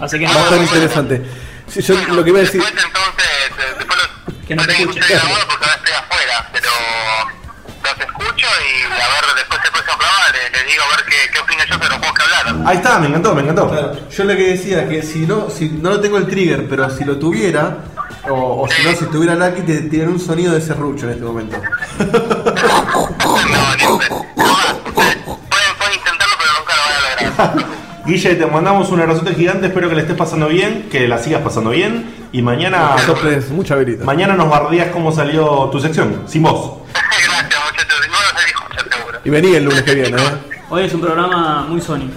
Speaker 1: Así que no
Speaker 4: Va a estar interesante. Sí, yo lo que iba a decir.
Speaker 9: Después entonces, eh, después los,
Speaker 1: Que no te
Speaker 9: tengo
Speaker 1: escuche.
Speaker 9: grabado porque ahora estoy afuera, pero eh, los escucho y a ver, después del próximo programa les, les digo a ver qué, qué opino yo sobre los juegos que hablaron.
Speaker 3: Ahí está, me encantó, me encantó.
Speaker 4: Claro, yo lo que decía es que si no, si no lo tengo el trigger, pero si lo tuviera, o, o si no, si tuviera Lucky, te tiran un sonido de serrucho en este momento.
Speaker 3: Guille, te mandamos un abrazote gigante, espero que le estés pasando bien, que la sigas pasando bien. Y mañana,
Speaker 4: Soples, Ah, mucha verita.
Speaker 3: mañana nos bardías cómo salió tu sección, sin vos.
Speaker 4: Y vení el lunes que viene, ¿eh?
Speaker 1: Hoy es un programa muy Sony.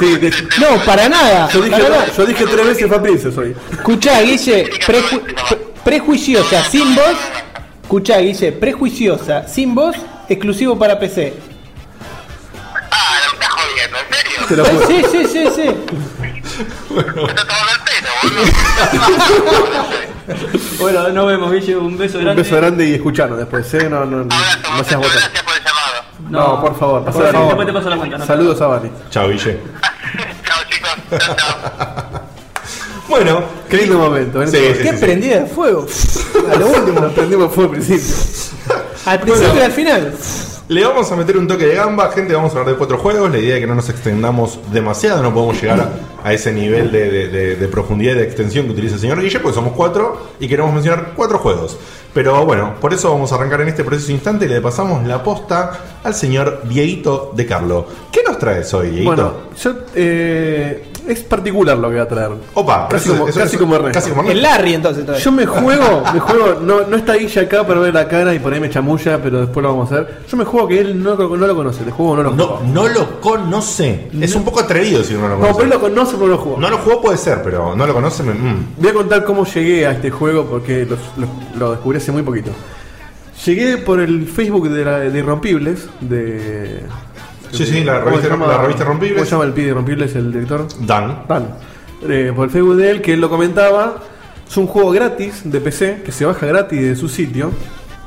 Speaker 4: Sí, de hecho.
Speaker 10: No, para nada.
Speaker 4: Yo dije,
Speaker 10: para nada.
Speaker 4: yo dije tres veces Fabrices hoy.
Speaker 10: Escuchá, Guille, preju- pre- prejuiciosa, sin voz. Escuchá, Guille, prejuiciosa, sin voz, exclusivo para PC.
Speaker 9: Ah,
Speaker 4: Te lo juro.
Speaker 10: Sí, sí, sí, sí.
Speaker 1: Bueno, nos vemos, Guille. Un beso
Speaker 4: Un
Speaker 1: grande.
Speaker 4: beso grande y escuchanos después, ¿eh? No, no, no, no seas botón.
Speaker 9: Gracias por el llamado.
Speaker 4: No, por favor, pasá la
Speaker 1: favor,
Speaker 4: favor.
Speaker 1: después te paso la cuenta, no.
Speaker 4: Saludos a Bani.
Speaker 3: Chao, Guille.
Speaker 9: Chao chicos. Chao, chao.
Speaker 3: Bueno,
Speaker 4: Qué lindo momento, ¿eh?
Speaker 3: Sí, sí,
Speaker 10: Qué
Speaker 3: sí.
Speaker 10: prendida de fuego.
Speaker 4: A lo último nos prendimos fue al principio.
Speaker 10: Al principio y al final.
Speaker 3: le vamos a meter un toque de gamba, gente, vamos a hablar de cuatro juegos. La idea es que no nos extendamos demasiado, no podemos llegar a, a ese nivel de, de- de- de profundidad y de extensión que utiliza el señor Guille, porque somos cuatro y queremos mencionar cuatro juegos. Pero bueno, por eso vamos a arrancar en este preciso instante y le pasamos la posta al señor Dieguito de Carlo. ¿Qué nos traes hoy, Dieguito?
Speaker 4: Bueno, yo. Eh, es particular lo que va a traer.
Speaker 3: Opa,
Speaker 4: casi
Speaker 3: eso-
Speaker 4: como,
Speaker 3: eso-
Speaker 4: casi
Speaker 3: eso-
Speaker 4: como Ernesto.
Speaker 3: Casi como
Speaker 5: El
Speaker 3: Ernesto.
Speaker 5: Larry entonces todavía.
Speaker 4: Yo me juego, me juego, no, no está Guille acá para ver la cara y ponerme chamulla, pero después lo vamos a hacer. Yo me juego que él no, no lo conoce, te juego no lo
Speaker 3: No,
Speaker 4: jugó.
Speaker 3: no lo conoce. Es un poco atrevido si uno no lo
Speaker 4: No, pero
Speaker 3: conoce.
Speaker 4: él lo conoce pero no lo jugó.
Speaker 3: No lo jugó puede ser, pero no lo conoce. me- mm.
Speaker 4: Voy a contar cómo llegué a este juego porque lo, lo- lo descubrí hace muy poquito. Llegué por el Facebook de, la- de Irrompibles, de...
Speaker 3: Sí, sí, la
Speaker 4: ¿cómo
Speaker 3: revista-
Speaker 4: se llama?
Speaker 3: la revista Irrompibles.
Speaker 4: ¿Cómo se llama el pibe de Irrompibles, el director?
Speaker 3: Dan.
Speaker 4: Dan. Eh, por el Facebook de él, que él lo comentaba. Es un juego gratis de PC, que se baja gratis de su sitio.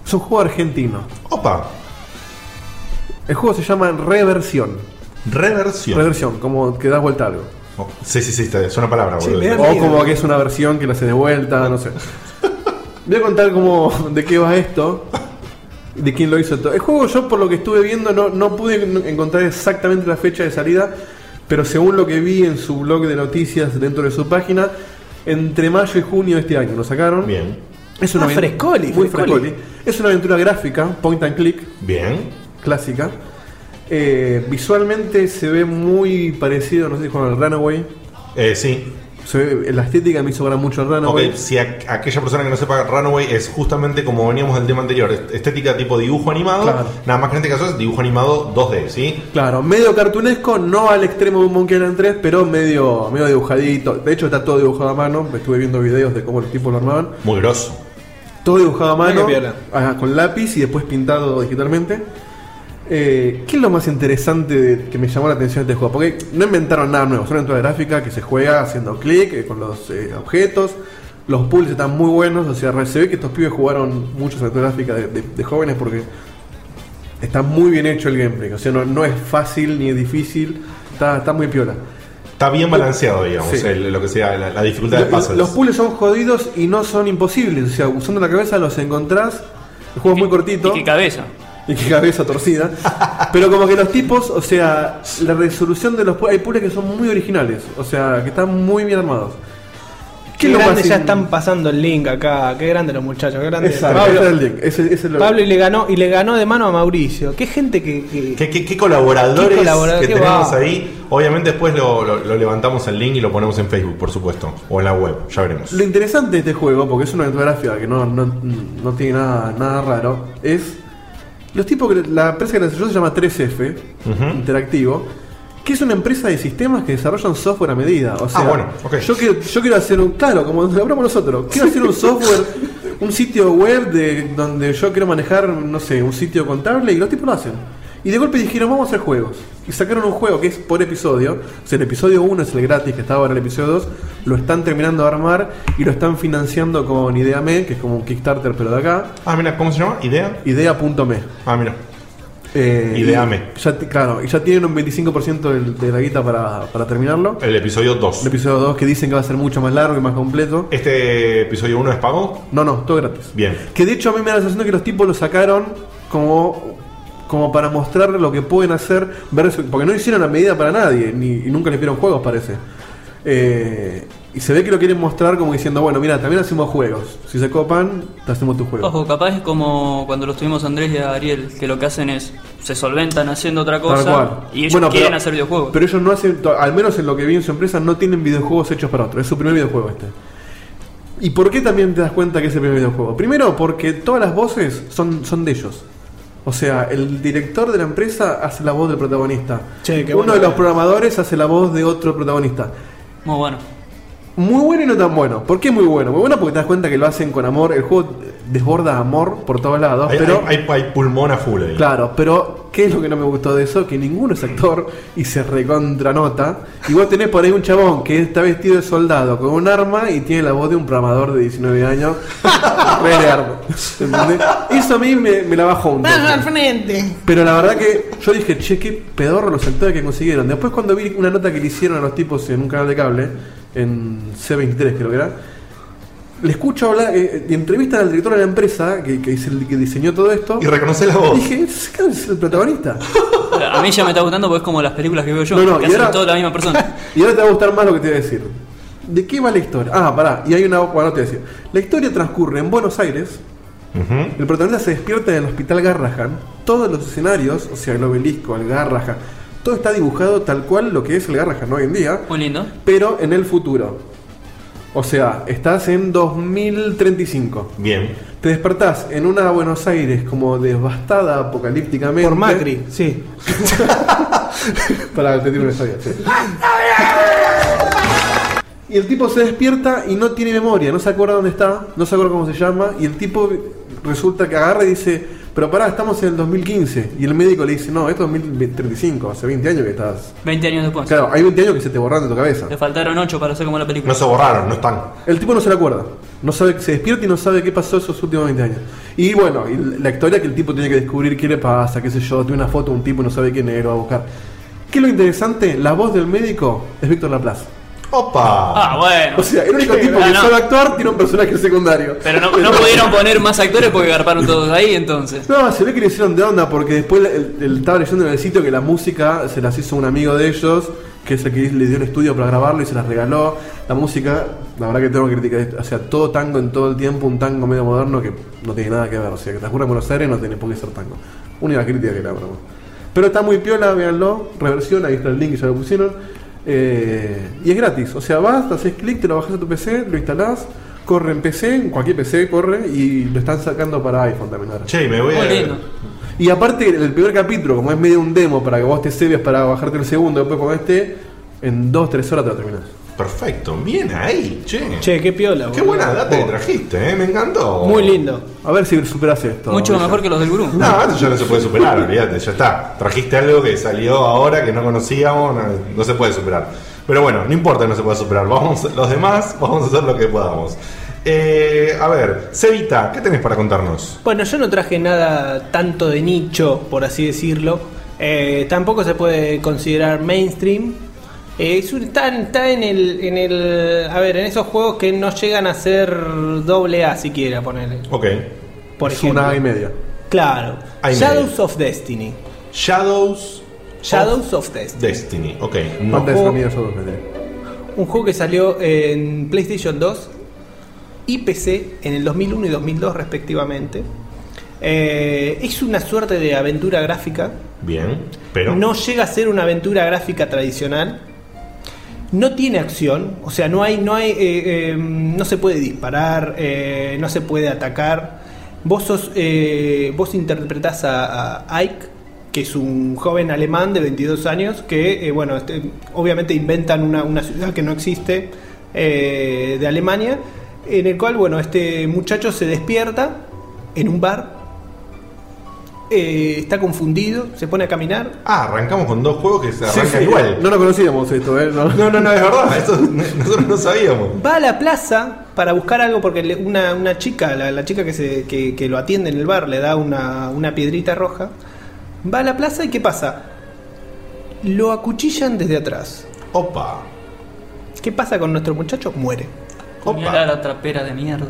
Speaker 4: Es un juego argentino.
Speaker 3: Opa,
Speaker 4: El juego se llama Reversión.
Speaker 3: reversión.
Speaker 4: Reversión, como que das vuelta a algo.
Speaker 3: Oh, sí, sí, sí, está- es una palabra, boludo.
Speaker 5: me da-
Speaker 4: O como que es una versión que la hace de vuelta, no sé. Voy a contar como de qué va esto, de quién lo hizo todo. El juego yo por lo que estuve viendo no, no pude en- encontrar exactamente la fecha de salida, pero según lo que vi en su blog de noticias dentro de su página, entre mayo y junio de este año lo sacaron.
Speaker 3: Bien,
Speaker 4: Es una
Speaker 10: Ah,
Speaker 4: aven-
Speaker 10: frescoli,
Speaker 4: muy
Speaker 10: frescoli.
Speaker 4: frescoli. Es una aventura gráfica, point and click,
Speaker 3: bien.
Speaker 4: clásica. Eh, visualmente se ve muy parecido, no sé si con el Runaway.
Speaker 3: Eh, sí.
Speaker 4: Se ve- la estética me hizo ver mucho el
Speaker 3: Ok,
Speaker 4: Runaway.
Speaker 3: si aqu- aquella persona que no sepa, Runaway es justamente como veníamos del tema anterior: est- estética tipo dibujo animado.
Speaker 4: Claro.
Speaker 3: Nada más que en este caso es dibujo animado 2D, ¿sí?
Speaker 4: Claro, medio cartunesco, no al extremo de un Monkey Island 3, pero medio, medio dibujadito. De hecho, está todo dibujado a mano. Estuve viendo videos de cómo los tipos lo armaban.
Speaker 3: Muy grosso.
Speaker 4: Todo dibujado a mano,
Speaker 5: Mira qué piola.
Speaker 4: ah, con lápiz y después pintado digitalmente. Eh, ¿Qué es lo más interesante de- que me llamó la atención de este juego? Porque no inventaron nada nuevo, es una aventura gráfica que se juega haciendo clic eh, con los eh, objetos. Los puzzles están muy buenos, o sea, re- se ve que estos pibes jugaron muchas aventuras gráficas de, de- de jóvenes porque está muy bien hecho el gameplay. O sea, no, no es fácil ni es difícil, está, está muy piola.
Speaker 3: Está bien balanceado, digamos,
Speaker 4: Sí.
Speaker 3: el- lo que sea, la, la dificultad de
Speaker 4: Lo-
Speaker 3: pasos.
Speaker 4: Los puzzles son jodidos y no son imposibles. O sea, usando la cabeza los encontrás. El juego es muy cortito.
Speaker 1: Y qué cabeza.
Speaker 4: Y qué cabeza torcida. Pero como que los tipos, o sea, la resolución de los pu- hay puzzles que son muy originales, o sea, que están muy bien armados.
Speaker 5: Qué,
Speaker 4: es lo
Speaker 5: grande
Speaker 4: más
Speaker 5: ya
Speaker 4: in-
Speaker 5: están pasando el link acá. Qué grande los muchachos. Qué grande.
Speaker 4: Exacto,
Speaker 5: Pablo,
Speaker 4: ese es el link, ese- ese es lo-
Speaker 5: Pablo y le ganó y le ganó de mano a Mauricio. Qué gente que, que-
Speaker 3: ¿Qué, qué- qué colaboradores
Speaker 5: Qué colaborador-
Speaker 3: que
Speaker 5: qué
Speaker 3: tenemos
Speaker 5: va.
Speaker 3: ahí? Obviamente después lo, lo- lo levantamos el link y lo ponemos en Facebook, por supuesto. O en la web, ya veremos.
Speaker 4: Lo interesante de este juego, porque es una aventura gráfica que no, no, no tiene nada, nada raro, es los tipos que la empresa que la desarrolló se llama 3F
Speaker 3: Ujú.
Speaker 4: Interactivo, que es una empresa de sistemas que desarrollan software a medida. O sea,
Speaker 3: Ah, bueno, ok.
Speaker 4: yo quiero, yo quiero hacer un, claro, como lo hablamos nosotros, quiero hacer un software, un sitio web de donde yo quiero manejar, no sé, un sitio contable y los tipos lo hacen. Y de golpe dijeron, vamos a hacer juegos. Y sacaron un juego que es por episodio. O sea, el episodio 1 es el gratis que está ahora, el episodio 2 lo están terminando de armar y lo están financiando con Ideame, que es como un Kickstarter pero de acá,
Speaker 3: Ah, mira, ¿cómo se llama? ¿Idea?
Speaker 4: idea.me.
Speaker 3: Ah, mira.
Speaker 4: Eh,
Speaker 3: Ideame.
Speaker 4: y Ya, ti- claro, y ya tienen un 25% del- de la guita para, para terminarlo.
Speaker 3: El episodio
Speaker 4: El
Speaker 3: 2.
Speaker 4: episodio 2 que dicen que va a ser mucho más largo y más completo.
Speaker 3: ¿Este episodio 1 es pago?
Speaker 4: No, no, todo gratis.
Speaker 3: Bien.
Speaker 4: Que de hecho a mí me da la sensación de que los tipos lo sacaron como como para mostrar lo que pueden hacer, versus- porque no hicieron la medida para nadie, ni, y nunca les vieron juegos, parece. Eh, y se ve que lo quieren mostrar como diciendo, bueno, mira, también hacemos juegos. Si se copan, te hacemos tu juego.
Speaker 1: Ojo, capaz es como cuando los tuvimos a Andrés y a Ariel, que lo que hacen es se solventan haciendo otra
Speaker 4: Tal
Speaker 1: cosa
Speaker 4: cual.
Speaker 1: y ellos
Speaker 4: Bueno,
Speaker 1: quieren
Speaker 4: pero-
Speaker 1: hacer videojuegos.
Speaker 4: Pero ellos no hacen, to- al menos en lo que vi en su empresa, no tienen videojuegos hechos para otro. Es su primer videojuego este. ¿Y por qué también te das cuenta que es el primer videojuego? Primero, porque todas las voces son, son de ellos. O sea, el director de la empresa hace la voz del protagonista.
Speaker 5: Che, qué
Speaker 4: Uno
Speaker 5: bueno.
Speaker 4: de los programadores hace la voz de otro protagonista.
Speaker 1: Muy bueno.
Speaker 4: Muy bueno y no tan bueno. ¿Por qué muy bueno? Muy bueno porque te das cuenta que lo hacen con amor. El juego desborda amor por todos lados.
Speaker 3: Hay,
Speaker 4: Ah, pero
Speaker 3: hay- hay- hay pulmón a full ahí.
Speaker 4: Claro, pero ¿qué es lo que no me gustó de eso? Que ninguno es actor y se recontranota. Y vos tenés por ahí un chabón que está vestido de soldado con un arma y tiene la voz de un programador de 19 años. re lerdo, ¿entendés? Eso a mí me, me la bajó un toque.
Speaker 5: al frente!
Speaker 4: Pero la verdad que yo dije, che, qué pedorro los actores que consiguieron. Después cuando vi una nota que le hicieron a los tipos en un canal de cable, en C23 creo que era, le escucho hablar, eh, eh, entrevistan al director de la empresa, que, que es el que diseñó todo esto.
Speaker 3: Y reconoce la
Speaker 1: Oh.
Speaker 3: voz.
Speaker 4: Dije, "Ese cara es el protagonista.
Speaker 1: A mí ya me está gustando porque es como las películas que veo yo,
Speaker 4: No, no,
Speaker 1: que
Speaker 4: y
Speaker 1: hacen
Speaker 4: ahora-
Speaker 1: todo la misma persona.
Speaker 4: Y ahora te va a gustar más lo que te voy a decir. ¿De qué va la historia? Ah, pará, y hay una... Bueno, no te voy a decir. La historia transcurre en Buenos Aires,
Speaker 3: Ujú.
Speaker 4: El protagonista se despierta en el hospital Garrahan. Todos los escenarios, o sea, el obelisco, el Garrahan, todo está dibujado tal cual lo que es el Garrahan hoy en día,
Speaker 1: Muy lindo.
Speaker 4: pero en el futuro. O sea, estás en 2035.
Speaker 3: Bien.
Speaker 4: Te despertás en una Buenos Aires como devastada apocalípticamente.
Speaker 5: Por Macri, sí.
Speaker 4: Para te tiro una historia, sí. Y el tipo se despierta y no tiene memoria, no se acuerda dónde está, no se acuerda cómo se llama, y el tipo resulta que agarra y dice, pero pará, estamos en el 2015. Y el médico le dice, no, esto es 2035, hace 20 años que estás...
Speaker 1: 20 años después.
Speaker 4: Claro, hay 20 años que se te borraron de tu cabeza.
Speaker 1: Le faltaron 8 para hacer como la película.
Speaker 3: No se borraron, no están.
Speaker 4: El tipo no se la acuerda. No sabe, se despierta y no sabe qué pasó esos últimos 20 años. Y bueno, y la historia que el tipo tiene que descubrir qué le pasa, qué sé yo, tiene una foto de un tipo y no sabe quién era, va a buscar. ¿Qué es lo interesante? La voz del médico es Víctor Laplace.
Speaker 3: ¡Opa!
Speaker 1: Ah, bueno.
Speaker 4: O sea, el único tipo
Speaker 1: Ah,
Speaker 4: que
Speaker 1: no.
Speaker 4: sabe actuar tiene un personaje secundario.
Speaker 1: Pero no, no pudieron poner más actores porque garparon todos ahí entonces.
Speaker 4: No, se ve que le hicieron de onda porque después el- el- estaba leyendo en el sitio que la música se las hizo un amigo de ellos, que es el que le dio un estudio para grabarlo y se las regaló. La música, la verdad que tengo que criticar esto. O sea, todo tango en todo el tiempo, un tango medio moderno que no tiene nada que ver. O sea, que te ocurra en Buenos Aires no tiene por qué ser tango. Única crítica que le hago. nomás. Pero está muy piola, véanlo. Reversión, ahí está el link, ya lo pusieron. Eh, y es gratis. O sea, vas, te haces clic, te lo bajas a tu PC, lo instalás. Corre en PC, en cualquier PC corre y lo están sacando para iPhone también ahora.
Speaker 3: Che, me voy
Speaker 1: Muy
Speaker 3: a.
Speaker 1: lindo.
Speaker 4: Y aparte, el primer capítulo, como es medio un demo para que vos te sevias para bajarte el segundo, después con este, en 2-3 horas te lo terminás.
Speaker 3: Perfecto, bien ahí, che.
Speaker 5: Che, qué piola,
Speaker 3: Qué
Speaker 5: boludo.
Speaker 3: buena data que trajiste, eh, me encantó.
Speaker 5: Muy lindo.
Speaker 4: A ver si superás esto.
Speaker 1: Mucho
Speaker 4: Villa.
Speaker 1: mejor que los del gurú.
Speaker 3: No, eso ya no se puede superar, olvídate, ya está. Trajiste algo que salió ahora que no conocíamos, no, no se puede superar. Pero bueno, no importa que no se pueda superar, vamos, los demás vamos a hacer lo que podamos. Eh, a ver, Cevita, ¿qué tenés para contarnos?
Speaker 5: Bueno, yo no traje nada tanto de nicho, por así decirlo. Eh, tampoco se puede considerar mainstream. Eh, es un- está, está en el, en el. A ver, en esos juegos que no llegan a ser doble A siquiera, ponele.
Speaker 3: Ok.
Speaker 5: Por
Speaker 4: Es
Speaker 5: ejemplo.
Speaker 4: una y media.
Speaker 5: Claro.
Speaker 3: A y
Speaker 5: Shadows
Speaker 3: medio.
Speaker 5: of Destiny.
Speaker 3: Shadows
Speaker 5: Shadows of Destiny.
Speaker 3: Destiny, ok. No.
Speaker 4: ¿Cuántas de
Speaker 5: juego-
Speaker 4: esas medias son dos medias?
Speaker 5: Un juego que salió en PlayStation 2 y PC en el 2001 y 2002 respectivamente. Eh, es una suerte de aventura gráfica.
Speaker 3: Bien, pero.
Speaker 5: No llega a ser una aventura gráfica tradicional. No tiene acción, o sea, no hay, no hay, eh, eh, no se puede disparar, eh, no se puede atacar. Vos sos, eh, vos interpretás a, a Ike, que es un joven alemán de 22 años que, eh, bueno, este, obviamente inventan una, una ciudad que no existe eh, de Alemania, en el cual, bueno, este muchacho se despierta en un bar, eh, está confundido, se pone a caminar,
Speaker 3: Ah, arrancamos con dos juegos que se
Speaker 4: Sí,
Speaker 3: arrancan
Speaker 4: sí,
Speaker 3: igual.
Speaker 4: No lo conocíamos esto, ¿eh? No.
Speaker 3: No, no, no, es verdad, eso nosotros no sabíamos.
Speaker 5: Va a la plaza para buscar algo porque le- una, una chica, la, la chica que, se, que, que lo atiende en el bar, le da una, una piedrita roja. Va a la plaza y ¿qué pasa? Lo acuchillan desde atrás.
Speaker 3: Opa,
Speaker 5: ¿Qué pasa con nuestro muchacho? Muere.
Speaker 1: Mirá la trapera de mierda.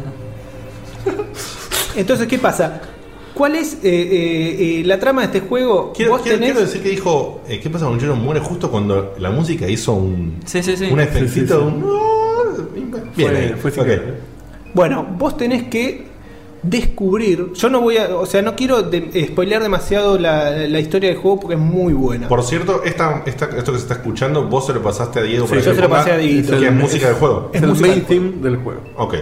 Speaker 5: Entonces, ¿qué pasa? ¿Cuál es eh, eh, eh, la trama de este juego?
Speaker 3: Quiero,
Speaker 5: Vos
Speaker 3: quiero-
Speaker 5: tenés-
Speaker 3: quiero decir que dijo, eh, ¿qué pasa con Jero? Muere justo cuando la música hizo un, un efectito de un... Bien,
Speaker 5: Fue-
Speaker 3: ahí.
Speaker 5: fue sin
Speaker 3: Ok.
Speaker 4: ¿eh?
Speaker 5: Bueno, vos tenés que descubrir. Yo no voy a. O sea, no quiero de- eh, spoilear demasiado la, la historia del juego porque es muy buena.
Speaker 3: Por cierto, esta, esta- esto que se está escuchando, vos se lo pasaste a Diego.
Speaker 5: Sí,
Speaker 3: para
Speaker 5: yo
Speaker 3: que
Speaker 5: se lo
Speaker 3: ponga,
Speaker 5: pasé a Dieguito.
Speaker 3: Que
Speaker 5: Es
Speaker 3: es,
Speaker 5: el-
Speaker 3: música del juego.
Speaker 5: es pues. Es el música main del
Speaker 3: theme del juego. Ok.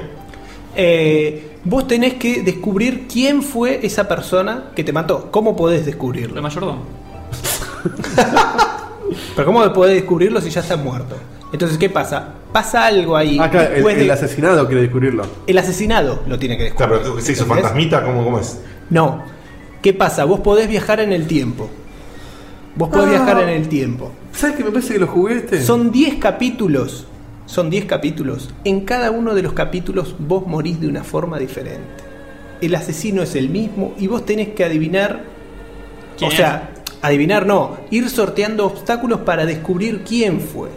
Speaker 5: Eh, vos tenés que descubrir quién fue esa persona que te mató. ¿Cómo podés descubrirlo?
Speaker 1: El mayordomo.
Speaker 5: Pero ¿cómo podés descubrirlo si ya está muerto? Entonces, ¿qué pasa? Pasa algo ahí.
Speaker 4: Ah, claro, el,
Speaker 5: después de-
Speaker 4: el asesinado quiere descubrirlo.
Speaker 5: el asesinado lo tiene que descubrir.
Speaker 4: Claro, pero se hizo fantasmita,
Speaker 3: ¿cómo, es?
Speaker 5: No. ¿Qué pasa? Vos podés viajar en el tiempo. Vos podés
Speaker 4: Ah.
Speaker 5: viajar en el tiempo.
Speaker 4: ¿Sabes que me parece que lo jugué este?
Speaker 5: Son 10 capítulos. Son 10 capítulos. En cada uno de los capítulos vos morís de una forma diferente. El asesino es el mismo y vos tenés que adivinar.
Speaker 1: ¿Quién
Speaker 5: o sea, adivinar no. Ir sorteando obstáculos para descubrir quién fue.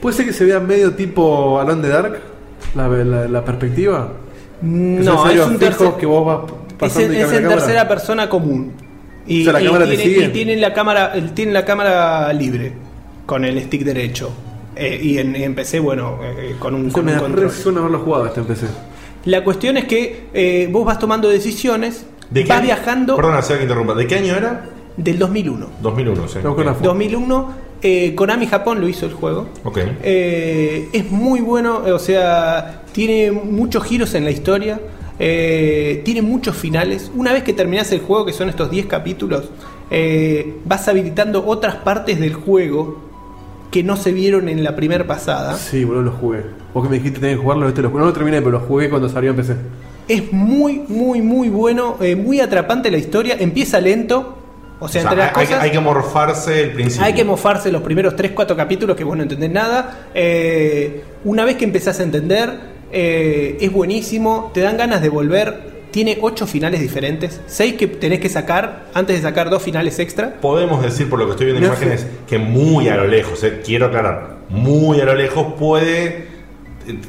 Speaker 4: ¿Puede ser que se vea medio tipo Alan de Dark? La, la, la perspectiva. Que son
Speaker 5: No, es
Speaker 4: serios
Speaker 5: un
Speaker 4: fijos
Speaker 5: tercer-
Speaker 4: que vos vas
Speaker 5: Es
Speaker 4: pasando
Speaker 5: en,
Speaker 4: y
Speaker 5: es
Speaker 4: cambia
Speaker 5: en
Speaker 4: la cámara.
Speaker 5: tercera persona común. Y,
Speaker 4: O sea, la
Speaker 5: y
Speaker 4: cámara te
Speaker 5: tiene,
Speaker 4: sigue.
Speaker 5: y tiene la cámara, el- tiene la cámara libre con el stick derecho. Eh, y en, en PC, bueno, eh, eh, con un,
Speaker 4: Se
Speaker 5: con un
Speaker 4: me
Speaker 5: control.
Speaker 4: re suena haberlo jugado este en PC.
Speaker 5: La cuestión es que eh, vos vas tomando decisiones,
Speaker 3: ¿De qué
Speaker 5: vas
Speaker 3: año?
Speaker 5: viajando
Speaker 3: Perdona, se que interrumpa. ¿De qué año era?
Speaker 5: del 2001.
Speaker 3: 2001, sí.
Speaker 4: Tengo que una foto.
Speaker 5: 2001, eh, Konami Japón lo hizo el juego.
Speaker 3: Ok.
Speaker 5: Eh, es muy bueno, eh, o sea, tiene muchos giros en la historia, eh, tiene muchos finales. Una vez que terminás el juego, que son estos 10 capítulos, eh, vas habilitando otras partes del juego que no se vieron en la primera pasada.
Speaker 4: Sí, boludo, lo jugué. Vos que me dijiste tenés que jugarlo, este lo jugué. No lo terminé, pero lo jugué cuando salió en PC.
Speaker 5: Es muy, muy, muy bueno, eh, muy atrapante la historia, empieza lento. O
Speaker 3: O
Speaker 5: sea,
Speaker 3: sea,
Speaker 5: entre las
Speaker 3: hay,
Speaker 5: cosas...
Speaker 3: hay que morfarse el principio.
Speaker 5: Hay que mofarse los primeros 3, 4 capítulos que vos no entendés nada. Eh, una vez que empezás a entender, eh, es buenísimo, te dan ganas de volver. Tiene 8 finales diferentes, 6 que tenés que sacar antes de sacar dos finales extra.
Speaker 3: Podemos decir, por lo que estoy viendo en
Speaker 5: Me hace-
Speaker 3: imágenes, que muy a lo lejos, eh, quiero aclarar, muy a lo lejos puede eh,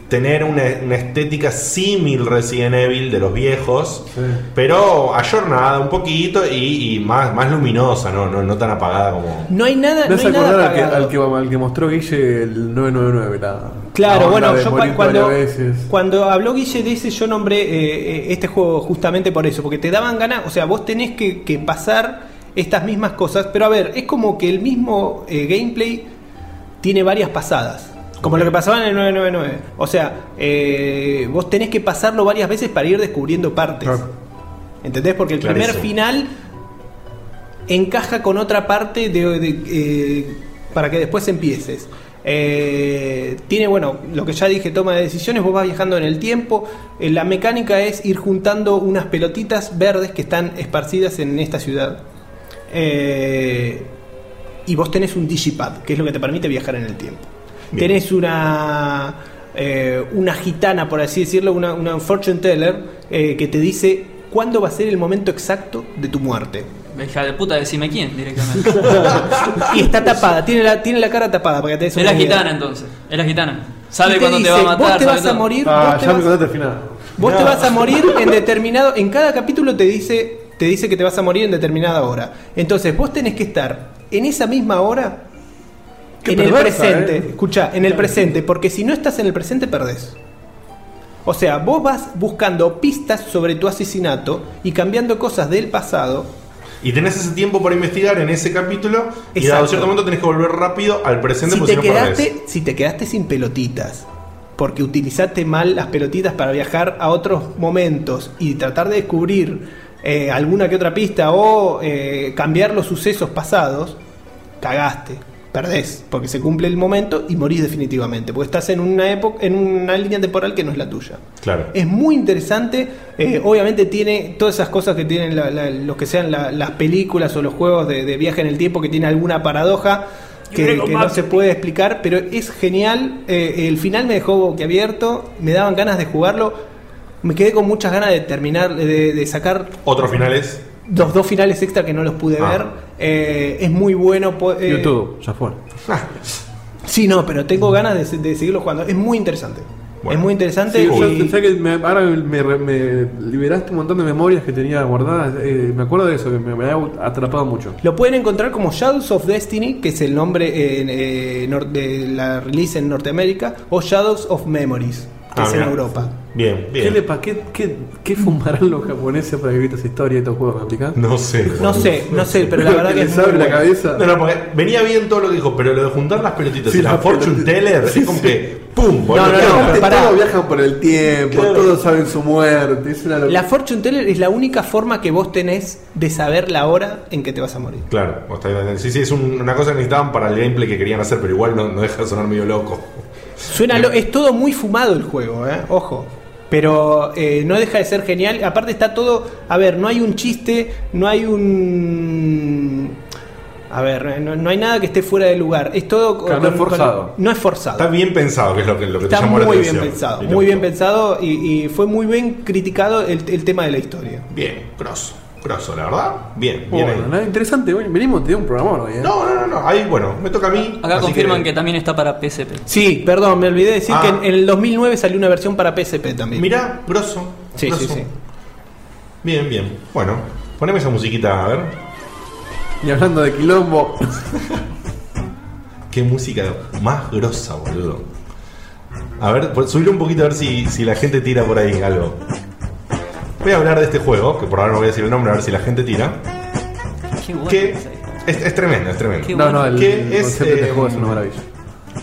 Speaker 3: tener una, una estética símil Resident Evil de los viejos, pero ayornada un poquito y, y más, más luminosa, ¿no? No, no tan apagada como...
Speaker 5: No hay nada,
Speaker 4: Me
Speaker 5: no
Speaker 4: hace
Speaker 5: hay nada
Speaker 4: acordar al que,
Speaker 5: apagado.
Speaker 4: al, que, al que mostró Guille el 999, la-
Speaker 5: Claro,
Speaker 4: la
Speaker 5: bueno,
Speaker 4: onda de
Speaker 5: yo cua-
Speaker 4: morir
Speaker 5: cuando,
Speaker 4: varias veces.
Speaker 5: cuando habló Guille de ese, yo nombré eh, eh, este juego justamente por eso, porque te daban ganas, o sea, vos tenés que, que pasar estas mismas cosas, pero a ver, es como que el mismo eh, gameplay tiene varias pasadas, como lo que pasaba en el 999, o sea, eh, vos tenés que pasarlo varias veces para ir descubriendo partes, ¿entendés? Porque el primer
Speaker 11: Clarísimo.
Speaker 5: final encaja con otra parte de, de- eh, para que después empieces. Eh, tiene, bueno, lo que ya dije, toma de decisiones, vos vas viajando en el tiempo, Eh, la mecánica es ir juntando unas pelotitas verdes que están esparcidas en esta ciudad. Eh, y vos tenés un digipad, que es lo que te permite viajar en el tiempo. Tenés una eh, una gitana, por así decirlo, una, una fortune teller, eh, que te dice cuándo va a ser el momento exacto de tu muerte.
Speaker 1: Hija de puta, decime quién directamente.
Speaker 5: y está tapada, tiene la, tiene la cara tapada para que te des
Speaker 1: es la
Speaker 5: una idea.
Speaker 1: gitana entonces. Es la gitana.
Speaker 5: Y
Speaker 1: Sabe
Speaker 5: te
Speaker 1: cuándo te va a
Speaker 5: dice,
Speaker 1: matar.
Speaker 5: vos te
Speaker 1: sabe
Speaker 5: vas a
Speaker 1: todo.
Speaker 5: morir,
Speaker 4: Ah,
Speaker 5: vos te vas-
Speaker 4: contaste el final.
Speaker 5: Vos te
Speaker 4: No.
Speaker 5: vas a morir en determinado. En cada capítulo te dice, te dice que te vas a morir en determinada hora. Entonces vos tenés que estar en esa misma hora.
Speaker 4: Qué
Speaker 5: en
Speaker 4: perversa,
Speaker 5: el presente.
Speaker 4: eh.
Speaker 5: Escucha, en el presente. Porque si no estás en el presente, perdés. O sea, vos vas buscando pistas sobre tu asesinato y cambiando cosas del pasado.
Speaker 3: Y tenés ese tiempo para investigar en ese capítulo y a
Speaker 5: Exacto.
Speaker 3: cierto momento tenés que volver rápido al presente
Speaker 5: Si
Speaker 3: porque
Speaker 5: te,
Speaker 3: si no perdés.
Speaker 5: quedaste, si te quedaste sin pelotitas, porque utilizaste mal las pelotitas para viajar a otros momentos y tratar de descubrir eh, alguna que otra pista o eh, cambiar los sucesos pasados, cagaste, perdés, porque se cumple el momento y morís definitivamente, porque estás en una época, en una línea temporal que no es la tuya.
Speaker 3: Claro.
Speaker 5: Es muy interesante. eh, obviamente tiene todas esas cosas que tienen la- la- los que sean la- las películas o los juegos de, de viaje en el tiempo que tiene alguna paradoja que, que no se puede explicar, pero es genial. eh, el final me dejó boquiabierto, me daban ganas de jugarlo. Me quedé con muchas ganas de terminar, de, de sacar
Speaker 3: Otros finales.
Speaker 5: los dos finales extra que no los pude
Speaker 3: Ah.
Speaker 5: ver. Eh, es muy bueno. po- eh,
Speaker 4: YouTube, ya fue.
Speaker 5: Sí, no, pero tengo ganas de, se- de seguirlo jugando. Es muy interesante.
Speaker 10: es muy interesante.
Speaker 4: Sí, yo
Speaker 10: y-
Speaker 4: pensé que me- ahora me, me liberaste un montón de memorias que tenía guardadas. eh, me acuerdo de eso, que me, me ha atrapado mucho.
Speaker 10: Lo pueden encontrar como Shadows of Destiny, que es el nombre eh, en, eh, nor- de la release en Norteamérica, o Shadows of Memories, que
Speaker 3: Ah,
Speaker 10: es
Speaker 3: mirá.
Speaker 10: en Europa.
Speaker 3: Bien,
Speaker 4: ¿Qué, le, pa- qué, qué- qué fumarán los japoneses para vivir esa historia de estos juegos aplicados?
Speaker 3: No sé.
Speaker 10: No sé, no sé, pero la verdad que es
Speaker 4: les abre
Speaker 10: muy
Speaker 4: la
Speaker 10: bueno.
Speaker 4: cabeza.
Speaker 3: No, no, porque venía bien todo lo que dijo, pero lo de juntar las pelotitas
Speaker 4: Sí,
Speaker 3: y la
Speaker 4: las
Speaker 3: Fortune
Speaker 4: pelotitas.
Speaker 3: Teller
Speaker 4: Sí,
Speaker 3: es como
Speaker 4: sí.
Speaker 3: que ¡pum!
Speaker 4: No,
Speaker 3: boludo.
Speaker 4: no, no,
Speaker 10: pero pará.
Speaker 4: todos viajan por el tiempo,
Speaker 3: Claro.
Speaker 4: todos saben su muerte, es una locura.
Speaker 10: La Fortune Teller es la única forma que vos tenés de saber la hora en que te vas a morir.
Speaker 3: Claro, o está- sí, sí, es un- una cosa que necesitaban para el gameplay que querían hacer, pero igual no, no deja de sonar medio loco.
Speaker 10: Suena lo- es todo muy fumado el juego, ¿eh? ojo. Pero eh, no deja de ser genial. Aparte está todo, a ver, no hay un chiste, no hay un... A ver, no, no hay nada que esté fuera de lugar. Es todo...
Speaker 4: Claro, no es forzado.
Speaker 10: no es forzado.
Speaker 3: Está bien pensado, que es lo que, lo que te
Speaker 10: Está
Speaker 3: llamó la
Speaker 10: muy bien
Speaker 3: atención.
Speaker 10: pensado,
Speaker 3: Y te
Speaker 10: muy bien
Speaker 3: gustó.
Speaker 10: pensado y, y fue muy bien criticado el, el tema de la historia.
Speaker 3: Bien, grosso, grosso, la verdad. Bien, bien
Speaker 4: Bueno,
Speaker 3: ahí.
Speaker 4: nada interesante, bueno, venimos de un programa hoy, ¿eh?
Speaker 3: No, no, no, no, ahí, bueno, me toca a mí.
Speaker 1: Acá
Speaker 3: así
Speaker 1: confirman que... también está para PSP.
Speaker 10: Sí, perdón, me olvidé de decir
Speaker 3: Ah.
Speaker 10: que en, en el 2009 salió una versión para PSP también.
Speaker 3: Mirá, grosso.
Speaker 10: Sí, sí,
Speaker 3: grosso.
Speaker 10: sí.
Speaker 3: Bien, bien. Bueno, poneme esa musiquita, a ver.
Speaker 4: Y hablando de quilombo,
Speaker 3: Qué música más grosa, boludo. A ver, por- subir un poquito a ver si, si la gente tira por ahí algo. Voy a hablar de este juego, que por ahora no voy a decir el nombre, a ver si la gente tira.
Speaker 1: Qué bueno.
Speaker 3: Que
Speaker 1: esa-
Speaker 3: es, es tremendo, es tremendo.
Speaker 1: Qué
Speaker 4: no, no, el,
Speaker 3: ¿Qué
Speaker 4: el
Speaker 3: es,
Speaker 4: concepto de este
Speaker 3: eh,
Speaker 4: juego es una maravilla.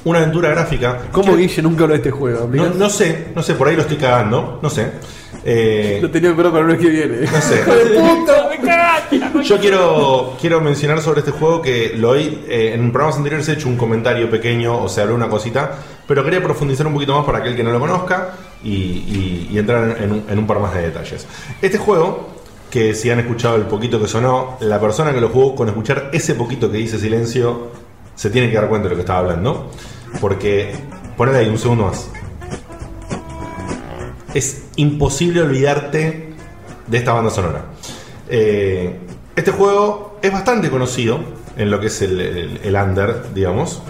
Speaker 3: Una aventura gráfica.
Speaker 4: ¿Cómo
Speaker 3: que-
Speaker 4: Guille nunca habló de este juego?
Speaker 3: No,
Speaker 4: ¿Aplicás?
Speaker 3: no sé, no sé, por ahí lo estoy cagando, no sé. Eh,
Speaker 4: Lo tenía pero para el mes que viene.
Speaker 3: no sé. Yo quiero, quiero mencionar sobre este juego que lo he, eh, en programas anteriores he hecho un comentario pequeño o se habló una cosita, pero quería profundizar un poquito más para aquel que no lo conozca y, y- y entrar en, un- en un par más de detalles. Este juego, que si han escuchado el poquito que sonó, la persona que lo jugó con escuchar ese poquito que dice silencio se tiene que dar cuenta de lo que estaba hablando, porque ponele ahí un segundo más. Es imposible olvidarte de esta banda sonora. Eh, este juego es bastante conocido en lo que es el, el, el under, digamos.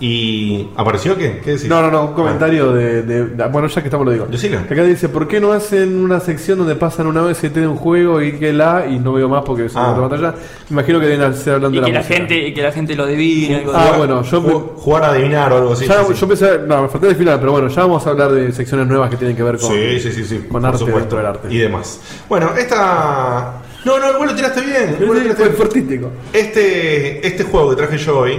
Speaker 3: Y apareció qué? ¿Qué decís? Ah,
Speaker 4: No, no, no, un comentario de, de- de- Bueno, ya que estamos lo digo.
Speaker 3: Decilo.
Speaker 4: Acá dice, ¿por qué no hacen una sección donde pasan una OST de un juego y que la... y no veo más porque son
Speaker 3: Ah.
Speaker 4: otra batalla? Imagino que deben ser hablando
Speaker 1: Y
Speaker 4: de
Speaker 1: que la
Speaker 4: música.
Speaker 1: gente, y que la gente lo adivine. algo
Speaker 4: Ah,
Speaker 1: de-
Speaker 4: bueno, yo... me-
Speaker 3: Ju- Jugar a adivinar o algo así.
Speaker 4: ya-
Speaker 3: sí, sí.
Speaker 4: Yo pensé... No, me falté el final, pero bueno, ya vamos a hablar de secciones nuevas que tienen que ver con...
Speaker 3: Sí, sí, sí, sí.
Speaker 4: con
Speaker 3: por
Speaker 4: arte
Speaker 3: supuesto.
Speaker 4: dentro del arte.
Speaker 3: Y demás. Bueno, esta. No, no, igual lo tiraste bien. igual lo tiraste
Speaker 4: Fue
Speaker 3: bien.
Speaker 4: fortístico.
Speaker 3: Este, este juego que traje yo hoy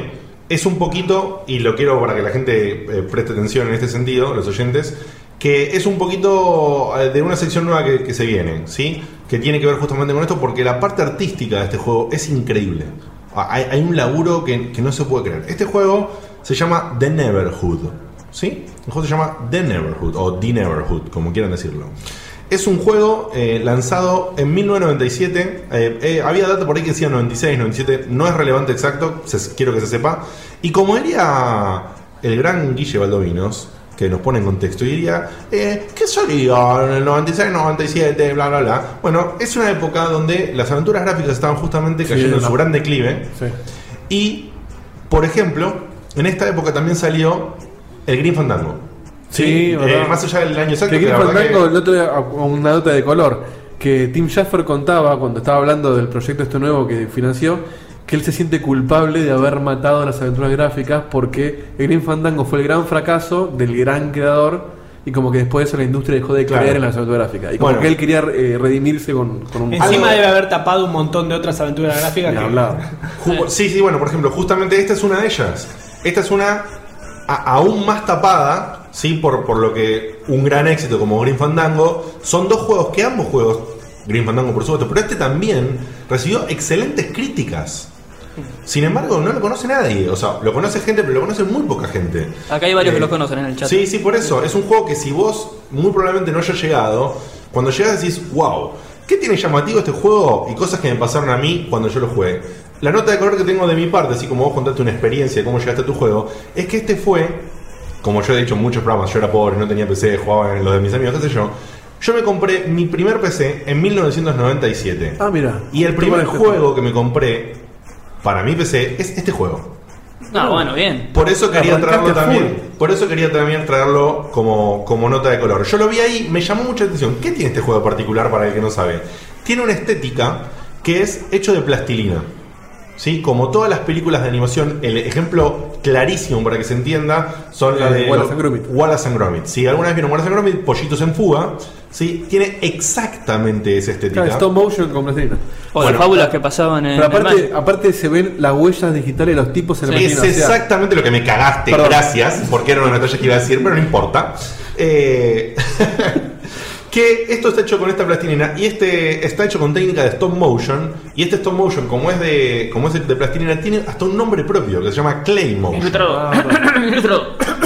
Speaker 3: es un poquito, y lo quiero para que la gente eh, preste atención en este sentido, los oyentes, que es un poquito eh, de una sección nueva que, que se viene, ¿sí? Que tiene que ver justamente con esto, porque la parte artística de este juego es increíble. Ah, Hay, hay un laburo que, que no se puede creer. Este juego se llama The Neverhood, ¿sí? El juego se llama The Neverhood, o The Neverhood, como quieran decirlo. Es un juego eh, lanzado en 1997. eh, eh, había data por ahí que decía 96, 97. No es relevante exacto, se- quiero que se sepa. Y como diría el gran Guille Baldovinos, que nos pone en contexto, y diría, eh, ¿qué salió en el 96, 97, bla, bla, bla? Bueno, es una época donde las aventuras gráficas estaban justamente cayendo en
Speaker 4: la-
Speaker 3: su gran declive.
Speaker 4: Sí.
Speaker 3: Y, por ejemplo, en esta época también salió el Green Fandango.
Speaker 4: Sí,
Speaker 3: Eh,
Speaker 4: verdad.
Speaker 3: más allá del año exacto.
Speaker 4: Que
Speaker 3: que
Speaker 4: Grim
Speaker 3: la verdad
Speaker 4: Fandango,
Speaker 3: que-
Speaker 4: el otro día, a- una nota de color, que Tim Schaffer contaba cuando estaba hablando del proyecto este nuevo que financió, que él se siente culpable de haber matado las aventuras gráficas porque el Green Fandango fue el gran fracaso del gran creador y como que después de eso la industria dejó de creer
Speaker 3: Claro.
Speaker 4: en las aventuras gráficas. Y como
Speaker 3: Bueno.
Speaker 4: que él quería eh, redimirse con, con un...
Speaker 10: Encima
Speaker 3: Algo-
Speaker 10: debe haber tapado un montón de otras aventuras gráficas.
Speaker 4: Ni
Speaker 10: que-
Speaker 4: hablar.
Speaker 3: Ju- Sí, sí, bueno, por ejemplo, justamente esta es una de ellas. Esta es una a- aún más tapada, ¿sí? Por, por lo que un gran éxito como Green Fandango. Son dos juegos que ambos juegos, Green Fandango por supuesto, pero este también recibió excelentes críticas. Sin embargo, no lo conoce nadie. O sea, lo conoce gente, pero lo conoce muy poca gente.
Speaker 1: Acá hay varios
Speaker 3: Eh,
Speaker 1: que lo conocen en el chat.
Speaker 3: Sí, sí, por eso. Es un juego que si vos muy probablemente no hayas llegado, cuando llegas decís, wow, ¿qué tiene llamativo este juego? Y cosas que me pasaron a mí cuando yo lo jugué. La nota de color que tengo de mi parte, así como vos contaste una experiencia de cómo llegaste a tu juego, es que este fue, como yo he dicho en muchos programas, yo era pobre, no tenía PC, jugaba en los de mis amigos, qué sé yo. Yo me compré mi primer PC en 1997.
Speaker 4: Ah, mira.
Speaker 3: Y el primer
Speaker 4: Toma esto.
Speaker 3: juego que me compré para mi PC es este juego.
Speaker 1: No, Ah, bueno, bien.
Speaker 3: Por eso quería
Speaker 1: Arrancaste
Speaker 3: traerlo
Speaker 1: a
Speaker 3: también. Por eso quería también traerlo como, como nota de color. Yo lo vi ahí, me llamó mucha atención. ¿Qué tiene este juego particular para el que no sabe? Tiene una estética que es hecho de plastilina. ¿Sí? Como todas las películas de animación, el ejemplo clarísimo para que se entienda son las
Speaker 4: Eh,
Speaker 3: de
Speaker 4: Wallace
Speaker 3: and Gromit. Wallace and Gromit. Si alguna vez vieron Wallace and Gromit, Pollitos en Fuga, ¿sí? tiene exactamente esa estética.
Speaker 4: Claro, stop motion con plastilina.
Speaker 1: O de fábulas que pasaban en.
Speaker 4: Pero aparte, aparte se ven las huellas digitales de los tipos en la
Speaker 3: Es
Speaker 4: plastilina, o sea,
Speaker 3: exactamente lo que me cagaste,
Speaker 4: Perdón.
Speaker 3: gracias, porque era una batalla que iba a decir, pero no importa. Eh, que esto está hecho con esta plastilina y este está hecho con técnica de stop motion. Y este stop motion, como es de como es el de plastilina, tiene hasta un nombre propio que se llama Clay Motion.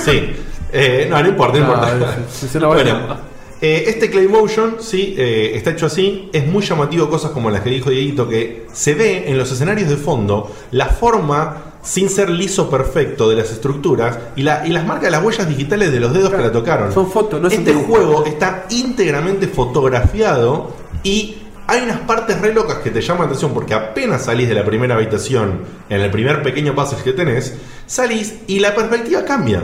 Speaker 3: Sí. Eh, no, no importa, no
Speaker 4: Ah,
Speaker 3: importa.
Speaker 4: es- es una buena.
Speaker 3: Bueno, eh, este Clay Motion, sí, eh, está hecho así. Es muy llamativo cosas como las que dijo Dieguito, que se ve en los escenarios de fondo la forma sin ser liso perfecto de las estructuras y, la- y las marcas de las huellas digitales de los dedos que la tocaron. Son
Speaker 4: fotos, no
Speaker 3: Este juego está íntegramente fotografiado y hay unas partes re locas que te llaman la atención porque apenas salís de la primera habitación, en el primer pequeño passage que tenés, salís y la perspectiva cambia.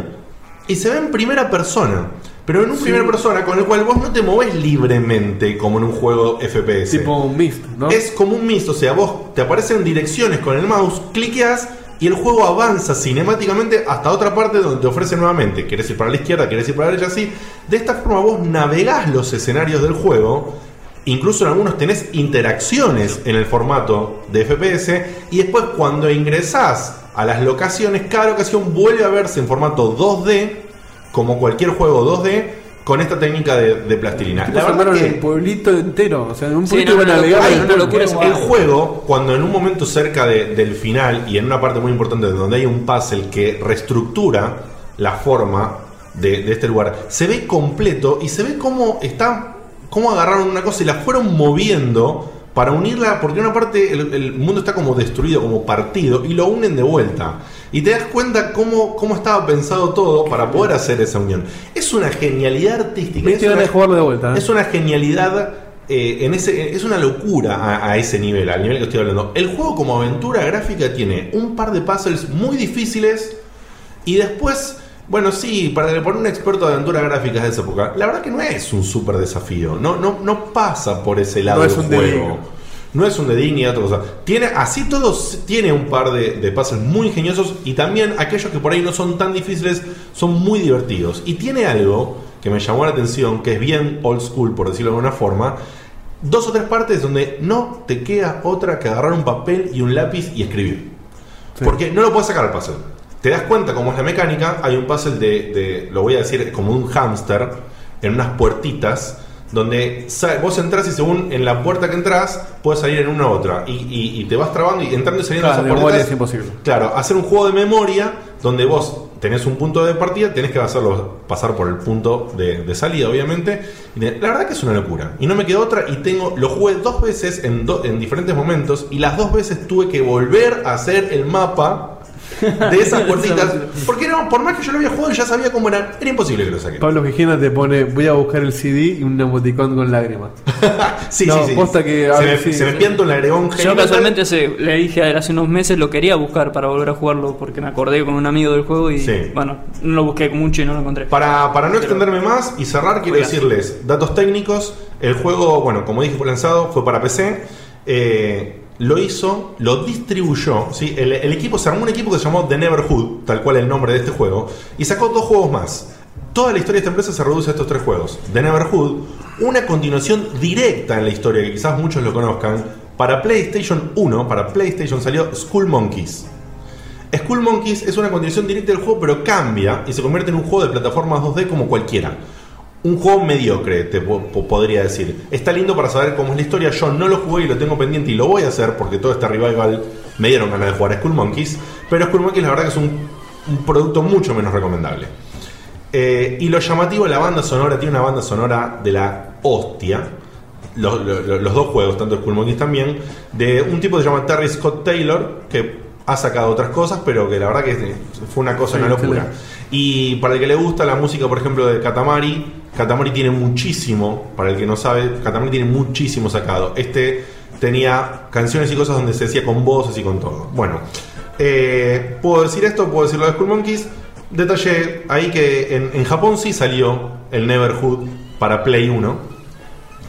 Speaker 3: Y se ve en primera persona. Pero en un primera persona con el cual vos no te movés libremente como en un juego FPS. Tipo
Speaker 4: un mist, ¿no?
Speaker 3: Es como un mist, o sea, vos te aparecen direcciones con el mouse, cliqueas y el juego avanza cinemáticamente hasta otra parte donde te ofrece nuevamente. Querés ir para la izquierda, querés ir para la derecha, así. De esta forma vos navegás los escenarios del juego. Incluso en algunos tenés interacciones en el formato de FPS. Y después cuando ingresás a las locaciones, cada locación vuelve a verse en formato 2D, como cualquier juego 2D, con esta técnica de, de plastilina.
Speaker 4: Tipo, armaron
Speaker 3: que-
Speaker 4: el pueblito entero. O sea, en un
Speaker 3: Sí,
Speaker 4: pueblito
Speaker 3: no,
Speaker 4: iban
Speaker 3: no,
Speaker 4: a navegar.
Speaker 3: hay-
Speaker 4: en el-
Speaker 3: El juego, cuando en un momento cerca de- del final y en una parte muy importante donde hay un puzzle que reestructura la forma de, de este lugar, se ve completo y se ve cómo está, cómo agarraron una cosa y la fueron moviendo para unirla, porque en una parte el, el mundo está como destruido, como partido, y lo unen de vuelta. Y te das cuenta cómo, cómo estaba pensado todo para poder hacer esa unión. Es una genialidad artística.
Speaker 4: Me
Speaker 3: Es
Speaker 4: diste ganas
Speaker 3: una,
Speaker 4: de jugarlo de vuelta. ¿eh?
Speaker 3: es una genialidad. eh, en ese, es una locura a, a ese nivel, al nivel que estoy hablando. El juego como aventura gráfica tiene un par de puzzles muy difíciles y después, bueno, sí, para, para un experto de aventuras gráficas de esa época, la verdad que no es un super desafío, no, no, no pasa por ese lado
Speaker 4: No
Speaker 3: del
Speaker 4: es un
Speaker 3: juego.
Speaker 4: dedico.
Speaker 3: No es un de ni otra cosa. Tiene, así todos tiene un par de, de puzzles muy ingeniosos y también aquellos que por ahí no son tan difíciles son muy divertidos. Y tiene algo que me llamó la atención, que es bien old school, por decirlo de alguna forma. Dos o tres partes donde no te queda otra que agarrar un papel y un lápiz y escribir. Porque no lo puedes sacar al puzzle. Te das cuenta cómo es la mecánica. Hay un puzzle de, de- lo voy a decir, como un hámster en unas puertitas. Donde sa- vos entras y según en la puerta que entras, puedes salir en una u otra. Y, y- y te vas trabando y entrando y saliendo
Speaker 4: Claro,
Speaker 3: de
Speaker 4: de
Speaker 3: esas
Speaker 4: memoria
Speaker 3: puertas.
Speaker 4: es imposible.
Speaker 3: Claro, hacer un juego de memoria donde vos tenés un punto de partida, tenés que hacerlo pasar por el punto de, de salida, obviamente. Y de- La verdad que es una locura. Y no me quedó otra y tengo, lo jugué dos veces en, do- en diferentes momentos y las dos veces tuve que volver a hacer el mapa de esas puertitas. Porque no, por más que yo lo había jugado y ya sabía cómo era, era imposible que lo saque.
Speaker 4: Pablo Gijena te pone, voy a buscar el CD y un emoticón con lágrimas.
Speaker 3: Sí,
Speaker 4: No,
Speaker 3: sí, sí.
Speaker 4: posta que- a
Speaker 3: se,
Speaker 4: ver,
Speaker 3: me,
Speaker 4: sí.
Speaker 3: se me pianta un agregón
Speaker 1: Yo casualmente hace- le dije a él hace unos meses lo quería buscar para volver a jugarlo porque me acordé con un amigo del juego y bueno, no lo busqué mucho y no lo encontré.
Speaker 3: Para, para no extenderme más y cerrar, quiero
Speaker 1: Juegazo.
Speaker 3: decirles datos técnicos. El juego, bueno, como dije, fue lanzado, fue para PC. eh, lo hizo, lo distribuyó. ¿sí? El, el equipo se armó un equipo que se llamó The Neverhood, tal cual el nombre de este juego, y sacó dos juegos más. Toda la historia de esta empresa se reduce a estos tres juegos: The Neverhood, una continuación directa en la historia que quizás muchos lo conozcan. Para PlayStation 1, para PlayStation salió School Monkeys. School Monkeys es una continuación directa del juego, pero cambia y se convierte en un juego de plataformas 2D como cualquiera. Un juego mediocre, te po- po- podría decir. Está lindo para saber cómo es la historia. Yo no lo jugué y lo tengo pendiente y lo voy a hacer porque todo este revival me dieron ganas de jugar a School Monkeys. Pero School Monkeys, la verdad, que es un, un producto mucho menos recomendable. Eh, y lo llamativo de la banda sonora, tiene una banda sonora de la hostia. Los, los- los dos juegos, tanto School Monkeys también, de un tipo que se llama Terry Scott Taylor, que ha sacado otras cosas, pero que la verdad que eh, fue una cosa,
Speaker 6: Sí,
Speaker 3: una locura. Y para el que le gusta la música, por ejemplo, de Katamari, Katamari tiene muchísimo, para el que no sabe, Katamari tiene muchísimo sacado. Este tenía canciones y cosas donde se decía con voces y con todo. Bueno, Eh, puedo decir esto, puedo decir lo de Skull Monkeys. Detalle ahí que en, en Japón sí salió el Neverhood para Play 1,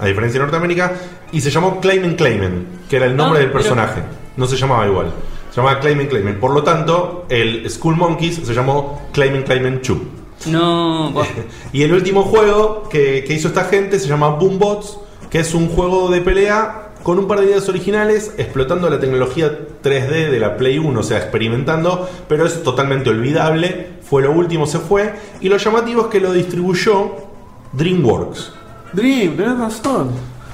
Speaker 3: a diferencia de Norteamérica, y se llamó Claimen Claimen, que era el nombre
Speaker 6: Ah,
Speaker 3: del
Speaker 6: mira.
Speaker 3: personaje. No se llamaba igual. Se llamaba Claimen Claimen. Por lo tanto, el Skull Monkeys se llamó Claimen Claimen 2.
Speaker 1: No, buah.
Speaker 3: Y el último juego que, que hizo esta gente se llama Boombots, que es un juego de pelea con un par de ideas originales, explotando la tecnología 3D de la Play 1, o sea, experimentando, pero es totalmente olvidable. Fue lo último, se fue. Y lo llamativo es que lo distribuyó DreamWorks.
Speaker 4: Dream, tenés razón.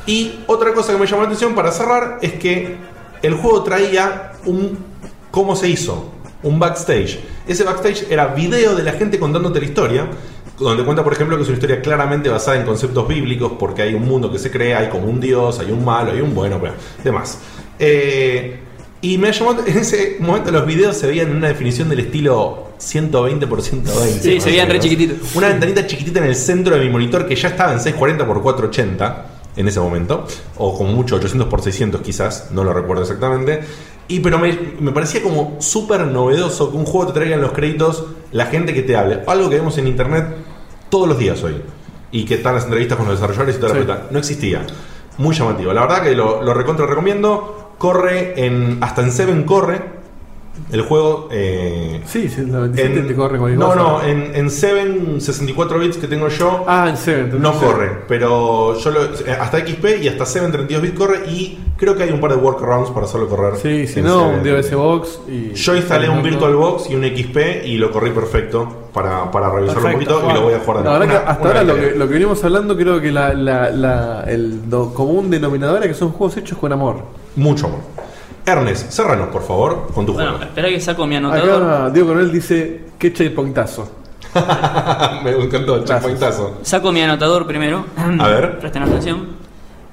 Speaker 3: Y otra cosa que me llamó la atención para cerrar es que el juego traía un cómo se hizo, un backstage. Ese backstage era video de la gente contándote la historia, donde cuenta, por ejemplo, que es una historia claramente basada en conceptos bíblicos, porque hay un mundo que se crea, hay como un dios, hay un malo, hay un bueno, pero demás. Eh, y me llamó, en ese momento los videos se veían en una definición del estilo 120 por 120.
Speaker 1: Sí,
Speaker 3: más
Speaker 1: se veían
Speaker 3: o
Speaker 1: re
Speaker 3: menos.
Speaker 1: chiquititos.
Speaker 3: Una ventanita chiquitita en el centro de mi monitor que ya estaba en 640 x 480 en ese momento, o con mucho 800 x 600 quizás, no lo recuerdo exactamente. Y pero me, me parecía como súper novedoso que un juego te traiga en los créditos la gente que te hable. Algo que vemos en internet todos los días hoy. Y que están las entrevistas con los desarrolladores y toda la
Speaker 6: Sí.
Speaker 3: pelota. No existía. Muy llamativo. La verdad que lo, lo recontra recomiendo. Corre en. Hasta en Seven corre. El juego. Eh,
Speaker 4: sí, 127
Speaker 3: en-
Speaker 4: te corre cualquier
Speaker 3: No,
Speaker 4: cosa.
Speaker 3: no, en, en 7 64 bits que tengo yo.
Speaker 4: Ah, en 7.
Speaker 3: No corre, pero yo lo, eh, hasta XP y hasta 7 32 bits corre y creo que hay un par de workarounds para hacerlo correr.
Speaker 4: Sí, si
Speaker 3: en
Speaker 4: no,
Speaker 3: 7.
Speaker 4: un DOS Box y.
Speaker 3: Yo instalé un VirtualBox y un XP y lo corrí perfecto para, para revisarlo
Speaker 4: Perfecto,
Speaker 3: un poquito y lo voy a jugar de
Speaker 4: La
Speaker 3: nuevo.
Speaker 4: verdad que
Speaker 3: Una-
Speaker 4: hasta
Speaker 3: una
Speaker 4: ahora lo
Speaker 3: alegría.
Speaker 4: que, lo que venimos hablando creo que la, la- la- el do- común denominador es que son juegos hechos con amor.
Speaker 3: Mucho amor. Ernest, cerranos por favor con tu
Speaker 1: Bueno,
Speaker 3: juego.
Speaker 1: espera que saco mi anotador.
Speaker 4: Acá Diego Coronel dice, qué checkpointazo.
Speaker 3: Ah, Me encantó el checkpointazo.
Speaker 1: Saco mi anotador primero.
Speaker 3: A ver.
Speaker 1: Presten atención.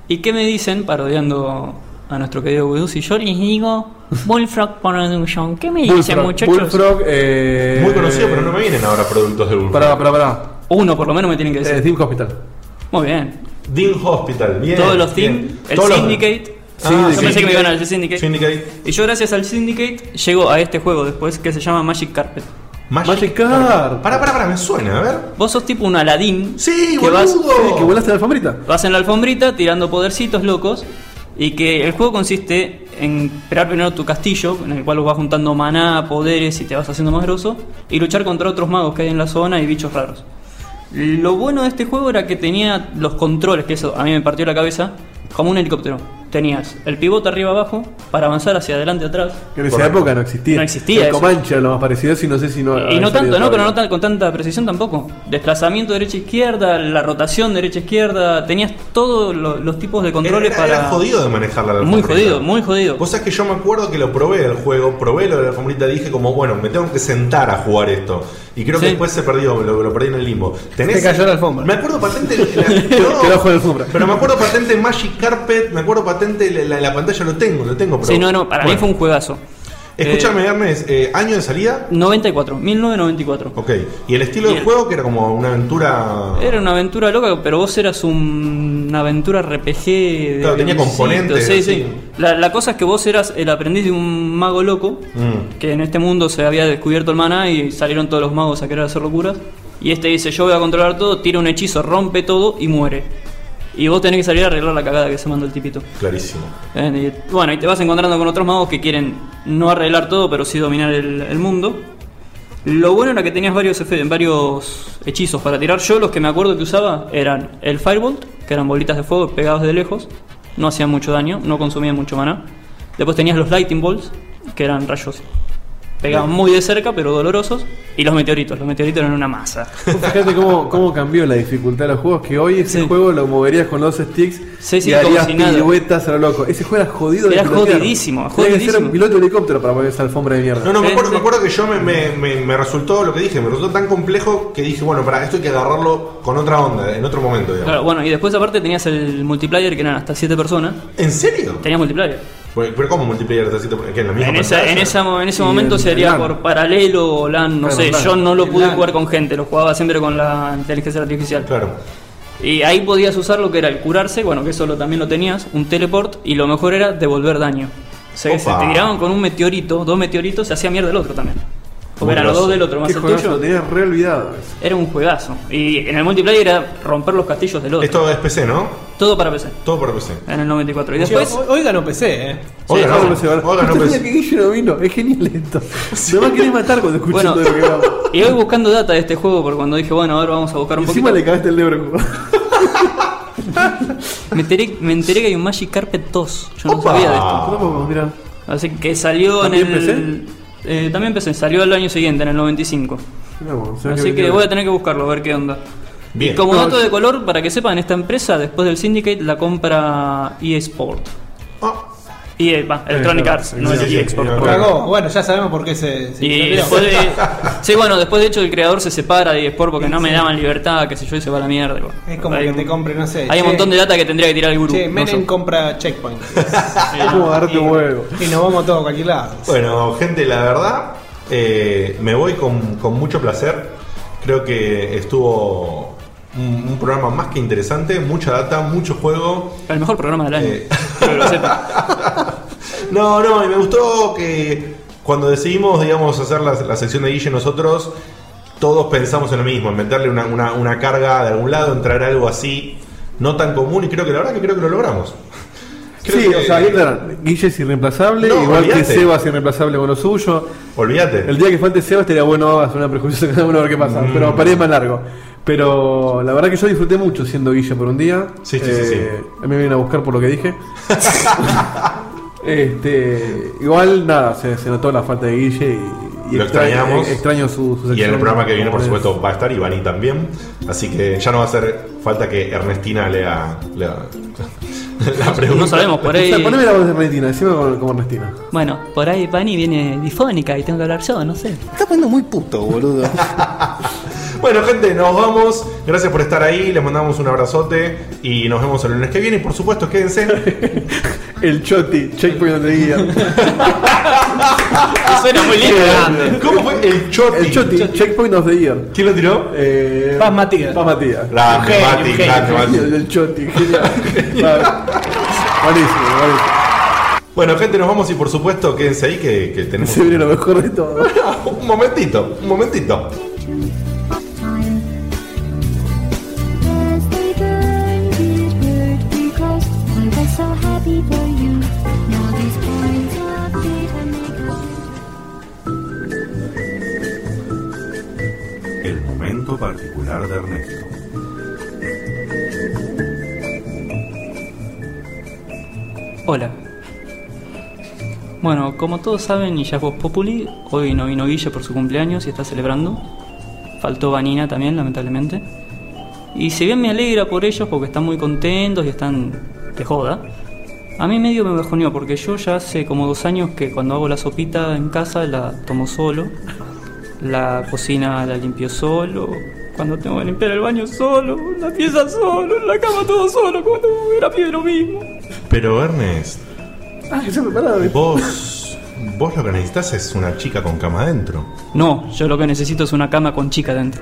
Speaker 1: ¿Y qué me dicen, parodiando a nuestro querido Gudú? Si yo les digo Bullfrog Production, ¿qué me dicen,
Speaker 4: Bullfrog,
Speaker 1: muchachos?
Speaker 4: Bullfrog, eh,
Speaker 3: Muy conocido, pero no me vienen ahora productos de Bullfrog.
Speaker 4: Pará, pará, pará.
Speaker 1: Uno por lo menos me tienen que decir.
Speaker 4: Eh, Dim Hospital.
Speaker 1: Muy bien.
Speaker 3: Dean Hospital, bien.
Speaker 1: Todos los
Speaker 3: bien.
Speaker 1: Team, el
Speaker 3: Todos los-
Speaker 1: Syndicate.
Speaker 3: Ah,
Speaker 1: yo pensé que me
Speaker 3: Syndicate.
Speaker 1: iban a decir Syndicate.
Speaker 3: Syndicate.
Speaker 1: Y yo gracias al Syndicate llego a este juego después que se llama Magic Carpet.
Speaker 3: Magic,
Speaker 4: Carpet.
Speaker 3: Pará, pará, pará, me suena, a ver.
Speaker 1: Vos sos tipo un Aladín.
Speaker 3: Sí,
Speaker 1: que vas,
Speaker 4: Sí, que volaste la alfambrita.
Speaker 1: Vas en la alfombrita tirando podercitos locos. Y que el juego consiste en crear primero tu castillo, en el cual vos vas juntando maná, poderes y te vas haciendo más grosso. Y luchar contra otros magos que hay en la zona y bichos raros. Lo bueno de este juego era que tenía los controles, que eso a mí me partió la cabeza, como un helicóptero. Tenías el pivote arriba abajo para avanzar hacia adelante atrás.
Speaker 4: Que en esa
Speaker 1: Correcto.
Speaker 4: época no existía.
Speaker 1: No existía
Speaker 4: El
Speaker 1: eso.
Speaker 4: Comanche era lo más parecido, si no sé si no.
Speaker 1: Y
Speaker 4: Ah, había
Speaker 1: no tanto,
Speaker 4: salido
Speaker 1: ¿no? Pero
Speaker 4: todavía.
Speaker 1: no tan- con tanta precisión tampoco. Desplazamiento derecha-izquierda, la rotación derecha-izquierda, tenías todos lo- los tipos de controles
Speaker 3: Era,
Speaker 1: para...
Speaker 3: era jodido de manejar la
Speaker 1: Muy
Speaker 3: alfombrita.
Speaker 1: jodido, muy jodido.
Speaker 3: Vos sabés que yo me acuerdo que lo probé el juego, probé lo de la alfombrita y dije como, bueno, me tengo que sentar a jugar esto. Y creo que
Speaker 1: Sí.
Speaker 3: después se perdió, lo, lo perdí en el limbo.
Speaker 10: Te cayó la alfombra.
Speaker 3: Me acuerdo patente... la- no, Pero me acuerdo patente Magic Carpet, me acuerdo patente la, la- la pantalla, lo tengo, lo tengo. Pero,
Speaker 1: Sí, no, no, para mí
Speaker 3: Bueno.
Speaker 1: fue un juegazo.
Speaker 3: Escúchame, Ernest, eh, ¿año de salida?
Speaker 1: 94, 1994.
Speaker 3: Ok. ¿Y el
Speaker 1: Y
Speaker 3: estilo del
Speaker 1: el-
Speaker 3: juego que era como una aventura...
Speaker 1: Era una aventura loca, pero vos eras un- una aventura RPG. De
Speaker 3: Claro, tenía
Speaker 1: avioncito,
Speaker 3: componentes,
Speaker 1: Sí,
Speaker 3: así.
Speaker 1: sí. La, la cosa es que vos eras el aprendiz de un mago loco,
Speaker 3: Mm.
Speaker 1: que en este mundo se había descubierto el maná y salieron todos los magos a querer hacer locuras. Y este dice, yo voy a controlar todo, tira un hechizo, rompe todo y muere. Y vos tenés que salir a arreglar la cagada que se mandó el tipito.
Speaker 3: Clarísimo.
Speaker 1: Eh, y- Bueno, y te vas encontrando con otros magos que quieren no arreglar todo, pero sí dominar el, el mundo. Lo bueno era que tenías varios, efe- varios hechizos para tirar. Yo los que me acuerdo que usaba eran el Firebolt, que eran bolitas de fuego pegadas de lejos. No hacían mucho daño, no consumían mucho maná. Después tenías los Lightning Bolts, que eran rayos pegaban muy de cerca, pero dolorosos. Y los meteoritos, los meteoritos eran una masa.
Speaker 4: Vos Fíjate cómo, cómo cambió la dificultad de los juegos. Que hoy ese juego lo moverías con los sticks
Speaker 1: Sí, sí,
Speaker 4: y
Speaker 1: como
Speaker 4: harías
Speaker 1: si nada.
Speaker 4: piruetas a lo loco. Ese juego era jodido
Speaker 1: Era
Speaker 4: de pilotear.
Speaker 1: jodidísimo,
Speaker 4: Tenía que ser
Speaker 1: jodidísimo.
Speaker 4: un piloto de helicóptero para poner esa alfombra de mierda.
Speaker 3: No, no, me acuerdo, me acuerdo que yo me, me- me- me resultó lo que dije, me resultó tan complejo que dije, bueno, para esto hay que agarrarlo con otra onda, en otro momento, digamos.
Speaker 1: Claro, bueno, y después aparte tenías el multiplayer, que eran hasta 7 personas.
Speaker 3: ¿En serio?
Speaker 1: Tenías multiplayer.
Speaker 3: Bueno, Pero ¿cómo multiplayer de siete- ¿Qué, en la misma
Speaker 1: En, esa-
Speaker 3: pantalla?
Speaker 1: en esa mo- en ese
Speaker 3: Y
Speaker 1: momento
Speaker 3: el-
Speaker 1: sería
Speaker 3: el LAN.
Speaker 1: por paralelo o LAN, no
Speaker 3: Claro,
Speaker 1: sé.
Speaker 3: LAN.
Speaker 1: Yo no lo
Speaker 3: El
Speaker 1: pude
Speaker 3: LAN.
Speaker 1: jugar con gente, lo jugaba siempre con la inteligencia artificial.
Speaker 3: Claro.
Speaker 1: Y ahí podías usar lo que era el curarse, bueno, que eso lo- también lo tenías, un teleport, y lo mejor era devolver daño. O sea que se
Speaker 3: Opa.
Speaker 1: te tiraban con un meteorito, dos meteoritos, se hacía mierda el otro también. Porque
Speaker 4: Muy
Speaker 1: eran los
Speaker 4: grosso.
Speaker 1: dos del otro, más
Speaker 4: Qué
Speaker 1: el
Speaker 4: juegazo,
Speaker 1: tuyo.
Speaker 4: lo tenías re olvidado.
Speaker 1: Era un juegazo. Y en el multiplayer era romper los castillos del otro.
Speaker 3: Esto es PC, ¿no?
Speaker 1: Todo para PC.
Speaker 3: Todo para PC.
Speaker 1: En el 94. Y después.
Speaker 5: Hoy, hoy ganó PC, ¿eh?
Speaker 3: Hoy
Speaker 1: Sí,
Speaker 3: ganó
Speaker 1: sí.
Speaker 3: PC, hoy ganó
Speaker 4: Entonces,
Speaker 3: PC.
Speaker 4: que Guille no vino, es genial esto. Se va a querer matar cuando escuché
Speaker 1: Bueno.
Speaker 4: todo lo que hablamos.
Speaker 1: Y hoy buscando data de este juego, porque cuando dije, bueno, ahora vamos a buscar un
Speaker 4: Encima
Speaker 1: poquito.
Speaker 4: le cagaste el negro.
Speaker 1: Me, enteré, me enteré que hay un Magic Carpet 2. Yo no
Speaker 3: Opa.
Speaker 1: sabía de esto.
Speaker 4: Vamos, mirá.
Speaker 1: Así que salió en
Speaker 4: ¿También
Speaker 1: el. eh, también PC, salió al año siguiente, en el 95.
Speaker 4: Mirá vos, se va
Speaker 1: Así
Speaker 4: querer
Speaker 1: que
Speaker 4: negro.
Speaker 1: voy a tener que buscarlo, a ver qué onda.
Speaker 3: Bien.
Speaker 1: Y como
Speaker 4: No,
Speaker 1: dato
Speaker 4: yo-
Speaker 1: de color, para que sepan, esta empresa después del Syndicate la compra EA Sport.
Speaker 3: Ah,
Speaker 1: EA, va, Electronic
Speaker 4: claro.
Speaker 1: Arts, no
Speaker 3: Sí,
Speaker 1: es
Speaker 3: sí, sí,
Speaker 1: EA Sport.
Speaker 3: claro.
Speaker 5: Cagó. Bueno, ya sabemos por qué se. se
Speaker 1: Y
Speaker 5: se-
Speaker 1: después de, sí, bueno, después de hecho el creador se separa de EA Sport porque no me daban libertad, qué sé yo, y se va a la mierda. igual.
Speaker 5: Es como
Speaker 1: Hay
Speaker 5: que
Speaker 1: un-
Speaker 5: te compre, no sé.
Speaker 1: Hay un
Speaker 5: che,
Speaker 1: montón de data que tendría que tirar el gurú.
Speaker 5: Che,
Speaker 1: no
Speaker 5: Menem
Speaker 1: yo.
Speaker 5: compra Checkpoint.
Speaker 4: Es como agarrarte huevo.
Speaker 5: y nos vamos todos a cualquier lado.
Speaker 3: Bueno, gente, la verdad, eh, me voy con, con mucho placer. Creo que estuvo un, un programa más que interesante, mucha data, mucho juego.
Speaker 1: El mejor programa del año.
Speaker 3: Eh.
Speaker 1: Quiero que lo sepa.
Speaker 3: No, no, y me gustó que cuando decidimos, digamos, hacer la, la sección de Guille nosotros, todos pensamos en lo mismo, en meterle una, una- una carga de algún lado, en traer algo así, no tan común, y creo que la verdad que creo que lo logramos. Creo
Speaker 4: Sí,
Speaker 3: que-
Speaker 4: o sea, ahí, claro, Guille es irreemplazable,
Speaker 3: No,
Speaker 4: igual que
Speaker 3: olvidate.
Speaker 4: Seba es irreemplazable con lo suyo.
Speaker 3: Olvídate.
Speaker 4: El día que falte Seba estaría bueno hacer una prejuiciosa cada uno a ver qué pasa,
Speaker 3: Mm.
Speaker 4: pero paré más largo. Pero la verdad que yo disfruté mucho siendo Guille por un día.
Speaker 3: Sí, sí, sí,
Speaker 4: A mí me vienen a buscar por lo que dije. este, igual nada, se, se notó la falta de Guille y, y
Speaker 3: Lo
Speaker 4: extra-
Speaker 3: extrañamos.
Speaker 4: Extraño su,
Speaker 3: Y en el
Speaker 4: su sección.
Speaker 3: programa que viene, por supuesto, va a estar Ivani también. Así que ya no va a hacer falta que Ernestina lea, lea la pregunta.
Speaker 1: No sabemos, pues. por
Speaker 4: O sea,
Speaker 1: ahí.
Speaker 4: poneme la voz de Ernestina, decime como, como Ernestina.
Speaker 1: Bueno, por ahí Pani viene difónica y tengo que hablar yo, no sé.
Speaker 8: Está poniendo muy puto, boludo.
Speaker 3: Bueno, gente, nos vamos. Gracias por estar ahí. Les mandamos un abrazote. Y nos vemos el lunes que viene. Y por supuesto, quédense.
Speaker 4: El Choti, Checkpoint donde guía.
Speaker 1: Suena muy lindo. grande.
Speaker 3: ¿Cómo fue? El Choti.
Speaker 4: El Choti, Checkpoint of the Year.
Speaker 3: ¿Quién lo tiró?
Speaker 4: Eh,
Speaker 5: Paz Matías.
Speaker 4: Paz Matías.
Speaker 3: La
Speaker 5: genio,
Speaker 3: Mati,
Speaker 5: un genio,
Speaker 3: grande,
Speaker 4: El
Speaker 3: Mati.
Speaker 4: genio del Choti, genial. Buenísimo, buenísimo.
Speaker 3: Bueno, gente, nos vamos y por supuesto, quédense ahí que, que tenemos.
Speaker 4: Se viene lo mejor de todo.
Speaker 3: un momentito, un momentito.
Speaker 2: As they burn, did hurt because I was so happy for you. Now these points of bitter make
Speaker 6: El momento particular de Ernesto.
Speaker 1: Hola. Bueno, como todos saben, y ya es Voz Populi, hoy no vino Guille por su cumpleaños y está celebrando. Faltó Vanina también, lamentablemente. Y si bien me alegra por ellos porque están muy contentos y están de joda, a mí medio me bajoneó porque yo ya hace como dos años que cuando hago la sopita en casa la tomo solo, la cocina la limpio solo, cuando tengo que limpiar el baño solo, la pieza solo, la cama todo solo, cuando era piedra mismo.
Speaker 3: Pero Ernest,
Speaker 4: Ah, que se preparado.
Speaker 3: vos. Vos lo que necesitas es una chica con cama adentro.
Speaker 1: No, yo lo que necesito es una cama con chica dentro.